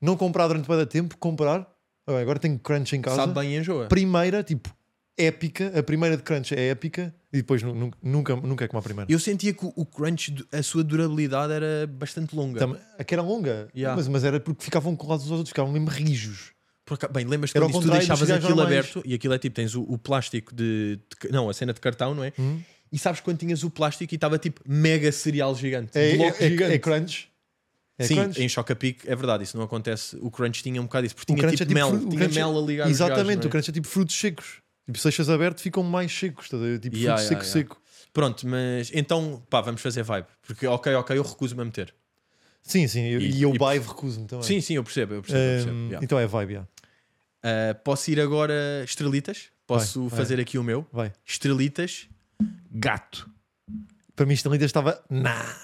Speaker 2: não comprar durante bastante tempo, comprar. Ah, Agora tenho crunch em casa.
Speaker 1: Sabe bem e enjoa.
Speaker 2: Primeira, tipo, épica. A primeira de crunch é épica e depois nu- nu- nunca, nunca é como a primeira.
Speaker 1: Eu sentia que o- o Crunch, du- a sua durabilidade era bastante longa.
Speaker 2: Tam- a que era longa,
Speaker 1: Yeah.
Speaker 2: mas, mas era porque ficavam colados uns aos outros, ficavam mesmo rijos.
Speaker 1: Por aca- Bem, lembras-te
Speaker 2: Era
Speaker 1: quando
Speaker 2: ao
Speaker 1: isso tu
Speaker 2: contrário dos
Speaker 1: deixavas
Speaker 2: cigarros
Speaker 1: aquilo
Speaker 2: normais.
Speaker 1: aberto e aquilo é tipo, tens o, o plástico de, de ca- Não, a cena de cartão, não é?
Speaker 2: Hum?
Speaker 1: E sabes quando tinhas o plástico e estava tipo mega cereal gigante.
Speaker 2: É,
Speaker 1: bloco
Speaker 2: é- é-
Speaker 1: gigante.
Speaker 2: é crunch. É
Speaker 1: Sim,
Speaker 2: crunch.
Speaker 1: em Chocapic é verdade, isso não acontece. O Crunch tinha um bocado disso, porque
Speaker 2: O
Speaker 1: tinha
Speaker 2: crunch
Speaker 1: tipo,
Speaker 2: é tipo
Speaker 1: mel,
Speaker 2: fru- o
Speaker 1: tinha
Speaker 2: crunch é-
Speaker 1: mel a ligar os
Speaker 2: Exatamente,
Speaker 1: gajos,
Speaker 2: o
Speaker 1: não é?
Speaker 2: crunch é tipo frutos secos. Tipo, se deixas aberto, ficam mais secos. Tá? a ver? Tipo,
Speaker 1: Yeah,
Speaker 2: fruto
Speaker 1: yeah,
Speaker 2: seco, seco.
Speaker 1: Pronto, mas então, pá, vamos fazer vibe. Porque, ok, ok, eu recuso-me a meter.
Speaker 2: Sim, sim. eu-
Speaker 1: E-
Speaker 2: E, eu
Speaker 1: e-
Speaker 2: vibe recuso-me também.
Speaker 1: Sim, sim, eu percebo, eu percebo. eu
Speaker 2: Ahm,
Speaker 1: percebo, yeah.
Speaker 2: Então é vibe, yeah.
Speaker 1: Ah, posso ir agora estrelitas? Posso
Speaker 2: Vai, vai.
Speaker 1: fazer aqui o meu?
Speaker 2: vai.
Speaker 1: Estrelitas, gato.
Speaker 2: Para mim, esta lida estava. Nah.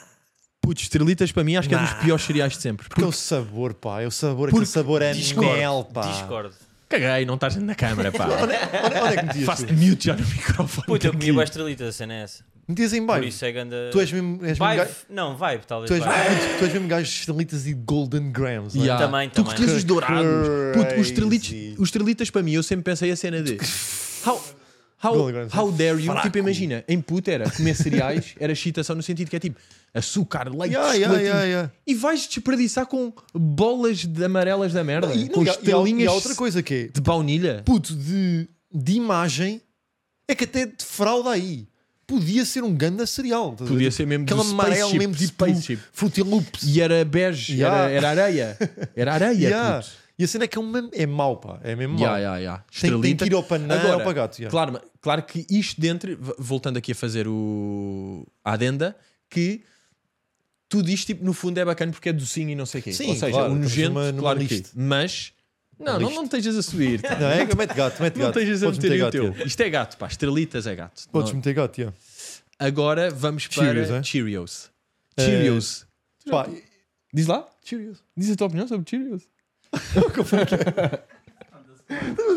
Speaker 1: Putz, estrelitas para mim acho que é dos
Speaker 2: Nah.
Speaker 1: piores cereais de sempre.
Speaker 2: Porque é o sabor, pá. É o sabor, aquele sabor é
Speaker 3: Discordo,
Speaker 2: mel, pá.
Speaker 3: Discordo.
Speaker 1: Caguei, não estás na câmara, [laughs] pá.
Speaker 2: Olha, olha que metias tu.
Speaker 1: Faço-te mute já no microfone.
Speaker 3: Puta, eu comia
Speaker 1: Aqui.
Speaker 3: boas estrelitas, a cena é essa.
Speaker 2: Metias em
Speaker 3: Por
Speaker 2: vibe.
Speaker 3: isso é ganda.
Speaker 2: Tu és mesmo, és mesmo
Speaker 3: Vibe?
Speaker 2: gajo.
Speaker 3: Não, vibe, talvez.
Speaker 2: Tu és,
Speaker 3: vibe.
Speaker 2: mesmo- tu és mesmo gajo de estrelitas e de golden grams. não é?
Speaker 1: Yeah.
Speaker 3: Tipo, Também,
Speaker 1: tu
Speaker 3: também.
Speaker 1: que tens os dourados. Puto, os estrelitas,
Speaker 2: Crazy.
Speaker 1: os estrelitas para mim, eu sempre pensei a cena de how, how,
Speaker 2: Golden Grams,
Speaker 1: how dare you?
Speaker 2: fraco.
Speaker 1: Tipo, imagina, em puto era comer cereais, [laughs] era excitação no sentido que é tipo açúcar, leite,
Speaker 2: Yeah, yeah,
Speaker 1: gelatina.
Speaker 2: yeah, yeah.
Speaker 1: E vais desperdiçar com bolas de amarelas da merda,
Speaker 2: E, não,
Speaker 1: com
Speaker 2: e há- e há-
Speaker 1: estrelinhas
Speaker 2: e há outra coisa que é,
Speaker 1: de baunilha.
Speaker 2: puto, de, de imagem, é que até defrauda aí. Podia ser um ganda cereal. estás a ver?
Speaker 1: Podia
Speaker 2: Tipo,
Speaker 1: ser mesmo do
Speaker 2: Aquele amarelo
Speaker 1: spaceship,
Speaker 2: mesmo tipo
Speaker 1: spaceship.
Speaker 2: Fruity Loops.
Speaker 1: E era bege,
Speaker 2: Yeah.
Speaker 1: era, era areia. Era areia,
Speaker 2: [laughs] Yeah.
Speaker 1: puto.
Speaker 2: E a cena é que é, um, mem- é mau, pá. É mesmo mau.
Speaker 1: Yeah, yeah, yeah.
Speaker 2: Tem- tem
Speaker 1: Estrelita.
Speaker 2: que ir ao panela é
Speaker 1: Agora,
Speaker 2: ou para gato, yeah.
Speaker 1: Claro, mas- claro que isto dentro, v- voltando aqui a fazer o a adenda, que tudo isto tipo, no fundo é bacana porque é docinho e não sei o quê.
Speaker 2: Sim,
Speaker 1: Ou seja,
Speaker 2: claro,
Speaker 1: o
Speaker 2: estamos
Speaker 1: nojento,
Speaker 2: numa- numa
Speaker 1: claro que.
Speaker 2: lista.
Speaker 1: Mas não, não,
Speaker 2: lista.
Speaker 1: não estejas a subir. tá?
Speaker 2: [laughs] Não é? Mete gato, mete
Speaker 1: Não
Speaker 2: gato.
Speaker 1: estejas a
Speaker 2: Podes
Speaker 1: meter aí o
Speaker 2: gato,
Speaker 1: teu.
Speaker 2: yeah.
Speaker 1: Isto é gato, pá. Estrelitas é gato.
Speaker 2: Podes
Speaker 1: Não-
Speaker 2: meter gato, yeah.
Speaker 1: Agora vamos
Speaker 2: Cheerios,
Speaker 1: para
Speaker 2: é?
Speaker 1: Cheerios.
Speaker 2: Eh,
Speaker 1: Cheerios.
Speaker 2: Pá,
Speaker 1: Diz lá.
Speaker 2: Cheerios.
Speaker 1: Diz a tua opinião sobre Cheerios.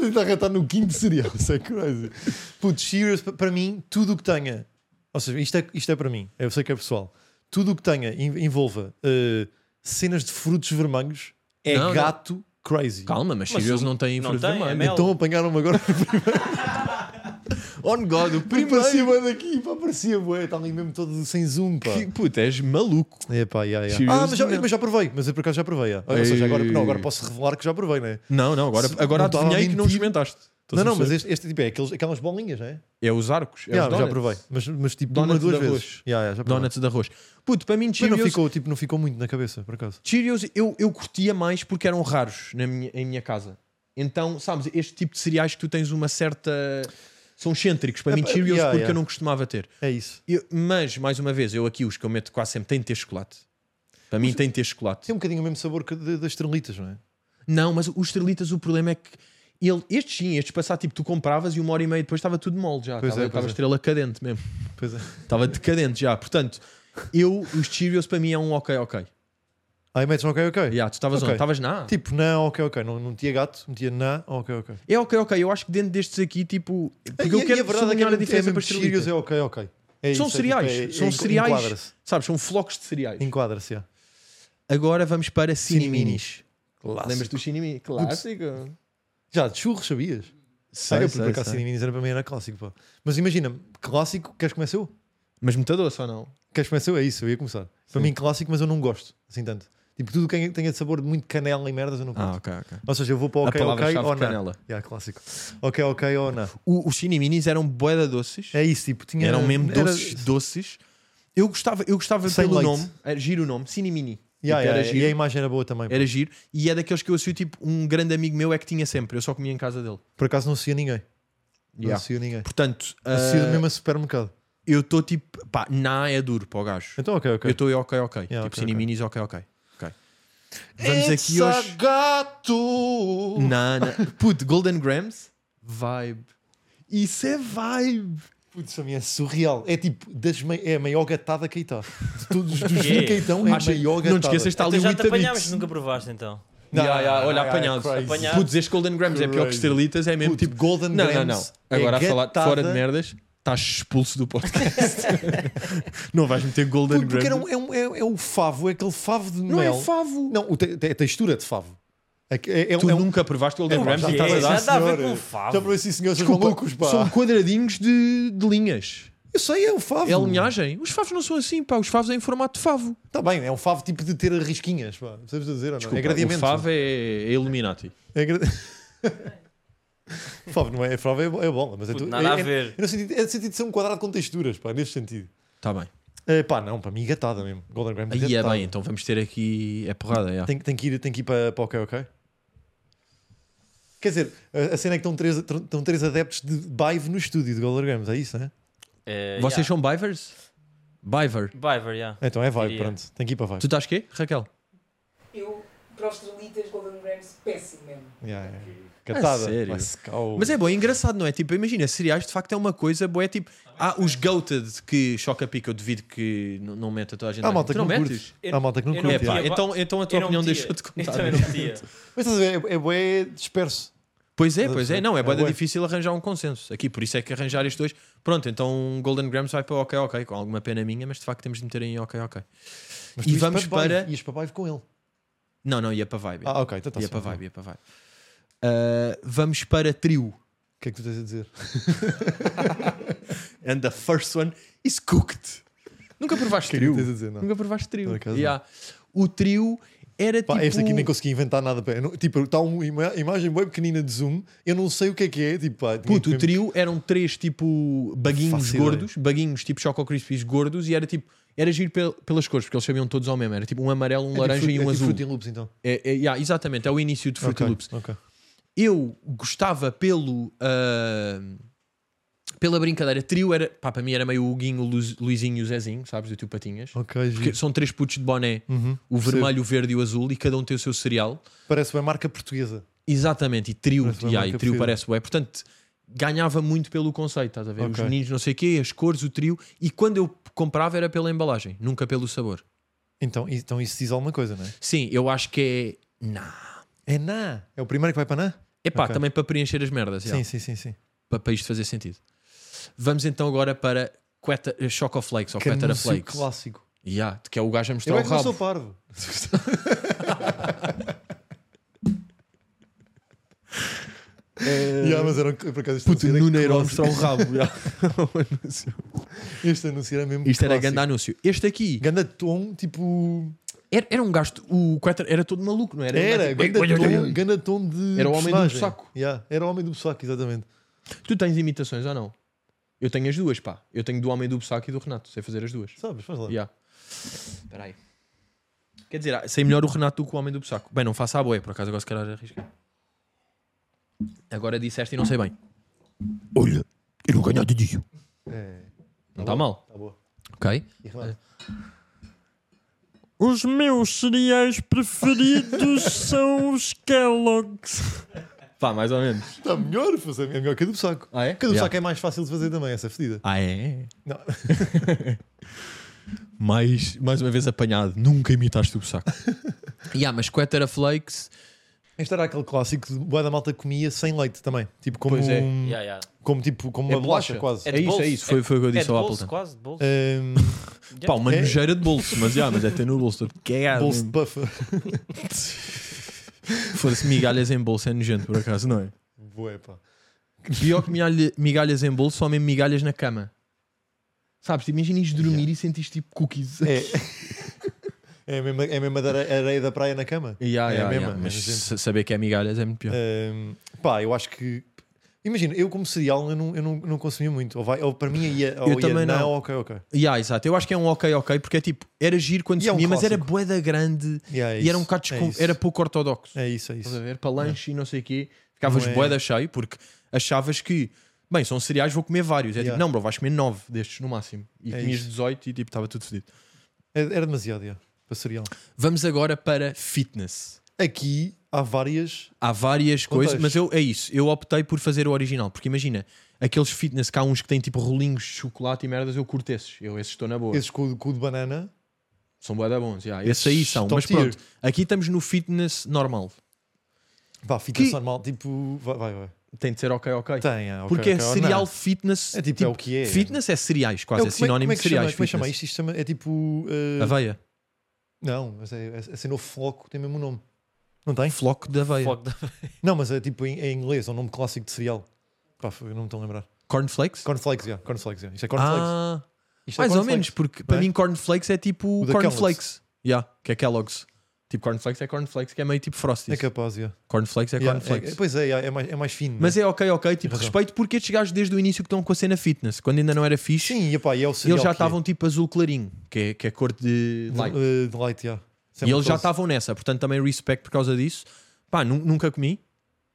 Speaker 2: Está a ratar no quinto cereal, isso é crazy. Puto, Cheerios, pa- para mim, tudo o que tenha, ou seja, isto é, isto é para mim, eu sei que é pessoal, tudo o que tenha, en- envolva eh, cenas de frutos vermelhos, é
Speaker 1: Não, não.
Speaker 2: gato crazy.
Speaker 1: Calma, mas,
Speaker 3: Mas
Speaker 1: Cheerios
Speaker 3: o-
Speaker 1: não tem
Speaker 3: não
Speaker 1: fruto
Speaker 3: tem, é
Speaker 1: vermelho.
Speaker 3: mel.
Speaker 2: Então apanharam-me agora,
Speaker 1: [laughs] On God, o
Speaker 2: porque
Speaker 1: primeiro.
Speaker 2: parecia bué daqui, pá, parecia bué, está ali mesmo todo sem zoom, pá.
Speaker 1: Que, puto, és maluco.
Speaker 2: É pá, yeah, yeah.
Speaker 1: Cheerios
Speaker 2: Ah, mas já,
Speaker 1: não.
Speaker 2: mas já provei, mas eu por acaso já provei. yeah. Ou seja, agora, não, agora posso revelar que já provei, né?
Speaker 1: Não, não, agora,
Speaker 2: Se-
Speaker 1: agora
Speaker 2: não estava a
Speaker 1: adivinhei que não
Speaker 2: mentir.
Speaker 1: experimentaste. Estou
Speaker 2: Não, não, mas
Speaker 1: sincero.
Speaker 2: este, este tipo é aqueles, aquelas bolinhas, né?
Speaker 1: é os arcos. É
Speaker 2: Yeah,
Speaker 1: os
Speaker 2: já
Speaker 1: donuts.
Speaker 2: provei, mas, mas tipo
Speaker 1: Donuts
Speaker 2: uma
Speaker 1: de
Speaker 2: duas vezes.
Speaker 1: arroz.
Speaker 2: Yeah, yeah, já provei.
Speaker 1: Donuts de arroz. Puto, para mim,
Speaker 2: Mas não
Speaker 1: Cheerios,
Speaker 2: ficou, tipo, não ficou muito na cabeça, por acaso.
Speaker 1: Cheerios eu, eu curtia mais porque eram raros na minha, em minha casa. Então, sabes, este tipo de cereais que tu tens uma certa. São excêntricos para
Speaker 2: É
Speaker 1: mim,
Speaker 2: pá,
Speaker 1: Cheerios,
Speaker 2: yeah,
Speaker 1: porque
Speaker 2: yeah.
Speaker 1: eu não costumava ter.
Speaker 2: É isso.
Speaker 1: Eu- mas, mais uma vez, eu aqui os que eu meto quase sempre têm de ter chocolate. Para mim, tem de ter chocolate.
Speaker 2: Tem um bocadinho o mesmo sabor que de- das estrelitas, não é?
Speaker 1: Não, mas os estrelitas, o problema é que ele, estes sim, estes passar tipo, tu compravas e uma hora e meia depois estava tudo mole já.
Speaker 2: Pois
Speaker 1: Estava
Speaker 2: é, pois
Speaker 1: estava
Speaker 2: é.
Speaker 1: estrela cadente mesmo.
Speaker 2: Pois é.
Speaker 1: Estava decadente já. Portanto, eu, os Cheerios para mim é um ok, ok.
Speaker 2: Aí metes um ok, ok.
Speaker 1: Yeah, tu estavas
Speaker 2: Ok.
Speaker 1: onde? Estavas na?
Speaker 2: Tipo, não, ok, ok. Não, não metia gato, metia na, ok, ok.
Speaker 1: É ok, ok. Eu acho que dentro destes aqui, tipo. Porque
Speaker 2: E-
Speaker 1: eu
Speaker 2: e
Speaker 1: quero
Speaker 2: a verdade é que
Speaker 1: sublinhar a
Speaker 2: mesmo-
Speaker 1: diferença
Speaker 2: é
Speaker 1: para
Speaker 2: mesmo Cheerios
Speaker 1: Cheerios.
Speaker 2: é ok, ok. É
Speaker 1: São
Speaker 2: isso, é
Speaker 1: cereais.
Speaker 2: tipo, é-
Speaker 1: são
Speaker 2: é-
Speaker 1: cereais.
Speaker 2: Enquadra-se.
Speaker 1: Sabes, são flocos de cereais.
Speaker 2: Enquadra-se, yeah.
Speaker 1: Agora vamos para Ciniminis.
Speaker 2: Clássico.
Speaker 1: Lembras-te do Ciniminis? Clássico.
Speaker 2: Já, de churros, sabias?
Speaker 1: Sei,
Speaker 2: ah, eu,
Speaker 1: sei,
Speaker 2: por acaso,
Speaker 1: sei.
Speaker 2: Cineminis era para mim era clássico, pá. Mas imagina, clássico, queres começar eu?
Speaker 1: Mas muito doce ou não?
Speaker 2: Queres começar eu? É isso, eu ia começar.
Speaker 1: Sim.
Speaker 2: Para mim, clássico, mas eu não gosto, assim tanto. Tipo, tudo que tenha de sabor de muito canela e merdas, eu não gosto.
Speaker 1: Ah, ok, ok.
Speaker 2: Ou seja, eu vou para
Speaker 1: A
Speaker 2: Ah, ok, ok
Speaker 1: palavra-chave
Speaker 2: ou não.
Speaker 1: canela.
Speaker 2: Yeah, clássico. Ok, ok ou não.
Speaker 1: O- os cineminis eram boeda doces.
Speaker 2: É isso, tipo, tinha.
Speaker 1: Eram mesmo
Speaker 2: era- tipo,
Speaker 1: doces, doces. Eu gostava, eu gostava
Speaker 2: Sem
Speaker 1: pelo
Speaker 2: leite.
Speaker 1: nome, era giro o nome, Cinemini.
Speaker 2: Yeah,
Speaker 1: Tipo,
Speaker 2: yeah,
Speaker 1: era
Speaker 2: yeah,
Speaker 1: giro.
Speaker 2: E a imagem era boa também. pá.
Speaker 1: Era giro. E é daqueles que eu associo, tipo, um grande amigo meu é que tinha sempre. Eu só comia em casa dele.
Speaker 2: Por acaso não seguia ninguém. Não
Speaker 1: Yeah.
Speaker 2: seguia ninguém.
Speaker 1: Portanto,
Speaker 2: Associo
Speaker 1: ah,
Speaker 2: mesmo a supermercado.
Speaker 1: eu estou tipo. Pá, na é duro para o gajo.
Speaker 2: Então, ok,
Speaker 1: Eu
Speaker 2: ok.
Speaker 1: estou ok, ok.
Speaker 2: Yeah,
Speaker 1: tipo,
Speaker 2: ok,
Speaker 1: Cineminis, ok, ok. ok. Vamos aqui hoje.
Speaker 2: gato!
Speaker 1: Na, na. Puto, Golden Grams, vibe. Isso é vibe.
Speaker 2: Putz, para mim é surreal. É tipo, das mai- é a maior gatada que aí está. De
Speaker 1: [laughs]
Speaker 2: todos os
Speaker 3: Yeah.
Speaker 2: 20 que aí estão, é a
Speaker 1: Acha-
Speaker 2: maior gatada.
Speaker 1: não te esqueças, está ali
Speaker 3: Então
Speaker 1: o
Speaker 3: já te apanhámos,
Speaker 1: Itabix.
Speaker 3: nunca provaste então.
Speaker 2: Não,
Speaker 1: Yeah, yeah, olha,
Speaker 2: yeah,
Speaker 1: apanhado.
Speaker 2: yeah,
Speaker 3: crazy.
Speaker 1: Putos, este Golden Grams é pior que
Speaker 2: Crazy.
Speaker 1: estrelitas, é mesmo
Speaker 2: Puto,
Speaker 1: tipo.
Speaker 2: Golden
Speaker 1: Não, não,
Speaker 2: Grams
Speaker 1: não.
Speaker 2: é
Speaker 1: Agora a falar
Speaker 2: gatada.
Speaker 1: fora de merdas, estás expulso do podcast. [laughs] não vais meter Golden
Speaker 2: Puto, porque
Speaker 1: Grams.
Speaker 2: era um- é, um, é, é um favo, é aquele favo de
Speaker 1: Não
Speaker 2: mel.
Speaker 1: é favo.
Speaker 2: Não, o te- te- a textura de favo. É, que- é, é,
Speaker 1: Tu
Speaker 2: é um.
Speaker 1: nunca provaste Golden Grams
Speaker 2: já
Speaker 1: e
Speaker 2: estás
Speaker 1: estás
Speaker 3: é,
Speaker 1: a dar.
Speaker 3: já dá a ver
Speaker 2: senhora.
Speaker 3: com favo.
Speaker 2: Já para isso, senhores, são
Speaker 1: Desculpa,
Speaker 2: malucos, pá.
Speaker 1: São quadradinhos de, de linhas.
Speaker 2: Eu sei, é um favo.
Speaker 1: É a linhagem. Os favos não são assim, pá. Os favos é em formato de favo.
Speaker 2: Está bem, é um favo tipo de ter risquinhas, pá. Percebes o que eu estou a dizer? ou não?
Speaker 1: Desculpa,
Speaker 2: é gradiamento.
Speaker 1: o favo é, é Illuminati.
Speaker 2: É gra... [laughs] Favo não é, favo é, bo- é bola, mas é
Speaker 3: Puto,
Speaker 2: tu-
Speaker 3: nada
Speaker 2: é,
Speaker 3: a ver.
Speaker 2: É, é no sentido, é no sentido de ser um quadrado com texturas, pá, neste sentido.
Speaker 1: Está Tá bem.
Speaker 2: É, pá, não, para mim gatada mesmo. Golden Graham
Speaker 1: Aí é
Speaker 2: gatada.
Speaker 1: bem, então vamos ter aqui. É porrada, é.
Speaker 2: Tem, tem que ir, tem que ir para, para o OK, OK? Quer dizer, a, a cena é que estão três, estão três adeptos de Bive no estúdio de Golden Grams, é isso, né?
Speaker 3: É,
Speaker 1: Vocês
Speaker 3: yeah.
Speaker 1: são bivers? Biver.
Speaker 3: Biver, yeah.
Speaker 2: Então é Vibe,
Speaker 3: Diria.
Speaker 2: pronto, tem que ir para Vibe.
Speaker 1: Tu estás quê, Raquel?
Speaker 6: Eu, para os trelitas, Golden Grams, péssimo mesmo.
Speaker 2: Yeah, yeah. Gatada.
Speaker 1: A É sério?
Speaker 2: Vai-se cá o-
Speaker 1: Mas é bom, é engraçado, não é? Tipo, imagina, cereais de facto é uma coisa boa. É tipo, há os goated que choca-pica, eu devido que n- não meta toda a gente.
Speaker 2: Há
Speaker 1: na-
Speaker 2: Ah, malta
Speaker 1: tu
Speaker 2: que
Speaker 1: não
Speaker 2: não
Speaker 1: metes?
Speaker 2: curte. Há malta que não
Speaker 3: eu não
Speaker 1: É
Speaker 2: curte.
Speaker 3: metia.
Speaker 1: pá,
Speaker 2: yeah.
Speaker 3: Eu-
Speaker 1: então, então a tua
Speaker 3: Eu não
Speaker 1: opinião
Speaker 3: metia. [laughs]
Speaker 1: deixou de
Speaker 3: Eu
Speaker 1: contar.
Speaker 3: também
Speaker 1: [laughs]
Speaker 3: não metia.
Speaker 2: Mas estás a ver, é, é bué disperso.
Speaker 1: Pois é, pois é. Não, é
Speaker 2: É
Speaker 1: boeda
Speaker 2: bué.
Speaker 1: difícil arranjar um consenso aqui. Por isso é que arranjar estes dois. Pronto, então Golden Grams vai para OK, OK, com alguma pena minha, mas de facto temos de meter em OK, OK.
Speaker 2: Mas
Speaker 1: E
Speaker 2: tu ias
Speaker 1: vamos
Speaker 2: Bive,
Speaker 1: para-
Speaker 2: Ias para Vibe com ele.
Speaker 1: Não, não, ia para vibe.
Speaker 2: Ah, ok, então está
Speaker 1: ia para vibe, ia para vibe. Ah, vamos para trio.
Speaker 2: O que é que tu tens a dizer?
Speaker 1: And the first one is cooked. Nunca provaste
Speaker 2: que é que
Speaker 1: trio.
Speaker 2: tens a dizer? Não.
Speaker 1: Nunca provaste trio.
Speaker 2: Por acaso,
Speaker 1: Yeah. O trio era
Speaker 2: Pá,
Speaker 1: tipo.
Speaker 2: este aqui nem consegui inventar nada. pá. Eu não- tipo, está uma ima- imagem bem pequenina de zoom. Eu não sei o que é que é. Tipo, pá, tinha
Speaker 1: Puto,
Speaker 2: que-
Speaker 1: o trio eram três tipo baguinhos
Speaker 2: Faço
Speaker 1: gordos, baguinhos tipo Choco Crispies gordos, e era tipo, era giro pel- pelas cores, porque eles sabiam todos ao mesmo. Era tipo um amarelo, um
Speaker 2: é
Speaker 1: laranja
Speaker 2: tipo,
Speaker 1: e
Speaker 2: é
Speaker 1: um
Speaker 2: tipo
Speaker 1: azul.
Speaker 2: Fruity Loops, então.
Speaker 1: É, é, yeah, exatamente, é o início de Fruity
Speaker 2: Ok,
Speaker 1: Loops.
Speaker 2: ok.
Speaker 1: Eu gostava pelo. ah, pela brincadeira, trio era. Pá, para mim era meio o Guinho, o Luz- Luizinho e o Zezinho, sabes? Do tio Patinhas.
Speaker 2: Ok,
Speaker 1: Porque
Speaker 2: giro.
Speaker 1: são três putos de boné: o
Speaker 2: percebo.
Speaker 1: vermelho, o verde e o azul, e cada um tem o seu cereal.
Speaker 2: Parece bem marca portuguesa.
Speaker 1: Exatamente, e trio,
Speaker 2: Parece uma
Speaker 1: e aí,
Speaker 2: marca
Speaker 1: trio
Speaker 2: preferida.
Speaker 1: parece bué. Portanto, ganhava muito pelo conceito, estás a ver? Os
Speaker 2: Ok.
Speaker 1: meninos, não sei o quê, as cores, o trio. E quando eu comprava era pela embalagem, nunca pelo sabor.
Speaker 2: Então, i- então isso diz alguma coisa, não é?
Speaker 1: Sim, eu acho que é. Nah.
Speaker 2: É na. É o primeiro que vai para na?
Speaker 1: Epá,
Speaker 2: Ok.
Speaker 1: também para preencher as merdas, já,
Speaker 2: Sim, sim, sim. sim.
Speaker 1: Para, para isto fazer sentido. Vamos então agora para Queta, eh, Choco Flakes ou Quetara
Speaker 2: Canúncio
Speaker 1: Flakes.
Speaker 2: é um clássico.
Speaker 1: Yeah, que é o gajo a mostrar
Speaker 2: Eu
Speaker 1: o
Speaker 2: é que não
Speaker 1: rabo.
Speaker 2: sou [laughs] parvo. Yeah, mas era, um por acaso, este
Speaker 1: Puto,
Speaker 2: anúncio era
Speaker 1: Nuno era a
Speaker 2: clássico.
Speaker 1: mostrar o rabo. já.
Speaker 2: Este anúncio era mesmo
Speaker 1: Isto era
Speaker 2: clássico.
Speaker 1: grande anúncio. Este aqui
Speaker 2: Ganda tom, tipo.
Speaker 1: era, era um gajo. O Quetara era todo maluco, não era?
Speaker 2: Era,
Speaker 1: Ele-
Speaker 2: ganda tom, ganda tom de.
Speaker 1: Era o homem do
Speaker 2: personagem.
Speaker 1: saco.
Speaker 2: Yeah, era o homem do saco, exatamente.
Speaker 1: Tu tens imitações ou não? Eu tenho as duas, pá. Eu tenho do Homem do Bussaco e do Renato. Sei fazer as duas.
Speaker 2: Sabes, faz lá.
Speaker 1: Yeah. Espera aí. Quer dizer, ah, sei melhor o Renato do que o Homem do Bussaco. Bem, não faça a boia, por acaso agora se calhar arrisca. Agora disseste e não sei bem. Olha, eu não ganhar dinheiro.
Speaker 2: É,
Speaker 1: Não está mal.
Speaker 2: tá boa.
Speaker 1: Ok.
Speaker 2: E Renato?
Speaker 7: Os meus cereais
Speaker 1: [laughs]
Speaker 7: preferidos são os Kellogg's.
Speaker 1: Pá, mais ou menos.
Speaker 2: Está melhor, fazer, é melhor que a do saco.
Speaker 1: Ah, é?
Speaker 2: Que a do
Speaker 1: Yeah.
Speaker 2: saco é mais fácil de fazer também, essa fedida.
Speaker 1: Ah, é?
Speaker 2: Não.
Speaker 1: [laughs] mais, mais uma vez apanhado. Nunca imitaste o Bussaco. [laughs] yeah, mas Quetera Flakes.
Speaker 2: Este era aquele clássico de boa da malta comia sem leite também. Tipo, como,
Speaker 1: Pois é.
Speaker 2: um-
Speaker 3: Yeah, yeah.
Speaker 2: como, tipo, como
Speaker 1: É
Speaker 2: uma bolacha,
Speaker 1: bolacha.
Speaker 2: quase. Ehm,
Speaker 1: É
Speaker 3: de
Speaker 1: isso,
Speaker 3: bolso.
Speaker 1: é isso. Foi- foi o que eu disse
Speaker 3: é de
Speaker 1: ao
Speaker 3: bolso,
Speaker 1: Appleton.
Speaker 3: quase, de
Speaker 1: [laughs]
Speaker 3: bolso.
Speaker 2: Ahm,
Speaker 1: Pá, uma
Speaker 2: É.
Speaker 1: nojeira de bolso. Mas, yeah, mas é ter no
Speaker 2: [laughs]
Speaker 1: bolso. todo cagado
Speaker 2: bolso
Speaker 1: mesmo.
Speaker 2: de puffer.
Speaker 1: Foda-se, migalhas em bolsa é nojento, por acaso, não é?
Speaker 2: Boé, pá.
Speaker 1: Pior que migalha- migalhas em bolo, só mesmo migalhas na cama. Sabes?
Speaker 2: tipo,
Speaker 1: Imagina ires dormir e sentiste tipo cookies.
Speaker 2: É. [laughs] É a mesma, é a mesma da are- areia da praia na cama.
Speaker 1: Yeah,
Speaker 2: É
Speaker 1: yeah,
Speaker 2: a mesma,
Speaker 1: yeah, Mas
Speaker 2: mas a gente-
Speaker 1: sa- saber que é migalhas é muito pior.
Speaker 2: Ahm, pá, eu acho que. Imagina, eu como cereal eu não, eu não, não consumia muito. Ou, vai, ou para mim ia. Ou ia,
Speaker 1: também não.
Speaker 2: ok, ok.
Speaker 1: Yeah, exato. Eu acho que é um ok, ok, porque é tipo, era giro quando
Speaker 2: E
Speaker 1: se
Speaker 2: é um
Speaker 1: comia, mas era
Speaker 2: clássico.
Speaker 1: boeda grande
Speaker 2: Yeah, é
Speaker 1: e era um
Speaker 2: isso,
Speaker 1: bocado
Speaker 2: é
Speaker 1: descom-
Speaker 2: isso.
Speaker 1: era pouco ortodoxo.
Speaker 2: É isso, é
Speaker 1: Estás a
Speaker 2: isso.
Speaker 1: ver? Para lanche e não sei o quê, ficavas
Speaker 2: Não é-
Speaker 1: boeda cheio porque achavas que, bem, são cereais, vou comer vários. É tipo,
Speaker 2: Yeah.
Speaker 1: não, bro, vais comer 9 destes no máximo. E
Speaker 2: É
Speaker 1: comias
Speaker 2: isso.
Speaker 1: 18 e tipo, estava tudo fodido.
Speaker 2: É- Era demasiado, yeah, para cereal.
Speaker 1: Vamos agora para fitness.
Speaker 2: Aqui há várias.
Speaker 1: Há várias coisas,
Speaker 2: tens.
Speaker 1: mas eu, é isso. Eu optei por fazer o original, porque imagina, aqueles fitness que há uns que têm tipo rolinhos de chocolate e merdas, eu curto esses. Eu esses estou na boa.
Speaker 2: Esses com, com o de banana.
Speaker 1: São bué da bons, já. Esses aí são.
Speaker 2: top
Speaker 1: Mas
Speaker 2: tier.
Speaker 1: pronto, aqui estamos no fitness normal.
Speaker 2: Pá, fita
Speaker 1: Que-
Speaker 2: normal. Tipo. Vai, vai. vai.
Speaker 1: Tem de ser ok, ok.
Speaker 2: Tem, ah, ok,
Speaker 1: Porque é
Speaker 2: ok,
Speaker 1: cereal
Speaker 2: não.
Speaker 1: fitness.
Speaker 2: É tipo, é o que é.
Speaker 1: Fitness é cereais,
Speaker 2: É o-
Speaker 1: quase. É,
Speaker 2: como é-
Speaker 1: sinónimo
Speaker 2: como é
Speaker 1: de
Speaker 2: que
Speaker 1: cereais.
Speaker 2: Chama, como é que chama
Speaker 1: fitness.
Speaker 2: isto? Isto chama- é tipo. ah,
Speaker 1: Aveia.
Speaker 2: Não, mas é, é, é cenoura floco, tem mesmo o nome. Não tem?
Speaker 1: Floco de aveia.
Speaker 3: Fogo da-
Speaker 2: Não, mas é tipo em, em inglês, é um nome clássico de cereal. Pá, foi- não me estou a lembrar.
Speaker 1: Cornflakes?
Speaker 2: Cornflakes, yeah, cornflakes, yeah. Isto é cornflakes.
Speaker 1: Ah,
Speaker 2: Isto é
Speaker 1: mais ou
Speaker 2: cornflakes.
Speaker 1: menos, porque para
Speaker 2: não é?
Speaker 1: mim cornflakes é tipo
Speaker 2: O da
Speaker 1: cornflakes. Yeah, que é Kellogg's. Tipo cornflakes é cornflakes, que é meio tipo
Speaker 2: É
Speaker 1: Frosties.
Speaker 2: capaz, yeah.
Speaker 1: Cornflakes é
Speaker 2: Yeah,
Speaker 1: cornflakes.
Speaker 2: é- é- pois é, yeah, é, mais, é mais fino.
Speaker 1: Mas
Speaker 2: né?
Speaker 1: é ok, ok, tipo,
Speaker 2: Tens razão.
Speaker 1: respeito porque estes gajos desde o início que estão com a cena fitness, quando ainda não era fixe,
Speaker 2: Sim, e, epá, e é o cereal.
Speaker 1: eles já
Speaker 2: que
Speaker 1: estavam tipo azul clarinho, que é, que é cor de
Speaker 2: é. de
Speaker 1: light.
Speaker 2: light. eh, de light, yeah.
Speaker 1: E
Speaker 2: Sempre
Speaker 1: eles já
Speaker 2: doce.
Speaker 1: estavam nessa, portanto também respect por causa disso. Pá, nu- nunca comi.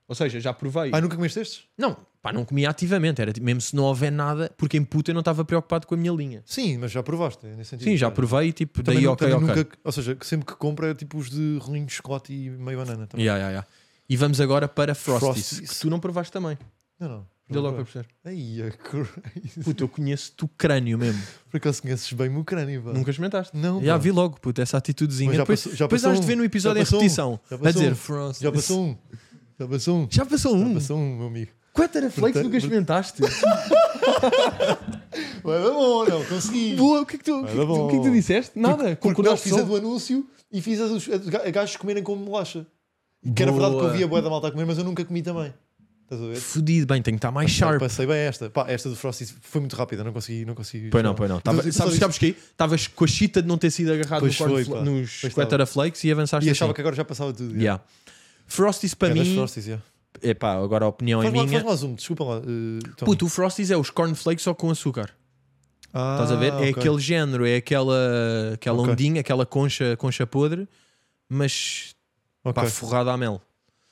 Speaker 1: Ou seja, já provei.
Speaker 2: Ah, nunca comeste estes?
Speaker 1: Não, pá, não comia ativamente. Era tipo, mesmo se não houver nada, porque em puta eu não estava preocupado com a minha linha.
Speaker 2: Sim, mas já provaste. é Nesse sentido,
Speaker 1: Sim, já
Speaker 2: claro.
Speaker 1: provei e tipo,
Speaker 2: Também
Speaker 1: daí
Speaker 2: nu-
Speaker 1: ok,
Speaker 2: também
Speaker 1: ok.
Speaker 2: nunca- ou seja, que sempre que compra é tipo os de rolinho de chocolate e meio banana. Também.
Speaker 1: Yeah, yeah, yeah. E vamos agora para Frosties,
Speaker 2: Frosties.
Speaker 1: que tu não provaste também.
Speaker 2: Não, não.
Speaker 1: Dê logo para
Speaker 2: [laughs]
Speaker 1: perceber.
Speaker 2: Ai, a cor- [laughs]
Speaker 1: Puta, eu conheço-te o crânio mesmo.
Speaker 2: Por acaso conheces bem o meu crânio, pá.
Speaker 1: Nunca experimentaste?
Speaker 2: Não,
Speaker 1: Já
Speaker 2: pá.
Speaker 1: vi logo, puta, essa atitudezinha.
Speaker 2: Mas já
Speaker 1: depois
Speaker 2: passou- já
Speaker 1: depois
Speaker 2: passou
Speaker 1: hás de ver
Speaker 2: um.
Speaker 1: no episódio
Speaker 2: Já
Speaker 1: em
Speaker 2: passou um.
Speaker 1: repetição.
Speaker 2: Já
Speaker 1: a
Speaker 2: passou
Speaker 1: dizer
Speaker 2: um.
Speaker 1: Frosties.
Speaker 2: Já passou um. Já passou um.
Speaker 1: Já passou um.
Speaker 2: Já passou um, meu amigo.
Speaker 1: Quanto era flex
Speaker 2: Portanto-
Speaker 1: nunca
Speaker 2: [laughs]
Speaker 1: experimentaste?
Speaker 2: Ué, tá bom, não, consegui.
Speaker 1: Boa, o que é que tu, o que é que tu- o que é que tu disseste? Nada,
Speaker 2: Porque não,
Speaker 1: concordaste
Speaker 2: fiz a
Speaker 1: só.
Speaker 2: do anúncio e fiz a dos a dos ga- a gajos comerem como bolacha. Que era verdade que eu
Speaker 1: Boa.
Speaker 2: via boa da malta a comer, mas eu nunca comi também. Estás a ver?
Speaker 1: Fudido, bem, tenho que
Speaker 2: [laughs]
Speaker 1: estar mais
Speaker 2: Não,
Speaker 1: sharp.
Speaker 2: passei bem esta. Pá, esta do Frosty foi muito rápida, não consegui. Não consegui
Speaker 1: Pois não, pois não. Tava,
Speaker 2: Então,
Speaker 1: sabes,
Speaker 2: só
Speaker 1: sabes que Estavas com a chita de não ter sido agarrado
Speaker 2: Pois
Speaker 1: no corn
Speaker 2: foi,
Speaker 1: fla-
Speaker 2: pá.
Speaker 1: nos
Speaker 2: Pois
Speaker 1: Quetara Flakes e avançaste
Speaker 2: E achava
Speaker 1: assim.
Speaker 2: que agora já passava tudo. yeah.
Speaker 1: Yeah. Frosties para
Speaker 2: É das
Speaker 1: mim.
Speaker 2: Frosties, yeah.
Speaker 1: É pá, agora a opinião é
Speaker 2: Faz lá,
Speaker 1: minha.
Speaker 2: faz lá zoom, desculpa lá. eh, Tom.
Speaker 1: Puto, o Frosties é os cornflakes só com açúcar.
Speaker 2: Ah,
Speaker 1: Estás a ver? É
Speaker 2: ok.
Speaker 1: aquele género, é aquela, aquela
Speaker 2: Ok.
Speaker 1: ondinha, aquela concha, concha podre, mas pá,
Speaker 2: Ok.
Speaker 1: forrada a mel.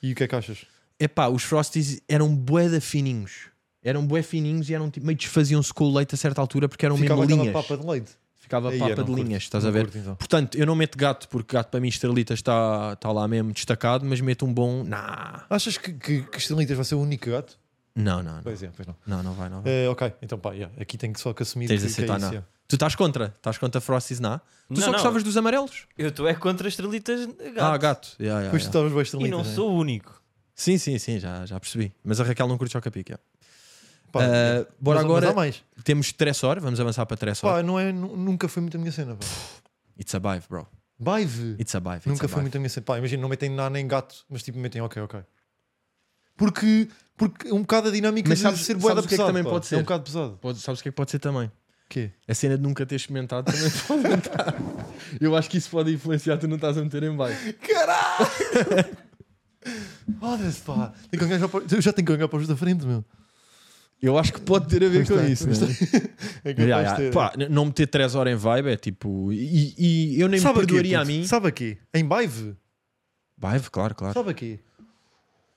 Speaker 2: E o que é que achas?
Speaker 1: É pá, os Frosties eram bué da fininhos. Eram bué fininhos e eram tipo, meio desfaziam-se com o leite a certa altura porque eram
Speaker 2: Ficava
Speaker 1: mesmo
Speaker 2: aquela
Speaker 1: linhas.
Speaker 2: papa de leite.
Speaker 1: Ficava
Speaker 2: Aí, eu
Speaker 1: papa
Speaker 2: não
Speaker 1: de
Speaker 2: curto,
Speaker 1: linhas, estás
Speaker 2: não
Speaker 1: a ver?
Speaker 2: curto, então.
Speaker 1: Portanto, eu não meto gato porque gato para mim estrelita está, está lá mesmo destacado, mas meto um bom. Nah.
Speaker 2: Achas que, que, que Estrelitas vai ser o único gato?
Speaker 1: Não, não, não.
Speaker 2: Pois é, pois não.
Speaker 1: Não, não vai, não vai.
Speaker 2: Eh, ok, então pá, yeah, aqui tem que só que assumir
Speaker 1: Tens de
Speaker 2: que, que é
Speaker 1: aceitar
Speaker 2: isso,
Speaker 1: não.
Speaker 2: yeah.
Speaker 1: Tu estás contra? Estás contra Frosties na? Tu
Speaker 3: Não,
Speaker 1: só
Speaker 3: não.
Speaker 1: gostavas dos amarelos?
Speaker 3: Eu estou é contra estrelitas gato.
Speaker 1: Ah, é. gato. Yeah, yeah,
Speaker 2: Pois
Speaker 1: yeah.
Speaker 2: tu estavas bem
Speaker 3: E
Speaker 2: Estrelitas.
Speaker 3: não
Speaker 2: né?
Speaker 3: sou o único.
Speaker 1: Sim, sim, sim, já, já percebi. Mas a Raquel não curte chocapic. Yeah.
Speaker 2: Pá,
Speaker 1: Ah, bora
Speaker 2: mas-
Speaker 1: agora. Tá
Speaker 2: mas há mais.
Speaker 1: Temos Tressor, vamos avançar para Tressor.
Speaker 2: Pá, não é, nu- nunca foi muito a minha cena. Pá.
Speaker 1: It's a vibe, bro.
Speaker 2: Baive.
Speaker 1: It's a vibe. it's
Speaker 2: Nunca
Speaker 1: a
Speaker 2: foi
Speaker 1: vibe.
Speaker 2: muito a minha cena. Pá, imagina, não metem nada nem gato, mas tipo metem ok, ok. Porque, porque um bocado a dinâmica
Speaker 1: Mas
Speaker 2: de
Speaker 1: sabes-
Speaker 2: ser boeda
Speaker 1: sabes o que é que
Speaker 2: pesado,
Speaker 1: também
Speaker 2: pá.
Speaker 1: pode ser?
Speaker 2: É um bocado pesado.
Speaker 1: Pode- sabes o que é que pode ser também?
Speaker 2: Quê?
Speaker 1: A cena de nunca ter experimentado também [laughs] pode entrar. Eu acho que isso pode influenciar, tu não estás a meter em baixo.
Speaker 2: Caralho! Foda-se, pá. Tenho que olhar para- Eu já tenho que olhar para os da frente, meu.
Speaker 1: Eu acho que pode ter a ver
Speaker 2: Pois
Speaker 1: com
Speaker 2: tem,
Speaker 1: isso.
Speaker 2: pois
Speaker 1: né?
Speaker 2: É capaz
Speaker 1: Yeah,
Speaker 2: de
Speaker 1: yeah.
Speaker 2: ter-
Speaker 1: Pá, n- não meter 3 horas em vibe é tipo. E, e eu nem
Speaker 2: Sabe
Speaker 1: me
Speaker 2: a quê,
Speaker 1: perdoaria a
Speaker 2: puto?
Speaker 1: mim.
Speaker 2: Sabe a quê? Em Baive?
Speaker 1: Vibe, claro, claro.
Speaker 2: Sabe a quê?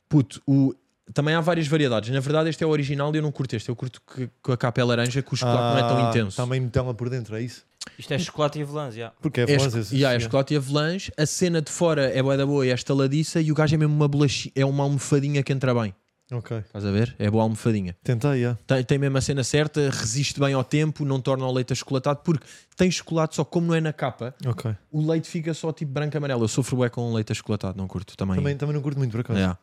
Speaker 1: Puto, o- também há várias variedades. Na verdade, este é o original e eu não curto este. Eu curto que, com a capa é laranja, que o chocolate não é tão
Speaker 2: Ah,
Speaker 1: intenso.
Speaker 2: Também metela por dentro, é isso?
Speaker 3: Isto é chocolate e avelãs, já.
Speaker 2: Porque é
Speaker 1: É,
Speaker 2: francês.
Speaker 1: esco- yeah, é chocolate e avelãs. A cena de fora é boa da boa e é estaladiça. E o gajo é mesmo uma bolachinha, é uma almofadinha que entra bem.
Speaker 2: Ok.
Speaker 1: Estás a ver? É boa almofadinha.
Speaker 2: Tentei, yeah.
Speaker 1: Tem, tem mesmo a cena certa, resiste bem ao tempo, não torna o leite achocolatado, porque tem chocolate, só como não é na capa,
Speaker 2: Ok.
Speaker 1: o leite fica só tipo branco e amarelo. Eu sofro bué com leite achocolatado, não curto também.
Speaker 2: Também, também não curto muito, por acaso.
Speaker 1: Yeah.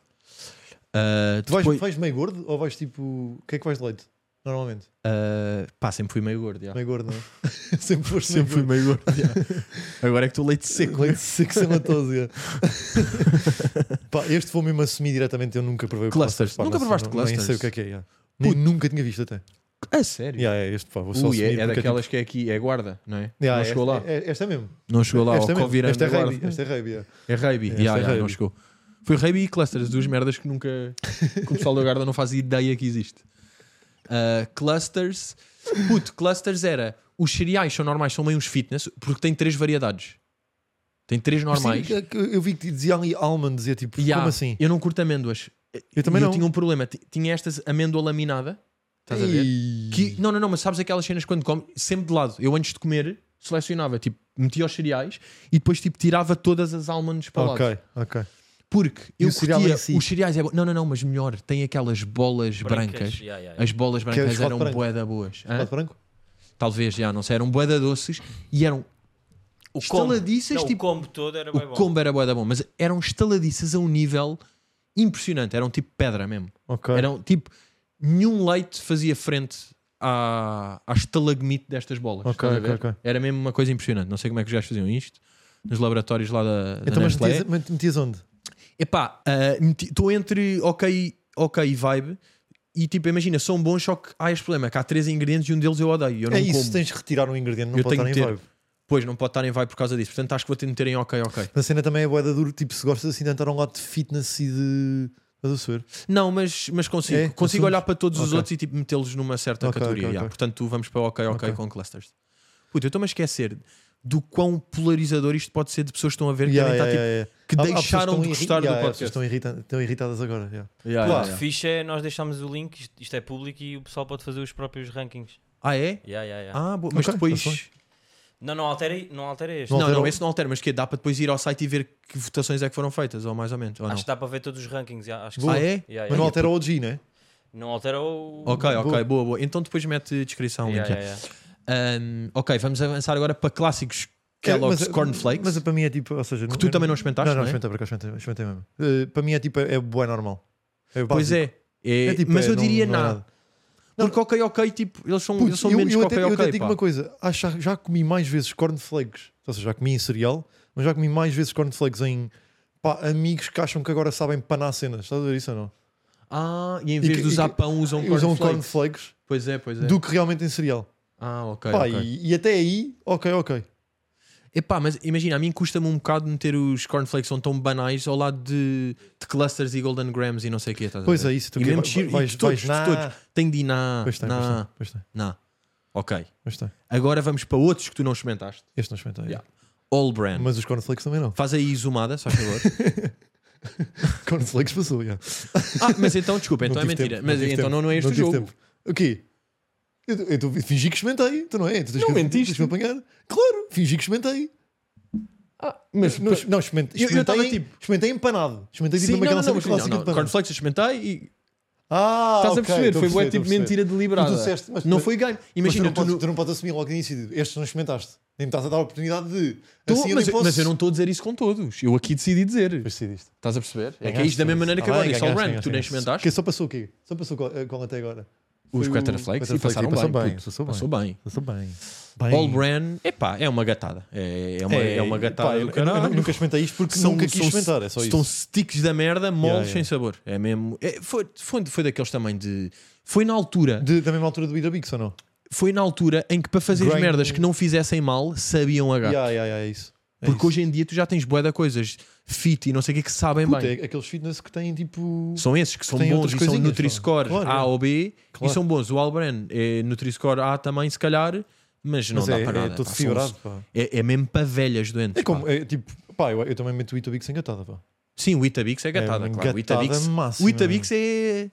Speaker 1: Ah,
Speaker 2: Tu vais,
Speaker 1: depois-
Speaker 2: vais meio gordo ou vais tipo. O que é que vais de leite? Normalmente.
Speaker 1: Ah, pá, sempre fui meio gordo. já.
Speaker 2: Meio gordo, não é? [laughs] sempre foste
Speaker 1: Sempre fui meio [laughs] gordo. já. Agora é que estou leite seco.
Speaker 2: Leite seco sem lactose.
Speaker 1: [laughs]
Speaker 2: yeah. Pá, este vou mesmo assumir diretamente. Eu nunca provei o
Speaker 1: Clusters.
Speaker 2: cluster, pá,
Speaker 1: Nunca
Speaker 2: não-
Speaker 1: provaste
Speaker 2: não-
Speaker 1: clusters?
Speaker 2: Nem sei o que é que é. yeah. Nem- nunca tinha visto até.
Speaker 1: É sério?
Speaker 2: Yeah, é este, pá, vou só
Speaker 1: Ui, é,
Speaker 2: assumir
Speaker 1: é
Speaker 2: porque
Speaker 1: daquelas que é aqui, é guarda, não é?
Speaker 2: tipo- Yeah,
Speaker 1: não
Speaker 2: esta-
Speaker 1: chegou lá.
Speaker 2: é- esta é mesmo.
Speaker 1: não chegou lá,
Speaker 2: esta
Speaker 1: ao
Speaker 2: é mesmo.
Speaker 1: Covid
Speaker 2: Esta é
Speaker 1: guarda.
Speaker 2: Raby. Esta é Raby. yeah.
Speaker 1: É Raby,
Speaker 2: Esta
Speaker 1: yeah,
Speaker 2: é
Speaker 1: yeah, não
Speaker 2: Raby.
Speaker 1: chegou. Foi Raby e Clusters, duas merdas que nunca. que o pessoal da Guarda não faz ideia que existe. Ah, clusters. Puto, Clusters era. Os cereais são normais, são meio uns fitness, porque tem três variedades. Tem três
Speaker 2: Mas sim,
Speaker 1: normais.
Speaker 2: que- que eu vi que dizia ali almond, dizia tipo,
Speaker 1: E há-
Speaker 2: como assim?
Speaker 1: Eu não curto amêndoas.
Speaker 2: Eu também
Speaker 1: E
Speaker 2: não.
Speaker 1: Eu tinha um problema. Ti- Tinha esta amêndoa laminada. Estás a ver?
Speaker 2: Ei.
Speaker 1: Que- não, não, não, mas sabes aquelas cenas quando come, sempre de lado. Eu antes de comer, selecionava, tipo, metia os cereais e depois, tipo, tirava todas as almonds para lá
Speaker 2: Ok, ok.
Speaker 1: Porque
Speaker 2: E
Speaker 1: eu
Speaker 2: o cereal
Speaker 1: curtia,
Speaker 2: em si?
Speaker 1: os cereais é bom. Não, não, não, mas melhor, tem aquelas bolas brancas.
Speaker 3: Yeah, yeah, yeah.
Speaker 1: As bolas
Speaker 2: é
Speaker 1: brancas
Speaker 2: chocolate
Speaker 1: eram
Speaker 2: branco.
Speaker 1: boeda boas. Hã?
Speaker 2: Lado branco?
Speaker 1: Talvez, já, não sei, eram boeda doces e eram
Speaker 3: O
Speaker 1: estaladiças,
Speaker 3: Não, o
Speaker 1: tipo,
Speaker 3: combo todo era
Speaker 1: o
Speaker 3: bem bom.
Speaker 1: combo era boeda bom, mas eram estaladiças a um nível impressionante, eram tipo pedra mesmo.
Speaker 2: Ok.
Speaker 1: Eram tipo, nenhum leite fazia frente à, à estalagmite destas bolas.
Speaker 2: Ok,
Speaker 1: estás a
Speaker 2: ok,
Speaker 1: ver?
Speaker 2: ok.
Speaker 1: Era mesmo uma coisa impressionante. Não sei como é que os gajos faziam isto nos laboratórios lá da, da
Speaker 2: Então, mas
Speaker 1: Nestlé.
Speaker 2: metias, mas metias onde?
Speaker 1: Epá, estou entre ok, ok e vibe. E tipo, imagina, são bons, só que há Ah, este problema: que há três ingredientes e um deles eu odeio. e Eu não
Speaker 2: É isso,
Speaker 1: como.
Speaker 2: tens de retirar um ingrediente, não
Speaker 1: Eu
Speaker 2: pode
Speaker 1: tenho
Speaker 2: estar em
Speaker 1: que ter.
Speaker 2: vibe.
Speaker 1: Pois, não pode estar em vibe por causa disso. Portanto, acho que vou ter de meter em ok, ok.
Speaker 2: Mas A cena também é boeda duro, tipo, se gostas assim de entrar a um lado de fitness e de. Estás a saber?
Speaker 1: Não, mas, mas consigo.
Speaker 2: É?
Speaker 1: Consigo
Speaker 2: Assumes?
Speaker 1: olhar para todos os
Speaker 2: Ok.
Speaker 1: outros e tipo metê-los numa certa
Speaker 2: Ok,
Speaker 1: categoria.
Speaker 2: ok,
Speaker 1: yeah.
Speaker 2: ok.
Speaker 1: Portanto, vamos para ok, ok,
Speaker 2: Ok.
Speaker 1: com clusters. Puta, eu estou-me a esquecer do quão polarizador isto pode ser de pessoas que estão a ver que
Speaker 2: Yeah,
Speaker 1: devem estar,
Speaker 2: yeah,
Speaker 1: tipo,
Speaker 2: yeah, yeah.
Speaker 1: que
Speaker 2: Há- há pessoas
Speaker 1: deixaram
Speaker 2: estão
Speaker 1: de
Speaker 2: irri-
Speaker 1: gostar
Speaker 2: yeah,
Speaker 1: do
Speaker 2: há pessoas
Speaker 1: podcast.
Speaker 2: Estão, irrita- estão irritadas agora. yeah.
Speaker 1: Yeah,
Speaker 2: Claro.
Speaker 1: yeah,
Speaker 3: O
Speaker 1: yeah.
Speaker 3: fixe é nós deixámos o link, isto, isto é público e o pessoal pode fazer os próprios rankings.
Speaker 1: Ah, é?
Speaker 3: Yeah, yeah, yeah.
Speaker 1: Ah, boa. mas
Speaker 2: Ok, tá
Speaker 1: depois.
Speaker 2: bem.
Speaker 3: Não, não altera, não altera este.
Speaker 1: Não,
Speaker 2: altera
Speaker 1: não,
Speaker 2: o-
Speaker 1: esse não altera, mas que dá para depois ir ao site e ver que votações é que foram feitas, ou mais ou menos. Ou não?
Speaker 3: Acho que dá para ver todos os rankings. yeah, acho que
Speaker 1: Ah,
Speaker 3: sim.
Speaker 1: é?
Speaker 3: Yeah,
Speaker 2: Mas não
Speaker 3: yeah.
Speaker 2: altera o OG, né?
Speaker 3: Não altera o.
Speaker 1: Ok, ok,
Speaker 2: Boa.
Speaker 1: boa, boa. Então depois mete descrição.
Speaker 3: Yeah,
Speaker 1: link,
Speaker 3: yeah,
Speaker 1: yeah.
Speaker 3: yeah.
Speaker 1: Ahm, ok, vamos avançar agora para clássicos
Speaker 2: É,
Speaker 1: Kellogg's
Speaker 2: mas-
Speaker 1: Cornflakes.
Speaker 2: Mas para mim é tipo, ou seja,
Speaker 1: que tu também não experimentaste,
Speaker 2: Não,
Speaker 1: não
Speaker 2: não,
Speaker 1: é?
Speaker 2: experimentei, por acaso, experimentei, experimentei mesmo. Eh, para mim é tipo, é boa normal. É
Speaker 1: Pois
Speaker 2: básico.
Speaker 1: é. É,
Speaker 2: É tipo,
Speaker 1: mas
Speaker 2: é,
Speaker 1: eu
Speaker 2: não-
Speaker 1: diria
Speaker 2: não é
Speaker 1: nada.
Speaker 2: nada.
Speaker 1: Porque ok, ok, tipo, eles são, eles
Speaker 2: Putz,
Speaker 1: são
Speaker 2: eu,
Speaker 1: menos
Speaker 2: eu
Speaker 1: que
Speaker 2: até,
Speaker 1: ok,
Speaker 2: eu até
Speaker 1: ok.
Speaker 2: digo
Speaker 1: pá.
Speaker 2: uma coisa, acho, que já comi mais vezes cornflakes, ou seja, já comi em cereal, mas já comi mais vezes cornflakes em pá, amigos que acham que agora sabem panar cenas, estás a ver isso ou não?
Speaker 1: Ah, e em
Speaker 2: E
Speaker 1: vez
Speaker 2: que-
Speaker 1: de usar
Speaker 2: e que-
Speaker 1: pão, usam
Speaker 2: E Usam
Speaker 1: cornflakes.
Speaker 2: cornflakes
Speaker 1: Pois é, pois Um é.
Speaker 2: do que realmente em cereal.
Speaker 1: Ah, ok.
Speaker 2: Pá,
Speaker 1: ok. Ah,
Speaker 2: e, e até aí, ok, ok.
Speaker 1: Epá, mas imagina, a mim custa-me um bocado meter os cornflakes são tão banais ao lado de, de clusters e golden grams e não sei o quê. estás a
Speaker 2: Pois
Speaker 1: ver?
Speaker 2: é, isso, tu
Speaker 1: e
Speaker 2: que-
Speaker 1: mesmo
Speaker 2: vai-
Speaker 1: giro- e
Speaker 2: vais-
Speaker 1: de todos,
Speaker 2: vais na-
Speaker 1: de todos. Tem de ir na,
Speaker 2: Pois tem, pois
Speaker 1: na,
Speaker 2: tem, pois tem,
Speaker 1: na. Ok.
Speaker 2: pois tem.
Speaker 1: Agora vamos para outros que tu não experimentaste.
Speaker 2: Este não experimentei.
Speaker 1: Yeah. All brand.
Speaker 2: Mas os cornflakes também não. [laughs]
Speaker 1: Faz aí zoomada, só favor.
Speaker 2: Cornflakes passou, yeah.
Speaker 1: ah, mas então, desculpa, então
Speaker 2: Não
Speaker 1: é
Speaker 2: tive
Speaker 1: mentira.
Speaker 2: tempo,
Speaker 1: mas
Speaker 2: tive
Speaker 1: então
Speaker 2: tempo,
Speaker 1: não, não é este o
Speaker 2: tive
Speaker 1: jogo.
Speaker 2: tempo. O quê? Eu, eu, tô- eu fingi que experimentei, tu não é? Tu tens
Speaker 1: Não
Speaker 2: que,
Speaker 1: mentiste.
Speaker 2: Tens que me apanhar. Claro, fingi que experimentei.
Speaker 1: mas
Speaker 2: não, não experimente-
Speaker 1: Eu- eu
Speaker 2: experimentei,
Speaker 1: tava tipo-
Speaker 2: experimentei empanado. Experimentei tipo
Speaker 1: Sim, não,
Speaker 2: numa
Speaker 1: não,
Speaker 2: aquela
Speaker 1: não,
Speaker 2: cena
Speaker 1: mas não,
Speaker 2: clássica
Speaker 1: não.
Speaker 2: de panado.
Speaker 1: Cornflakes experimentei e
Speaker 2: Ah,
Speaker 1: estás a
Speaker 2: ok,
Speaker 1: perceber.
Speaker 2: tô
Speaker 1: Foi bué
Speaker 2: perceber,
Speaker 1: tipo
Speaker 2: tô a perceber.
Speaker 1: mentira deliberada.
Speaker 2: Tu disseste, mas-
Speaker 1: não
Speaker 2: mas-
Speaker 1: foi ganho.
Speaker 2: Mas tu
Speaker 1: Imagina,
Speaker 2: não,
Speaker 1: tu
Speaker 2: podes,
Speaker 1: não-
Speaker 2: tu não podes assumir logo de início de, estes não experimentaste. Nem me estás a dar a oportunidade de.
Speaker 1: Tô,
Speaker 2: assim, eu
Speaker 1: mas,
Speaker 2: nem posso.
Speaker 1: mas eu não estou a dizer isso com todos. Eu aqui decidi dizer.
Speaker 2: Mas decidiste.
Speaker 1: Estás a perceber? É que é
Speaker 2: Ganhaste,
Speaker 1: isto da mesma maneira que
Speaker 2: tá
Speaker 1: agora.
Speaker 2: bem,
Speaker 1: Isso ao
Speaker 2: ganhaste,
Speaker 1: rand, tu nem
Speaker 2: ganhaste.
Speaker 1: experimentaste.
Speaker 2: Que só passou o quê? Só passou qual, eh, qual até agora?
Speaker 1: Os
Speaker 2: Foi o-
Speaker 1: Quetterflakes e
Speaker 2: Quarterflakes,
Speaker 1: passaram
Speaker 2: e passou
Speaker 1: bem.
Speaker 2: bem,
Speaker 1: puto.
Speaker 2: passou bem.
Speaker 1: Passou bem.
Speaker 2: Passou bem.
Speaker 1: All Brand, epá, é uma gatada. É, é uma, é, uma gatada.
Speaker 2: pá, eu,
Speaker 1: do
Speaker 2: eu
Speaker 1: caralho.
Speaker 2: nunca experimentei isto porque nunca quis experimentar. É só
Speaker 1: Estão
Speaker 2: isso.
Speaker 1: sticks da merda, moles
Speaker 2: Yeah, yeah.
Speaker 1: sem sabor. É mesmo. é, foi, foi, foi daqueles também de. Foi na altura.
Speaker 2: De- da mesma altura do Irabix ou não?
Speaker 1: Foi na altura em que para fazer as
Speaker 2: Grain-
Speaker 1: merdas que não fizessem mal, sabiam a gato.
Speaker 2: Yeah, yeah, yeah, é isso. É
Speaker 1: Porque
Speaker 2: isso.
Speaker 1: hoje em dia tu já tens bué de coisas fit e não sei o que que sabem
Speaker 2: Puta,
Speaker 1: bem.
Speaker 2: é aqueles fitness que têm tipo.
Speaker 1: São esses que são
Speaker 2: tem
Speaker 1: bons
Speaker 2: outras
Speaker 1: e são
Speaker 2: coisinhas,
Speaker 1: Nutri-Score
Speaker 2: claro.
Speaker 1: A
Speaker 2: Claro,
Speaker 1: ou B
Speaker 2: Claro.
Speaker 1: e são bons. O Albrand é Nutri-Score A também, se calhar, mas não
Speaker 2: Mas
Speaker 1: dá
Speaker 2: é,
Speaker 1: para
Speaker 2: é
Speaker 1: nada.
Speaker 2: todo
Speaker 1: pá, são-
Speaker 2: fibrado, pá.
Speaker 1: é, é mesmo para velhas doentes.
Speaker 2: É como,
Speaker 1: pá.
Speaker 2: é tipo, pá, eu, eu também meto o Itabix sem gatada, pá.
Speaker 1: Sim, o Itabix é gatada,
Speaker 2: uma
Speaker 1: claro. O
Speaker 2: gatada
Speaker 1: Itabix,
Speaker 2: máxima,
Speaker 1: o Itabix é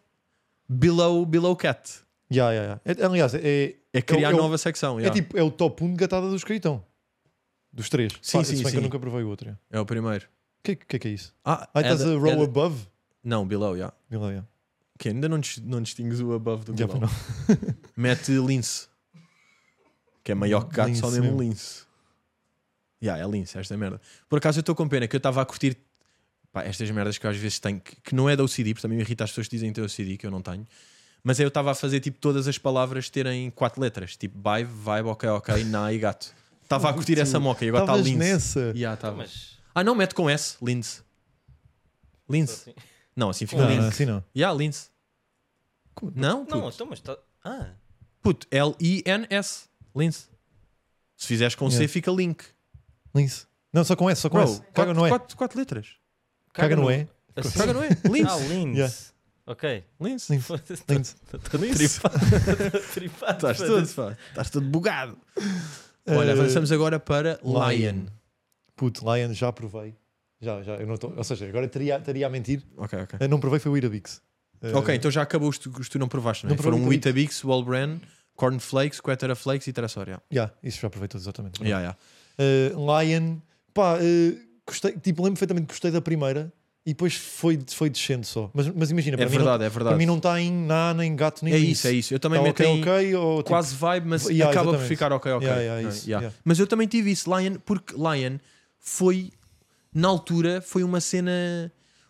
Speaker 1: below, below cat.
Speaker 2: Yeah, yeah, yeah. É- aliás, é,
Speaker 1: É criar
Speaker 2: é o-
Speaker 1: nova secção.
Speaker 2: é
Speaker 1: yeah.
Speaker 2: tipo, é o top 1 de gatada dos Caetão. Dos três.
Speaker 1: Sim,
Speaker 2: Pá,
Speaker 1: sim,
Speaker 2: se bem
Speaker 1: sim.
Speaker 2: que eu nunca provei o outro. O
Speaker 1: É o primeiro.
Speaker 2: que, que é que é isso?
Speaker 1: Ah,
Speaker 2: Ah,
Speaker 1: é
Speaker 2: estás
Speaker 1: da-
Speaker 2: a
Speaker 1: é
Speaker 2: row
Speaker 1: da-
Speaker 2: above?
Speaker 1: Não, below, já.
Speaker 2: Vê lá, yeah.
Speaker 1: Que ainda não, dis- não distingues o above do
Speaker 2: Yeah,
Speaker 1: below.
Speaker 2: pá, não.
Speaker 1: Mete lince. Que é maior que gato, só
Speaker 2: Lince
Speaker 1: mesmo
Speaker 2: mesmo.
Speaker 1: lince. Ya, é lince, esta merda. Por acaso eu estou com pena que eu estava a curtir pá, estas merdas que eu às vezes tenho, que, que não é da OCD, porque também me irrita as pessoas que dizem ter OCD, que eu não tenho. Mas eu estava a fazer tipo todas as palavras terem quatro letras, tipo vibe, vibe, ok,
Speaker 2: [laughs]
Speaker 1: ok, na e gato. Estava a curtir essa moca e agora está
Speaker 2: Estavas
Speaker 1: Lindsay.
Speaker 2: nessa.
Speaker 1: Yeah, tava.
Speaker 3: Mas.
Speaker 1: Ah, não, mete com S, Lindsay. Lindsay.
Speaker 3: Assim.
Speaker 1: Não, assim fica
Speaker 2: Não,
Speaker 1: Lindsay.
Speaker 2: não, assim não.
Speaker 1: Yeah, Lindsay. Não, puto.
Speaker 3: Não, então, mas tá- Ah,
Speaker 1: Puto, L-I-N-S. Lince. Se fizeres com C,
Speaker 2: Yeah.
Speaker 1: fica link.
Speaker 2: Lince. Não, só com S, só com
Speaker 1: Bro,
Speaker 2: S.
Speaker 1: quatro,
Speaker 2: Caga no E.
Speaker 1: Quatro, quatro letras.
Speaker 2: Caga no E.
Speaker 3: Assim.
Speaker 1: Caga, não é?
Speaker 3: [laughs] Ah,
Speaker 1: Lince.
Speaker 3: Linz.
Speaker 2: Yeah.
Speaker 3: Ok.
Speaker 1: Lince.
Speaker 2: Lince. Lince.
Speaker 1: Lince.
Speaker 3: Tripado.
Speaker 1: Estás todo, pá. Estás todo bugado. Olha,
Speaker 2: Eh,
Speaker 1: avançamos agora para
Speaker 2: Lion.
Speaker 1: Lion.
Speaker 2: Puto, Lion, já provei. Já, já. Eu não tô... Ou seja, agora teria, teria a mentir.
Speaker 1: Ok, ok.
Speaker 2: Eh, Não provei, foi o Irabix. Eh,
Speaker 1: Ok, então já acabou os tu, os tu não provaste, não é?
Speaker 2: Não um provei
Speaker 1: Foram
Speaker 2: o
Speaker 1: o Itabix, o Allbran, Cornflakes, Quetera Flakes e Terasória.
Speaker 2: já, isso já provei todos, exatamente.
Speaker 1: Yeah, yeah.
Speaker 2: Eh, Lion, pá, eh, gostei, tipo, lembro perfeitamente que gostei da primeira e depois foi, foi descendo só. Mas, mas imagina,
Speaker 1: É
Speaker 2: para,
Speaker 1: verdade, é
Speaker 2: mim não, para
Speaker 1: verdade.
Speaker 2: mim não está em na, nem gato, nem
Speaker 1: É
Speaker 2: Lice.
Speaker 1: isso, é isso. Eu
Speaker 2: Tá
Speaker 1: também meto
Speaker 2: ok,
Speaker 1: em-
Speaker 2: ok, ou tipo,
Speaker 1: quase vibe, mas
Speaker 2: Yeah,
Speaker 1: acaba
Speaker 2: exatamente.
Speaker 1: por ficar ok, ok.
Speaker 2: Yeah, yeah,
Speaker 1: Não,
Speaker 2: isso,
Speaker 1: yeah.
Speaker 2: yeah.
Speaker 1: Mas eu também tive isso, Lion, porque Lion foi, na altura, foi uma cena.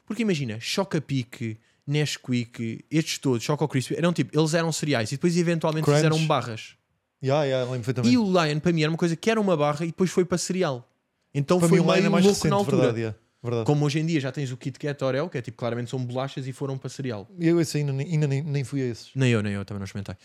Speaker 1: Porque imagina, Chocapic, Nesquik, estes todos, Choco Crispy, eram tipo, eles eram cereais e depois eventualmente
Speaker 2: Crunch.
Speaker 1: fizeram barras.
Speaker 2: já, já, lembro perfeitamente.
Speaker 1: E o Lion, para mim, era uma coisa que era uma barra e depois foi para cereal. Então
Speaker 2: para
Speaker 1: foi
Speaker 2: mim o Lion é
Speaker 1: meio
Speaker 2: mais
Speaker 1: louco
Speaker 2: recente,
Speaker 1: na altura.
Speaker 2: verdade. é, verdade.
Speaker 1: Como hoje em dia já tens o Kit Kat Oreo, que é tipo, claramente são bolachas e foram para cereal.
Speaker 2: Eu esse ainda, nem- ainda nem, nem fui a esses.
Speaker 1: Nem eu, nem eu, também não experimentei.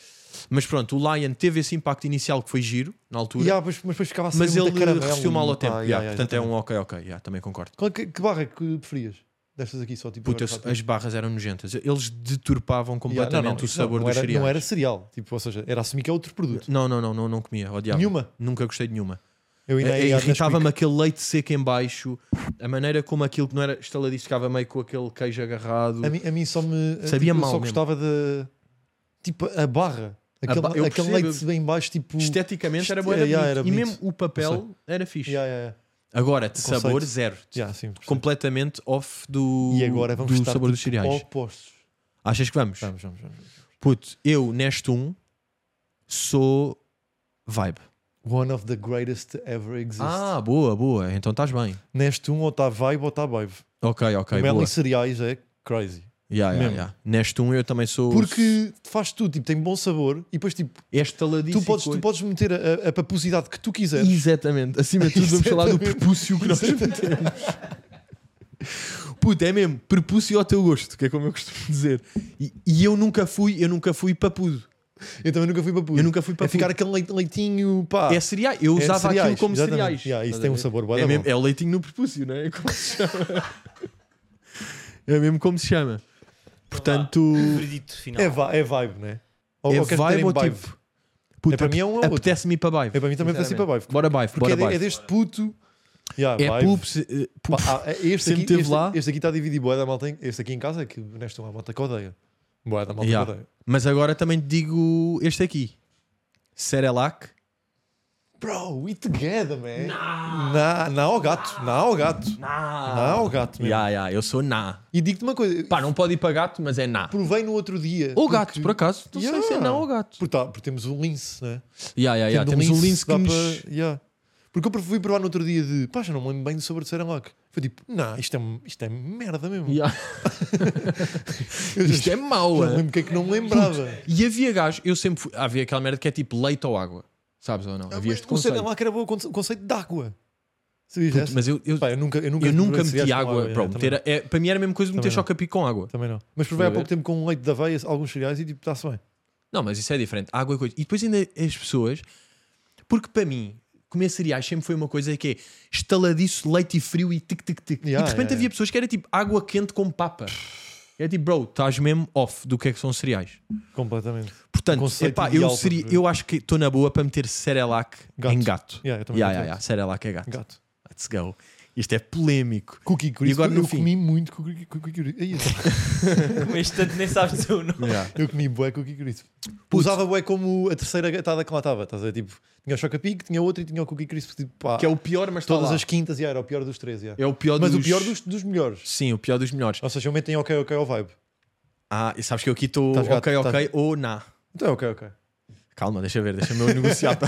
Speaker 1: Mas pronto, o Lion teve esse impacto inicial que foi giro, na altura.
Speaker 2: Já, mas, mas depois ficava assim.
Speaker 1: mas ele
Speaker 2: caramelo,
Speaker 1: resistiu mal ao
Speaker 2: pá,
Speaker 1: tempo.
Speaker 2: já,
Speaker 1: yeah,
Speaker 2: já,
Speaker 1: portanto, é
Speaker 2: exatamente.
Speaker 1: um ok, ok. yeah, também concordo.
Speaker 2: Qual é que, que barra que preferias? Destas aqui só, tipo.
Speaker 1: Puta,
Speaker 2: agora rápido.
Speaker 1: as barras eram nojentas. Eles deturpavam
Speaker 2: Já,
Speaker 1: completamente
Speaker 2: não, não,
Speaker 1: o
Speaker 2: isso não,
Speaker 1: sabor
Speaker 2: não
Speaker 1: dos
Speaker 2: era,
Speaker 1: cereais.
Speaker 2: Não era cereal, tipo, ou seja, era assumir que é outro produto.
Speaker 1: Não, não, não, não, não comia. Odiava.
Speaker 2: Nenhuma.
Speaker 1: Nunca gostei de nenhuma.
Speaker 2: Eu ainda
Speaker 1: Eh,
Speaker 2: ia
Speaker 1: eh,
Speaker 2: à
Speaker 1: Irritava-me
Speaker 2: Nesquik.
Speaker 1: aquele leite seco em baixo, a maneira como aquilo que não era estaladiço ficava meio com aquele queijo agarrado.
Speaker 2: A mim, a mim só me.
Speaker 1: Sabia
Speaker 2: tipo, eu
Speaker 1: mal
Speaker 2: Só
Speaker 1: mesmo.
Speaker 2: gostava de. Tipo, a barra. Aquele,
Speaker 1: ba- eu
Speaker 2: aquele
Speaker 1: percebo,
Speaker 2: leite bem baixo, tipo.
Speaker 1: Esteticamente era
Speaker 2: este-
Speaker 1: bom, era,
Speaker 2: yeah,
Speaker 1: bonito.
Speaker 2: era
Speaker 1: E
Speaker 2: bonito.
Speaker 1: mesmo o papel era fixe.
Speaker 2: Yeah, yeah,
Speaker 1: Agora, de
Speaker 2: O conceito.
Speaker 1: sabor, zero.
Speaker 2: yeah. Yeah, sim, percebo.
Speaker 1: Completamente off do,
Speaker 2: e agora vamos
Speaker 1: do
Speaker 2: estar
Speaker 1: sabor dos
Speaker 2: tipo,
Speaker 1: cereais.
Speaker 2: opostos.
Speaker 1: Achas que vamos?
Speaker 2: Vamos, vamos, vamos.
Speaker 1: Puto, eu neste um sou vibe.
Speaker 2: One of the greatest ever exist.
Speaker 1: Ah, boa, boa. Então estás bem.
Speaker 2: Neste um, ou está vibe ou está vibe.
Speaker 1: Ok, ok,
Speaker 2: Mel
Speaker 1: boa.
Speaker 2: e cereais é crazy.
Speaker 1: Yeah, yeah,
Speaker 2: Mesmo.
Speaker 1: yeah. Neste um eu também sou.
Speaker 2: Porque faz tudo, tipo, tem bom sabor e depois, tipo,
Speaker 1: é estaladíssimo.
Speaker 2: tu podes, tu podes meter a, a, a papusidade que tu quiseres.
Speaker 1: Exatamente. Acima de tudo, vamos falar do prepúcio que nós metemos. Puto, é mesmo, prepúcio ao teu gosto, que é como eu costumo dizer. E, e eu nunca fui, eu nunca fui papudo.
Speaker 2: Eu também nunca fui papudo.
Speaker 1: Eu nunca fui
Speaker 2: É
Speaker 1: papudo.
Speaker 2: ficar aquele leit- leitinho, pá.
Speaker 1: É cereais. Eu
Speaker 2: É
Speaker 1: usava
Speaker 2: cereais,
Speaker 1: aquilo como
Speaker 2: exatamente.
Speaker 1: cereais.
Speaker 2: Yeah, isso
Speaker 1: Estás
Speaker 2: tem
Speaker 1: a
Speaker 2: um
Speaker 1: ver?
Speaker 2: sabor bué
Speaker 1: é,
Speaker 2: da
Speaker 1: mesmo-
Speaker 2: bom.
Speaker 1: é o leitinho no prepúcio, não é? [laughs] É como se chama. é mesmo como se chama. Portanto,
Speaker 3: Verdito final.
Speaker 2: É, va- é vibe, né? Ou,
Speaker 1: é
Speaker 2: ou queres meter
Speaker 1: vibe
Speaker 2: em
Speaker 1: ou
Speaker 2: vibe?
Speaker 1: tipo. Puta,
Speaker 2: É para mim é um ou outro.
Speaker 1: Apetece-me ir para vibe.
Speaker 2: É para mim também apetece ir para vibe.
Speaker 1: Bora vibe,
Speaker 2: Porque
Speaker 1: bora
Speaker 2: é, de- é
Speaker 1: vibe.
Speaker 2: deste puto. Yeah,
Speaker 1: É
Speaker 2: vibe.
Speaker 1: pubs, eh,
Speaker 2: Pá,
Speaker 1: pubs.
Speaker 2: ah, este,
Speaker 1: Sempre
Speaker 2: aqui,
Speaker 1: teve
Speaker 2: este,
Speaker 1: lá.
Speaker 2: este aqui está dividido. Boa da malta. em- Este aqui em casa é que nesta é uma malta que odeia. Boa da malta
Speaker 1: Yeah.
Speaker 2: que odeia.
Speaker 1: Mas agora também te digo este aqui. Cerelac.
Speaker 2: Bro, we together, man. Não, não ao gato. Não ao gato. Não ao gato mesmo.
Speaker 1: Ya, ya, eu sou na.
Speaker 2: E digo-te uma coisa.
Speaker 1: Pá, não pode ir para gato, mas é na.
Speaker 2: Provei no outro dia.
Speaker 1: Ou
Speaker 2: porque-
Speaker 1: gato, por acaso. Tu
Speaker 2: Yeah.
Speaker 1: sabes se é na ou gato.
Speaker 2: Porque, tá, porque temos um lince, né?
Speaker 1: Ya, ya, ya.
Speaker 2: Tendo
Speaker 1: Temos um lince que
Speaker 2: dá
Speaker 1: nos...
Speaker 2: para- yeah. Porque eu fui provar no outro dia de pá, já não me lembro bem do sabor de Cerelac. Foi tipo, não, isto é, isto é merda mesmo. [laughs]
Speaker 1: Ya.
Speaker 2: Eu já-
Speaker 1: Isto é mau,
Speaker 2: já
Speaker 1: é?
Speaker 2: me lembro o que é que não me lembrava.
Speaker 1: E havia gajo, eu sempre fui... Havia aquela merda que é tipo leite ou água. Sabes ou não? Havia este
Speaker 2: o
Speaker 1: conceito.
Speaker 2: Cerelac era bom, o conce- o conceito de água. Sabias
Speaker 1: Puto,
Speaker 2: essa?
Speaker 1: Mas eu, eu,
Speaker 2: Pá, eu nunca, eu nunca,
Speaker 1: eu nunca
Speaker 2: provei cereais
Speaker 1: meti
Speaker 2: com
Speaker 1: água.
Speaker 2: é,
Speaker 1: bro,
Speaker 2: também,
Speaker 1: meter- é, para mim era é. a mesma coisa de meter
Speaker 2: Também não.
Speaker 1: chocapic com água.
Speaker 2: também não. Mas provei há
Speaker 1: Estás a
Speaker 2: pouco tempo com leite de aveia, alguns cereais e tipo, está-se bem.
Speaker 1: Não, mas isso é diferente. Água é coisa. E depois ainda as pessoas. Porque para mim, comer cereais sempre foi uma coisa que é estaladiço, leite e frio e tic-tic-tic.
Speaker 2: Yeah,
Speaker 1: e de repente
Speaker 2: yeah,
Speaker 1: havia pessoas que era tipo água quente com papa. É tipo, bro, estás mesmo off do que é que são cereais.
Speaker 2: Completamente.
Speaker 1: Portanto,
Speaker 2: Conceito
Speaker 1: epá, eu,
Speaker 2: ideal para
Speaker 1: seria-
Speaker 2: viver.
Speaker 1: eu acho que estou na boa para meter Cerelac
Speaker 2: Gato.
Speaker 1: em gato.
Speaker 2: Yeah, eu também
Speaker 1: yeah, yeah,
Speaker 2: meto
Speaker 1: yeah. Cerelac é gato.
Speaker 2: Gato.
Speaker 1: Let's go. Isto é polémico.
Speaker 2: Cookie
Speaker 1: E
Speaker 2: Crisp.
Speaker 1: agora no
Speaker 2: eu
Speaker 1: fim.
Speaker 2: comi muito cookie, cookie, cookie crisp.
Speaker 3: Mas tanto nem sabes dizer o nome.
Speaker 2: Eu comi bué cookie crisp. Usava bué como a terceira gatada que lá estava. Estás a ver? Tipo, tinha o Chocapic, tinha outro e tinha o cookie crisp. Tipo, pá,
Speaker 1: Que é o pior, mas está
Speaker 2: todas
Speaker 1: lá.
Speaker 2: as quintas, yeah, era o pior dos três. yeah.
Speaker 1: É o pior
Speaker 2: Mas
Speaker 1: dos...
Speaker 2: o pior dos, dos melhores.
Speaker 1: Sim, o pior dos melhores.
Speaker 2: Ou seja, eu meto em ok, ok ao vibe.
Speaker 1: Ah, e sabes que eu aqui estou
Speaker 2: Estás gato,
Speaker 1: ok,
Speaker 2: estás
Speaker 1: ok ou na.
Speaker 2: Então é ok, ok.
Speaker 1: Calma, deixa ver, deixa-me eu negociar.
Speaker 2: [laughs]
Speaker 1: pa-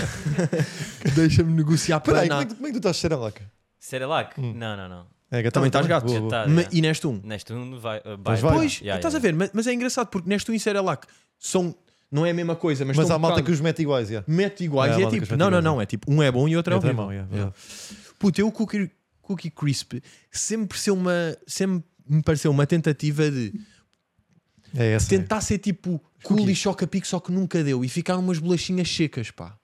Speaker 1: deixa-me negociar para
Speaker 2: Peraí, como, é
Speaker 1: nada.
Speaker 2: que, como é que tu estás a ser a laca?
Speaker 3: Cerelac? Não, não, não.
Speaker 2: É, gato,
Speaker 1: Também estás gato.
Speaker 2: Boa, boa.
Speaker 3: Tá,
Speaker 1: Ma-
Speaker 3: é.
Speaker 1: E neste um.
Speaker 3: Neste um vai. Uh,
Speaker 2: Mas
Speaker 3: vai
Speaker 2: vai.
Speaker 1: Pois,
Speaker 3: Yeah,
Speaker 1: estás
Speaker 3: yeah,
Speaker 1: a ver, ma- mas é engraçado porque neste um em Cerelac são. Não é a mesma coisa, mas,
Speaker 2: Mas
Speaker 1: estão
Speaker 2: há
Speaker 1: um
Speaker 2: malta que
Speaker 1: bocado-
Speaker 2: os mete iguais, yeah.
Speaker 1: mete iguais
Speaker 2: É, há
Speaker 1: e é
Speaker 2: malta que
Speaker 1: tipo,
Speaker 2: os mete
Speaker 1: não, não,
Speaker 2: iguais,
Speaker 1: não, é tipo, um é bom e outro é,
Speaker 2: Outra
Speaker 1: horrível.
Speaker 2: mão, yeah,
Speaker 1: Yeah.
Speaker 2: verdade.
Speaker 1: Puto, eu o cookie, cookie Crisp sempre, ser uma, sempre me pareceu uma tentativa de
Speaker 2: É essa.
Speaker 1: tentar ser tipo cool e choca-pico, só que nunca deu. E ficaram umas bolachinhas secas, pá.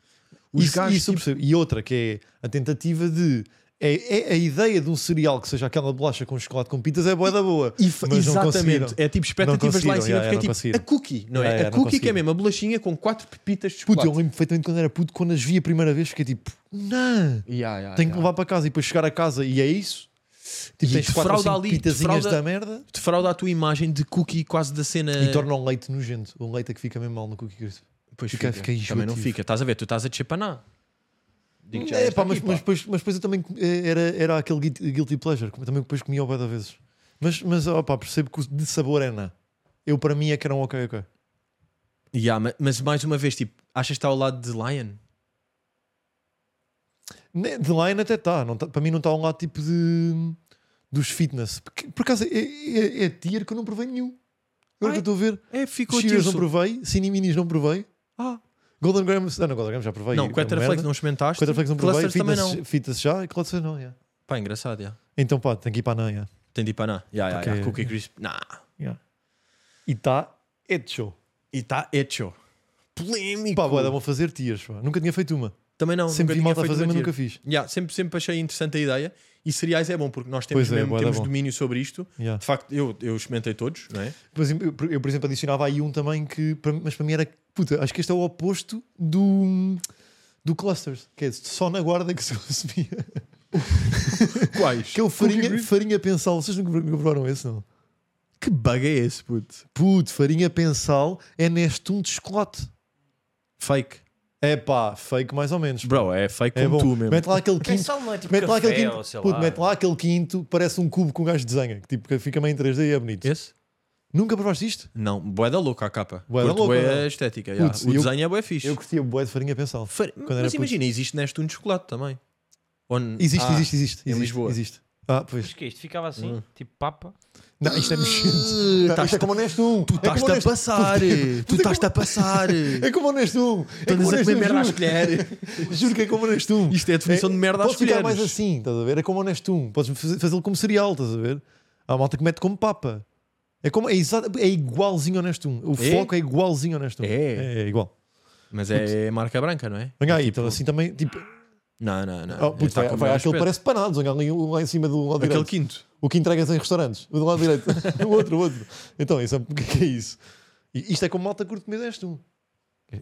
Speaker 1: Os
Speaker 2: Isso-
Speaker 1: gajos,
Speaker 2: isso eu
Speaker 1: tipo,
Speaker 2: percebo. E outra que é a tentativa de. É, é a ideia de um cereal que seja aquela bolacha com chocolate com pitas é boa da boa.
Speaker 1: e fa-
Speaker 2: mas não conseguiram.
Speaker 1: exatamente, é tipo expectativas lá em
Speaker 2: conseguiram,
Speaker 1: cima, porque
Speaker 2: yeah, não
Speaker 1: é tipo
Speaker 2: conseguiram.
Speaker 1: a cookie, não é?
Speaker 2: Yeah, yeah,
Speaker 1: a
Speaker 2: não
Speaker 1: cookie que é
Speaker 2: conseguiram.
Speaker 1: mesmo a bolachinha com quatro pepitas de
Speaker 2: Puto,
Speaker 1: chocolate.
Speaker 2: eu lembro perfeitamente quando era puto, quando as vi a primeira vez, fiquei tipo, não,
Speaker 1: Yeah, yeah,
Speaker 2: tenho
Speaker 1: yeah.
Speaker 2: que levar para casa e depois chegar a casa e é isso. Tipo,
Speaker 1: Ah, E
Speaker 2: tens quatro ou
Speaker 1: defrauda
Speaker 2: cinco
Speaker 1: ali,
Speaker 2: pitazinhas
Speaker 1: defrauda-
Speaker 2: da merda
Speaker 1: Defrauda a tua imagem de cookie quase da cena.
Speaker 2: e torna um leite nojento. Um leite é que fica mesmo mal no cookie crisp.
Speaker 1: Pois
Speaker 2: Fica- fica
Speaker 1: Também não
Speaker 2: enjoativo.
Speaker 1: fica. Estás a ver? Tu estás a deschapanar. Digo-te já
Speaker 2: É,
Speaker 1: esta
Speaker 2: pá, mas,
Speaker 1: aqui,
Speaker 2: mas depois, mas depois eu também eh, era, era aquele guilty guilty pleasure, como eu também depois comia ao bué da vezes. Mas, mas ó, pá, percebo que o de sabor é na. Eu para mim é que era um ok, ok.
Speaker 1: Yeah, ma- mas mais uma vez, tipo, achas que está ao lado de Lion?
Speaker 2: Ne- De line até está, não tá- para mim não está um lado tipo de dos fitness. Porque, por acaso é, é, é tier que eu não provei nenhum. Agora
Speaker 1: Ai,
Speaker 2: que eu estou a ver.
Speaker 1: É, ficou
Speaker 2: Cheers não
Speaker 1: tio-
Speaker 2: provei, Cineminis não provei,
Speaker 1: Ah,
Speaker 2: Golden Grams, ah não, Golden Grams já provei.
Speaker 1: não, Quetterflex não experimentaste.
Speaker 2: Quetterflex não provei,
Speaker 1: Clusters também
Speaker 2: Fitness,
Speaker 1: não.
Speaker 2: Fitness já e Clusters não, yeah.
Speaker 1: Pá, engraçado, yeah.
Speaker 2: Então pá, tem que ir para a Nan, yeah.
Speaker 1: Tem de ir para não. Yeah, yeah,
Speaker 2: Porque-
Speaker 1: yeah. Cookie Crisp. Nah.
Speaker 2: E está, é de show.
Speaker 1: E está hecho. Polémico.
Speaker 2: Pá, boa, vão fazer tiers, pá. nunca tinha feito uma.
Speaker 1: também não.
Speaker 2: Sempre vi
Speaker 1: nunca tinha
Speaker 2: malta
Speaker 1: feito
Speaker 2: fazer, mas
Speaker 1: divertir.
Speaker 2: nunca fiz.
Speaker 1: Yeah, sempre, sempre achei interessante a ideia. E cereais é bom, porque nós temos,
Speaker 2: Pois é,
Speaker 1: mesmo,
Speaker 2: bué da
Speaker 1: temos
Speaker 2: bom.
Speaker 1: domínio sobre isto.
Speaker 2: Yeah.
Speaker 1: De facto, eu, eu experimentei todos, não
Speaker 2: [laughs]
Speaker 1: é?
Speaker 2: Por exemplo, eu, eu, por exemplo, adicionava aí um também que, para- mas para mim era, puta, acho que este é o oposto do, do Clusters, que é só na guarda que se consumia.
Speaker 1: Quais?
Speaker 2: Que é o farinha, farinha pensal, vocês nunca nunca provaram esse, não?
Speaker 1: Que bug é esse, puto?
Speaker 2: Puto, farinha pensal é neste um de chocolate.
Speaker 1: Fake.
Speaker 2: É pá, fake mais ou menos.
Speaker 1: Bro, é fake
Speaker 2: É
Speaker 1: como
Speaker 2: bom.
Speaker 1: tu mesmo.
Speaker 2: Mete lá aquele
Speaker 3: Quem
Speaker 2: quinto.
Speaker 3: sabe não é tipo
Speaker 2: Mete lá,
Speaker 3: café
Speaker 2: aquele quinto,
Speaker 3: ou sei
Speaker 2: puto,
Speaker 3: lá.
Speaker 2: mete lá aquele quinto, parece um cubo que um gajo desenha, que tipo, que fica meio em 3D e é bonito.
Speaker 1: Esse?
Speaker 2: Nunca provaste isto?
Speaker 1: Não, boeda louca a capa.
Speaker 2: Bué da
Speaker 1: Curto
Speaker 2: louca,
Speaker 1: bué
Speaker 2: não é?
Speaker 1: a estética. yeah.
Speaker 2: Putz,
Speaker 1: O
Speaker 2: eu-
Speaker 1: desenho é bué fixe.
Speaker 2: Eu curtia boé de farinha pensal.
Speaker 1: Far-
Speaker 2: Quando era
Speaker 1: Mas
Speaker 2: puto.
Speaker 1: imagina, existe Nestum de chocolate também. Ou n-
Speaker 2: Existe,
Speaker 1: Ah,
Speaker 2: existe, existe.
Speaker 1: em
Speaker 2: existe,
Speaker 1: Lisboa.
Speaker 2: Existe. Ah, pois.
Speaker 3: Mas que é isto ficava assim,
Speaker 2: Hum.
Speaker 3: tipo papa.
Speaker 2: Não, isto é nojento. Não,
Speaker 1: estás-
Speaker 2: isto é como o Neste 1.
Speaker 1: Tu
Speaker 2: é como o
Speaker 1: estás-te a
Speaker 2: Neste-
Speaker 1: passar.
Speaker 2: [laughs]
Speaker 1: Tu estás-te a passar.
Speaker 2: É como o Neste 1. É como
Speaker 1: Todas
Speaker 2: o
Speaker 1: a
Speaker 2: Neste
Speaker 1: comer merda às
Speaker 2: juro.
Speaker 1: colheres.
Speaker 2: [laughs] Juro que é como o Neste 1.
Speaker 1: Isto é a definição de merda às
Speaker 2: Podes ficar
Speaker 1: colheres.
Speaker 2: mais assim, estás a ver? É como o Neste 1. Podes faz- fazê-lo como cereal, estás a ver? Há malta que mete como papa. É, como, é, exa- é igualzinho ao Neste 1. O foco é igualzinho ao Neste 1.
Speaker 1: É?
Speaker 2: é igual.
Speaker 1: Mas é marca branca, não é?
Speaker 2: Venha aí,
Speaker 1: Tipo-
Speaker 2: então assim também. Tipo,
Speaker 1: Não, não, não.
Speaker 2: oh, puto,
Speaker 1: Está
Speaker 2: vai,
Speaker 1: com o
Speaker 2: vai,
Speaker 1: meu
Speaker 2: aquele
Speaker 1: aspecto.
Speaker 2: parece panados. Olha ali um lá em cima do lado
Speaker 1: Aquele
Speaker 2: direito.
Speaker 1: quinto.
Speaker 2: O que entregas em restaurantes. O do lado direito. [laughs] o outro, o outro. Então, isso é, o que é que é isso? E isto é como malta curto comer deste um.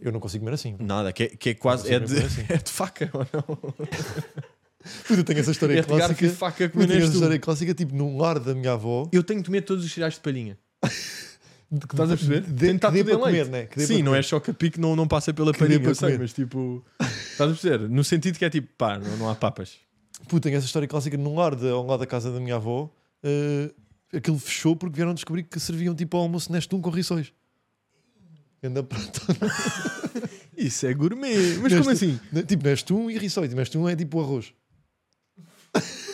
Speaker 2: Eu não consigo comer assim.
Speaker 1: Nada, que é, que é quase.
Speaker 2: Não
Speaker 1: É
Speaker 2: sei
Speaker 1: de,
Speaker 2: bem como
Speaker 1: [laughs]
Speaker 2: é
Speaker 1: é de faca ou
Speaker 2: [laughs]
Speaker 1: não?
Speaker 2: Puta, eu tenho essa história
Speaker 1: É de garfo e
Speaker 2: clássica.
Speaker 1: faca que
Speaker 2: Eu tenho essa
Speaker 1: maneste
Speaker 2: história clássica, tipo, num lar da minha avó.
Speaker 1: Eu tenho de comer todos os cereais de palhinha.
Speaker 2: Estás
Speaker 1: a perceber?
Speaker 2: De,
Speaker 1: Tentar
Speaker 2: que dê
Speaker 1: tudo em
Speaker 2: para comer,
Speaker 1: leite.
Speaker 2: né? Que dê
Speaker 1: Sim,
Speaker 2: para
Speaker 1: não
Speaker 2: comer.
Speaker 1: é choca pique, não, não passa pela
Speaker 2: dê
Speaker 1: palhinha,
Speaker 2: para
Speaker 1: eu sei,
Speaker 2: comer.
Speaker 1: mas tipo. Estás a perceber? No sentido que é tipo, pá, não, não há papas.
Speaker 2: Puta, tenho essa história clássica num lar de, ao lado da casa da minha avó. eh, aquilo fechou porque vieram descobrir que serviam tipo ao almoço neste um com rissóis. Anda prato.
Speaker 1: Isso é gourmet. Mas como
Speaker 2: Neste-
Speaker 1: assim?
Speaker 2: ne- [laughs] Tipo, neste um e rissóis. Neste um é tipo arroz.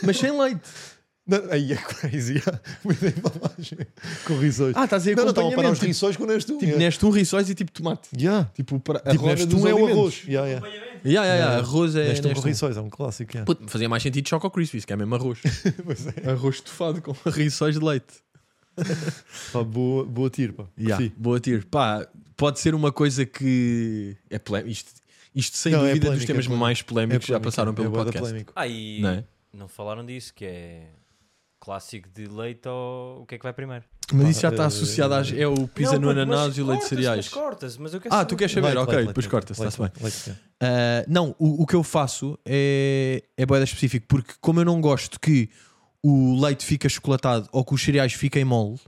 Speaker 1: Mas sem leite.
Speaker 2: Não, aí é [laughs] crazy. Muita embalagem. Com rissóis.
Speaker 1: Ah, estás a dizer
Speaker 2: não, não, estão a parar
Speaker 1: acompanhamento.
Speaker 2: os
Speaker 1: Tipo,
Speaker 2: rissóis com neste um.
Speaker 1: tipo,
Speaker 2: yeah.
Speaker 1: neste um rissóis e tipo tomate.
Speaker 2: Yeah.
Speaker 1: Tipo, para, a
Speaker 2: Tipo,
Speaker 1: roda
Speaker 2: neste
Speaker 1: dos
Speaker 2: um é o
Speaker 1: alimentos.
Speaker 2: arroz. Yeah, yeah.
Speaker 1: Yeah, yeah, yeah. Arroz é.
Speaker 2: Neste um com
Speaker 1: neste um.
Speaker 2: rissóis, é um clássico. yeah.
Speaker 1: Puto, fazia mais sentido Choco Crispies, que é mesmo arroz.
Speaker 2: [laughs] Pois é.
Speaker 1: arroz estufado com [laughs] rissóis de leite.
Speaker 2: Pá, boa, boa tiro, pá.
Speaker 1: Yeah,
Speaker 2: Curti.
Speaker 1: boa tiro. Pá, pode ser uma coisa que é polé- isto, isto sem
Speaker 2: Não, é
Speaker 1: dúvida dos
Speaker 2: polémico,
Speaker 1: temas
Speaker 2: é polémico.
Speaker 1: mais polémicos que já
Speaker 2: polémico,
Speaker 1: passaram pelo
Speaker 2: é bué da
Speaker 1: podcast.
Speaker 2: polémico.
Speaker 3: Ah, e
Speaker 1: Não
Speaker 3: não,
Speaker 1: é?
Speaker 3: falaram disso, que é clássico de leite ou o que é que vai primeiro?
Speaker 1: Mas
Speaker 2: Pá,
Speaker 1: isso já está
Speaker 2: eh,
Speaker 1: associado às, é o pizza
Speaker 3: Não,
Speaker 1: no
Speaker 3: puto,
Speaker 1: ananás
Speaker 3: mas
Speaker 1: e o leite de
Speaker 3: cortas,
Speaker 1: cereais.
Speaker 3: Mas cortas, mas eu quero
Speaker 1: Ah,
Speaker 3: saber.
Speaker 1: tu queres saber?
Speaker 2: Leite,
Speaker 1: ok,
Speaker 2: leite,
Speaker 1: depois
Speaker 2: leite,
Speaker 1: corta-se,
Speaker 2: leite,
Speaker 1: está-se bem.
Speaker 2: leite, leite,
Speaker 1: Ah, não, o, o que eu faço é, é boeda específico, porque como eu não gosto que o leite fique achocolatado ou que os cereais fiquem mole,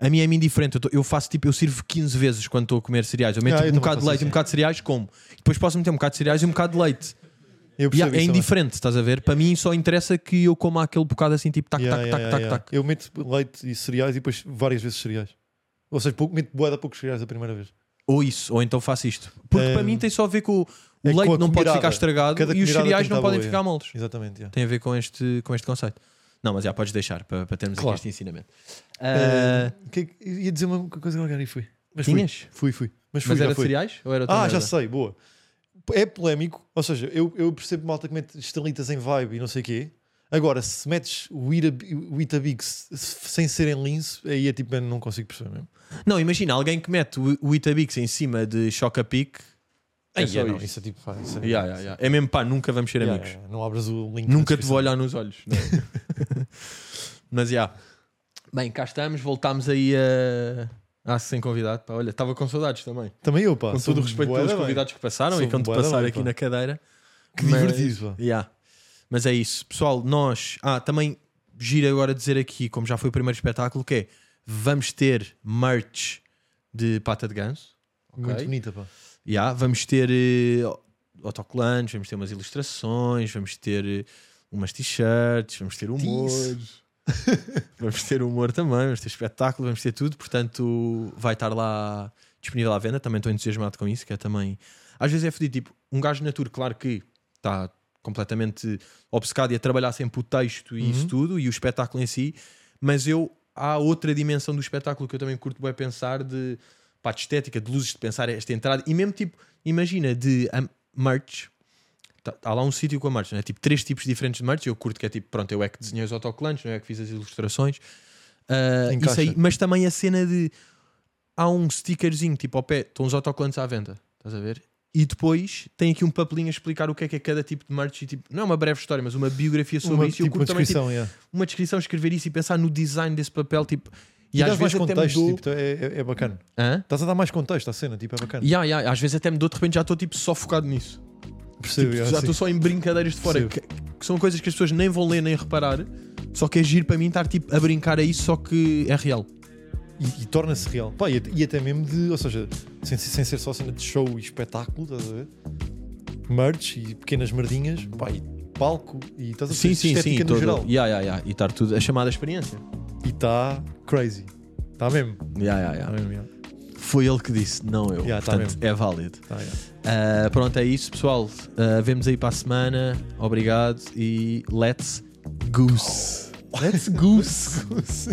Speaker 1: a mim é indiferente. Eu, tô- eu faço tipo, eu sirvo 15 vezes quando estou a comer cereais. Eu meto
Speaker 2: Ah, eu
Speaker 1: tipo, um
Speaker 2: também
Speaker 1: bocado de
Speaker 2: faço
Speaker 1: leite e um
Speaker 2: assim.
Speaker 1: bocado de cereais, como. Depois posso meter um bocado de cereais e um bocado de leite.
Speaker 2: yeah.
Speaker 1: Ya,
Speaker 2: Eu percebo
Speaker 1: é
Speaker 2: isso também.
Speaker 1: indiferente, estás a ver? Para mim só interessa que eu coma aquele bocado assim, tipo tac,
Speaker 2: Yeah,
Speaker 1: tac,
Speaker 2: yeah,
Speaker 1: tac,
Speaker 2: yeah,
Speaker 1: tac,
Speaker 2: yeah.
Speaker 1: tac.
Speaker 2: Eu meto leite e cereais e depois várias vezes cereais. Ou seja, pouco, meto boeda poucos cereais a primeira vez.
Speaker 1: Ou isso, ou então faço isto. Porque
Speaker 2: É,
Speaker 1: para mim tem só a ver com o, o
Speaker 2: é com
Speaker 1: leite não
Speaker 2: a
Speaker 1: pode
Speaker 2: colherada.
Speaker 1: ficar estragado
Speaker 2: Cada
Speaker 1: e os
Speaker 2: colherada
Speaker 1: cereais
Speaker 2: tem que
Speaker 1: não
Speaker 2: tá
Speaker 1: podem
Speaker 2: boa,
Speaker 1: ficar
Speaker 2: yeah.
Speaker 1: moles.
Speaker 2: Exatamente, yeah.
Speaker 1: Tem a ver com este, com este conceito. Não, mas já podes deixar para, para termos
Speaker 2: Claro.
Speaker 1: aqui este ensinamento. Ah,
Speaker 2: Eh, que- eu ia dizer uma coisa qualquer e fui. Mas
Speaker 1: Tinhas?
Speaker 2: Fui, fui. fui. Mas fui,
Speaker 1: Ah, Mas
Speaker 2: já
Speaker 1: era
Speaker 2: fui.
Speaker 1: cereais? Ou era outra
Speaker 2: Ah, já
Speaker 1: merda?
Speaker 2: sei, boa. É polémico, ou seja, eu, eu percebo malta que mete estrelitas em vibe e não sei o quê. Agora, se metes o Ita- o Itabix sem ser em lince, aí é tipo, mano, não consigo perceber mesmo.
Speaker 1: Não, imagina alguém que mete o, o Itabix em cima de Chocapic.
Speaker 2: É
Speaker 1: Ai,
Speaker 2: só
Speaker 1: é, não,
Speaker 2: isto,
Speaker 1: isso-
Speaker 2: é tipo, pá, isso é-
Speaker 1: Yeah, yeah, yeah. É mesmo pá, nunca vamos ser
Speaker 2: Yeah,
Speaker 1: amigos.
Speaker 2: yeah, Não abras o link. na
Speaker 1: Nunca te vou
Speaker 2: descrição.
Speaker 1: olhar nos olhos. Não.
Speaker 2: é?
Speaker 1: [laughs] Mas já. Bem, cá estamos, voltámos aí a. Ah, sem convidado. Pá, olha, estava com saudades também.
Speaker 2: Também eu, pá.
Speaker 1: Com
Speaker 2: sou
Speaker 1: todo o respeito
Speaker 2: bué da
Speaker 1: pelos
Speaker 2: bem.
Speaker 1: convidados que passaram
Speaker 2: Sou
Speaker 1: e que vão te
Speaker 2: bué da
Speaker 1: passar
Speaker 2: bem,
Speaker 1: aqui
Speaker 2: pá.
Speaker 1: na cadeira.
Speaker 2: Que
Speaker 1: Mas-
Speaker 2: divertido, pá.
Speaker 1: Yeah. Mas é isso, pessoal. Nós, ah, também giro agora dizer aqui, como já foi o primeiro espetáculo, que é vamos ter merch de pata de ganso.
Speaker 2: Muito
Speaker 1: Ok.
Speaker 2: bonita, pá.
Speaker 1: Yeah, vamos ter eh, autocolantes, vamos ter umas ilustrações, vamos ter eh, umas t-shirts, vamos ter humor. vamos ter humor também, vamos ter espetáculo, vamos ter tudo. Portanto, vai estar lá disponível à venda. Também estou entusiasmado com isso, que é também. Às vezes é fodido, tipo, um gajo na tour, claro que está completamente obcecado e a trabalhar sempre o texto e isso tudo e o espetáculo em si, mas eu há outra dimensão do espetáculo que eu também curto bem pensar de pá, de estética, de luzes, de pensar esta entrada e mesmo tipo, imagina de hum, merch. Tá- Há lá um sítio com a merch, não é? Tipo, três tipos diferentes de merch. Eu curto que é tipo, pronto, eu é que desenhei os autocolantes, não é? Eu é que fiz as ilustrações. Ah,
Speaker 2: Encaixa.
Speaker 1: isso aí, mas também a cena de há um stickerzinho tipo ao pé, estão os autocolantes à venda, estás a ver? E depois tem aqui um papelinho a explicar o que é que é cada tipo de merch e tipo, não é uma breve história, mas uma biografia sobre
Speaker 2: Uma,
Speaker 1: isso. e eu
Speaker 2: tipo, uma
Speaker 1: curto também tipo,
Speaker 2: descrição, yeah.
Speaker 1: uma descrição, escrever isso e pensar no design desse papel, tipo, e,
Speaker 2: E
Speaker 1: às
Speaker 2: dás mais
Speaker 1: vezes até me
Speaker 2: contexto,
Speaker 1: dou...
Speaker 2: tipo, então é, é, é bacana.
Speaker 1: Hã?
Speaker 2: Estás a dar mais contexto à cena, tipo, é bacana.
Speaker 1: Yeah, yeah, às vezes até me dou, de repente já estou tipo só focado nisso.
Speaker 2: Percebo,
Speaker 1: Tipo,
Speaker 2: yeah,
Speaker 1: já
Speaker 2: sim. é assim.
Speaker 1: estou só em brincadeiras de fora, que,
Speaker 2: Percebo.
Speaker 1: que são coisas que as pessoas nem vão ler nem reparar, só que é giro para mim estar tipo a brincar a isso, só que é real.
Speaker 2: e, e torna-se real. Pá, e, até- e até mesmo de, ou seja, sem, sem ser só cena de show e espetáculo, estás a ver? Merch e pequenas merdinhas, pá, e palco e estás a ver?
Speaker 1: Sim, sim, sim,
Speaker 2: estética no
Speaker 1: todo.
Speaker 2: geral.
Speaker 1: Yeah, yeah, yeah. E estar tudo a chamada experiência.
Speaker 2: E está crazy. Está mesmo.
Speaker 1: Yeah, yeah,
Speaker 2: Está
Speaker 1: Tá yeah.
Speaker 2: mesmo, yeah.
Speaker 1: Foi ele que disse, não eu.
Speaker 2: Yeah, tá
Speaker 1: Portanto,
Speaker 2: mesmo.
Speaker 1: é válido.
Speaker 2: Tá, yeah.
Speaker 1: Ah, pronto, é isso, pessoal. Ah, vemos aí para a semana.
Speaker 2: [laughs]
Speaker 1: Obrigado e let's goose. Let's goose.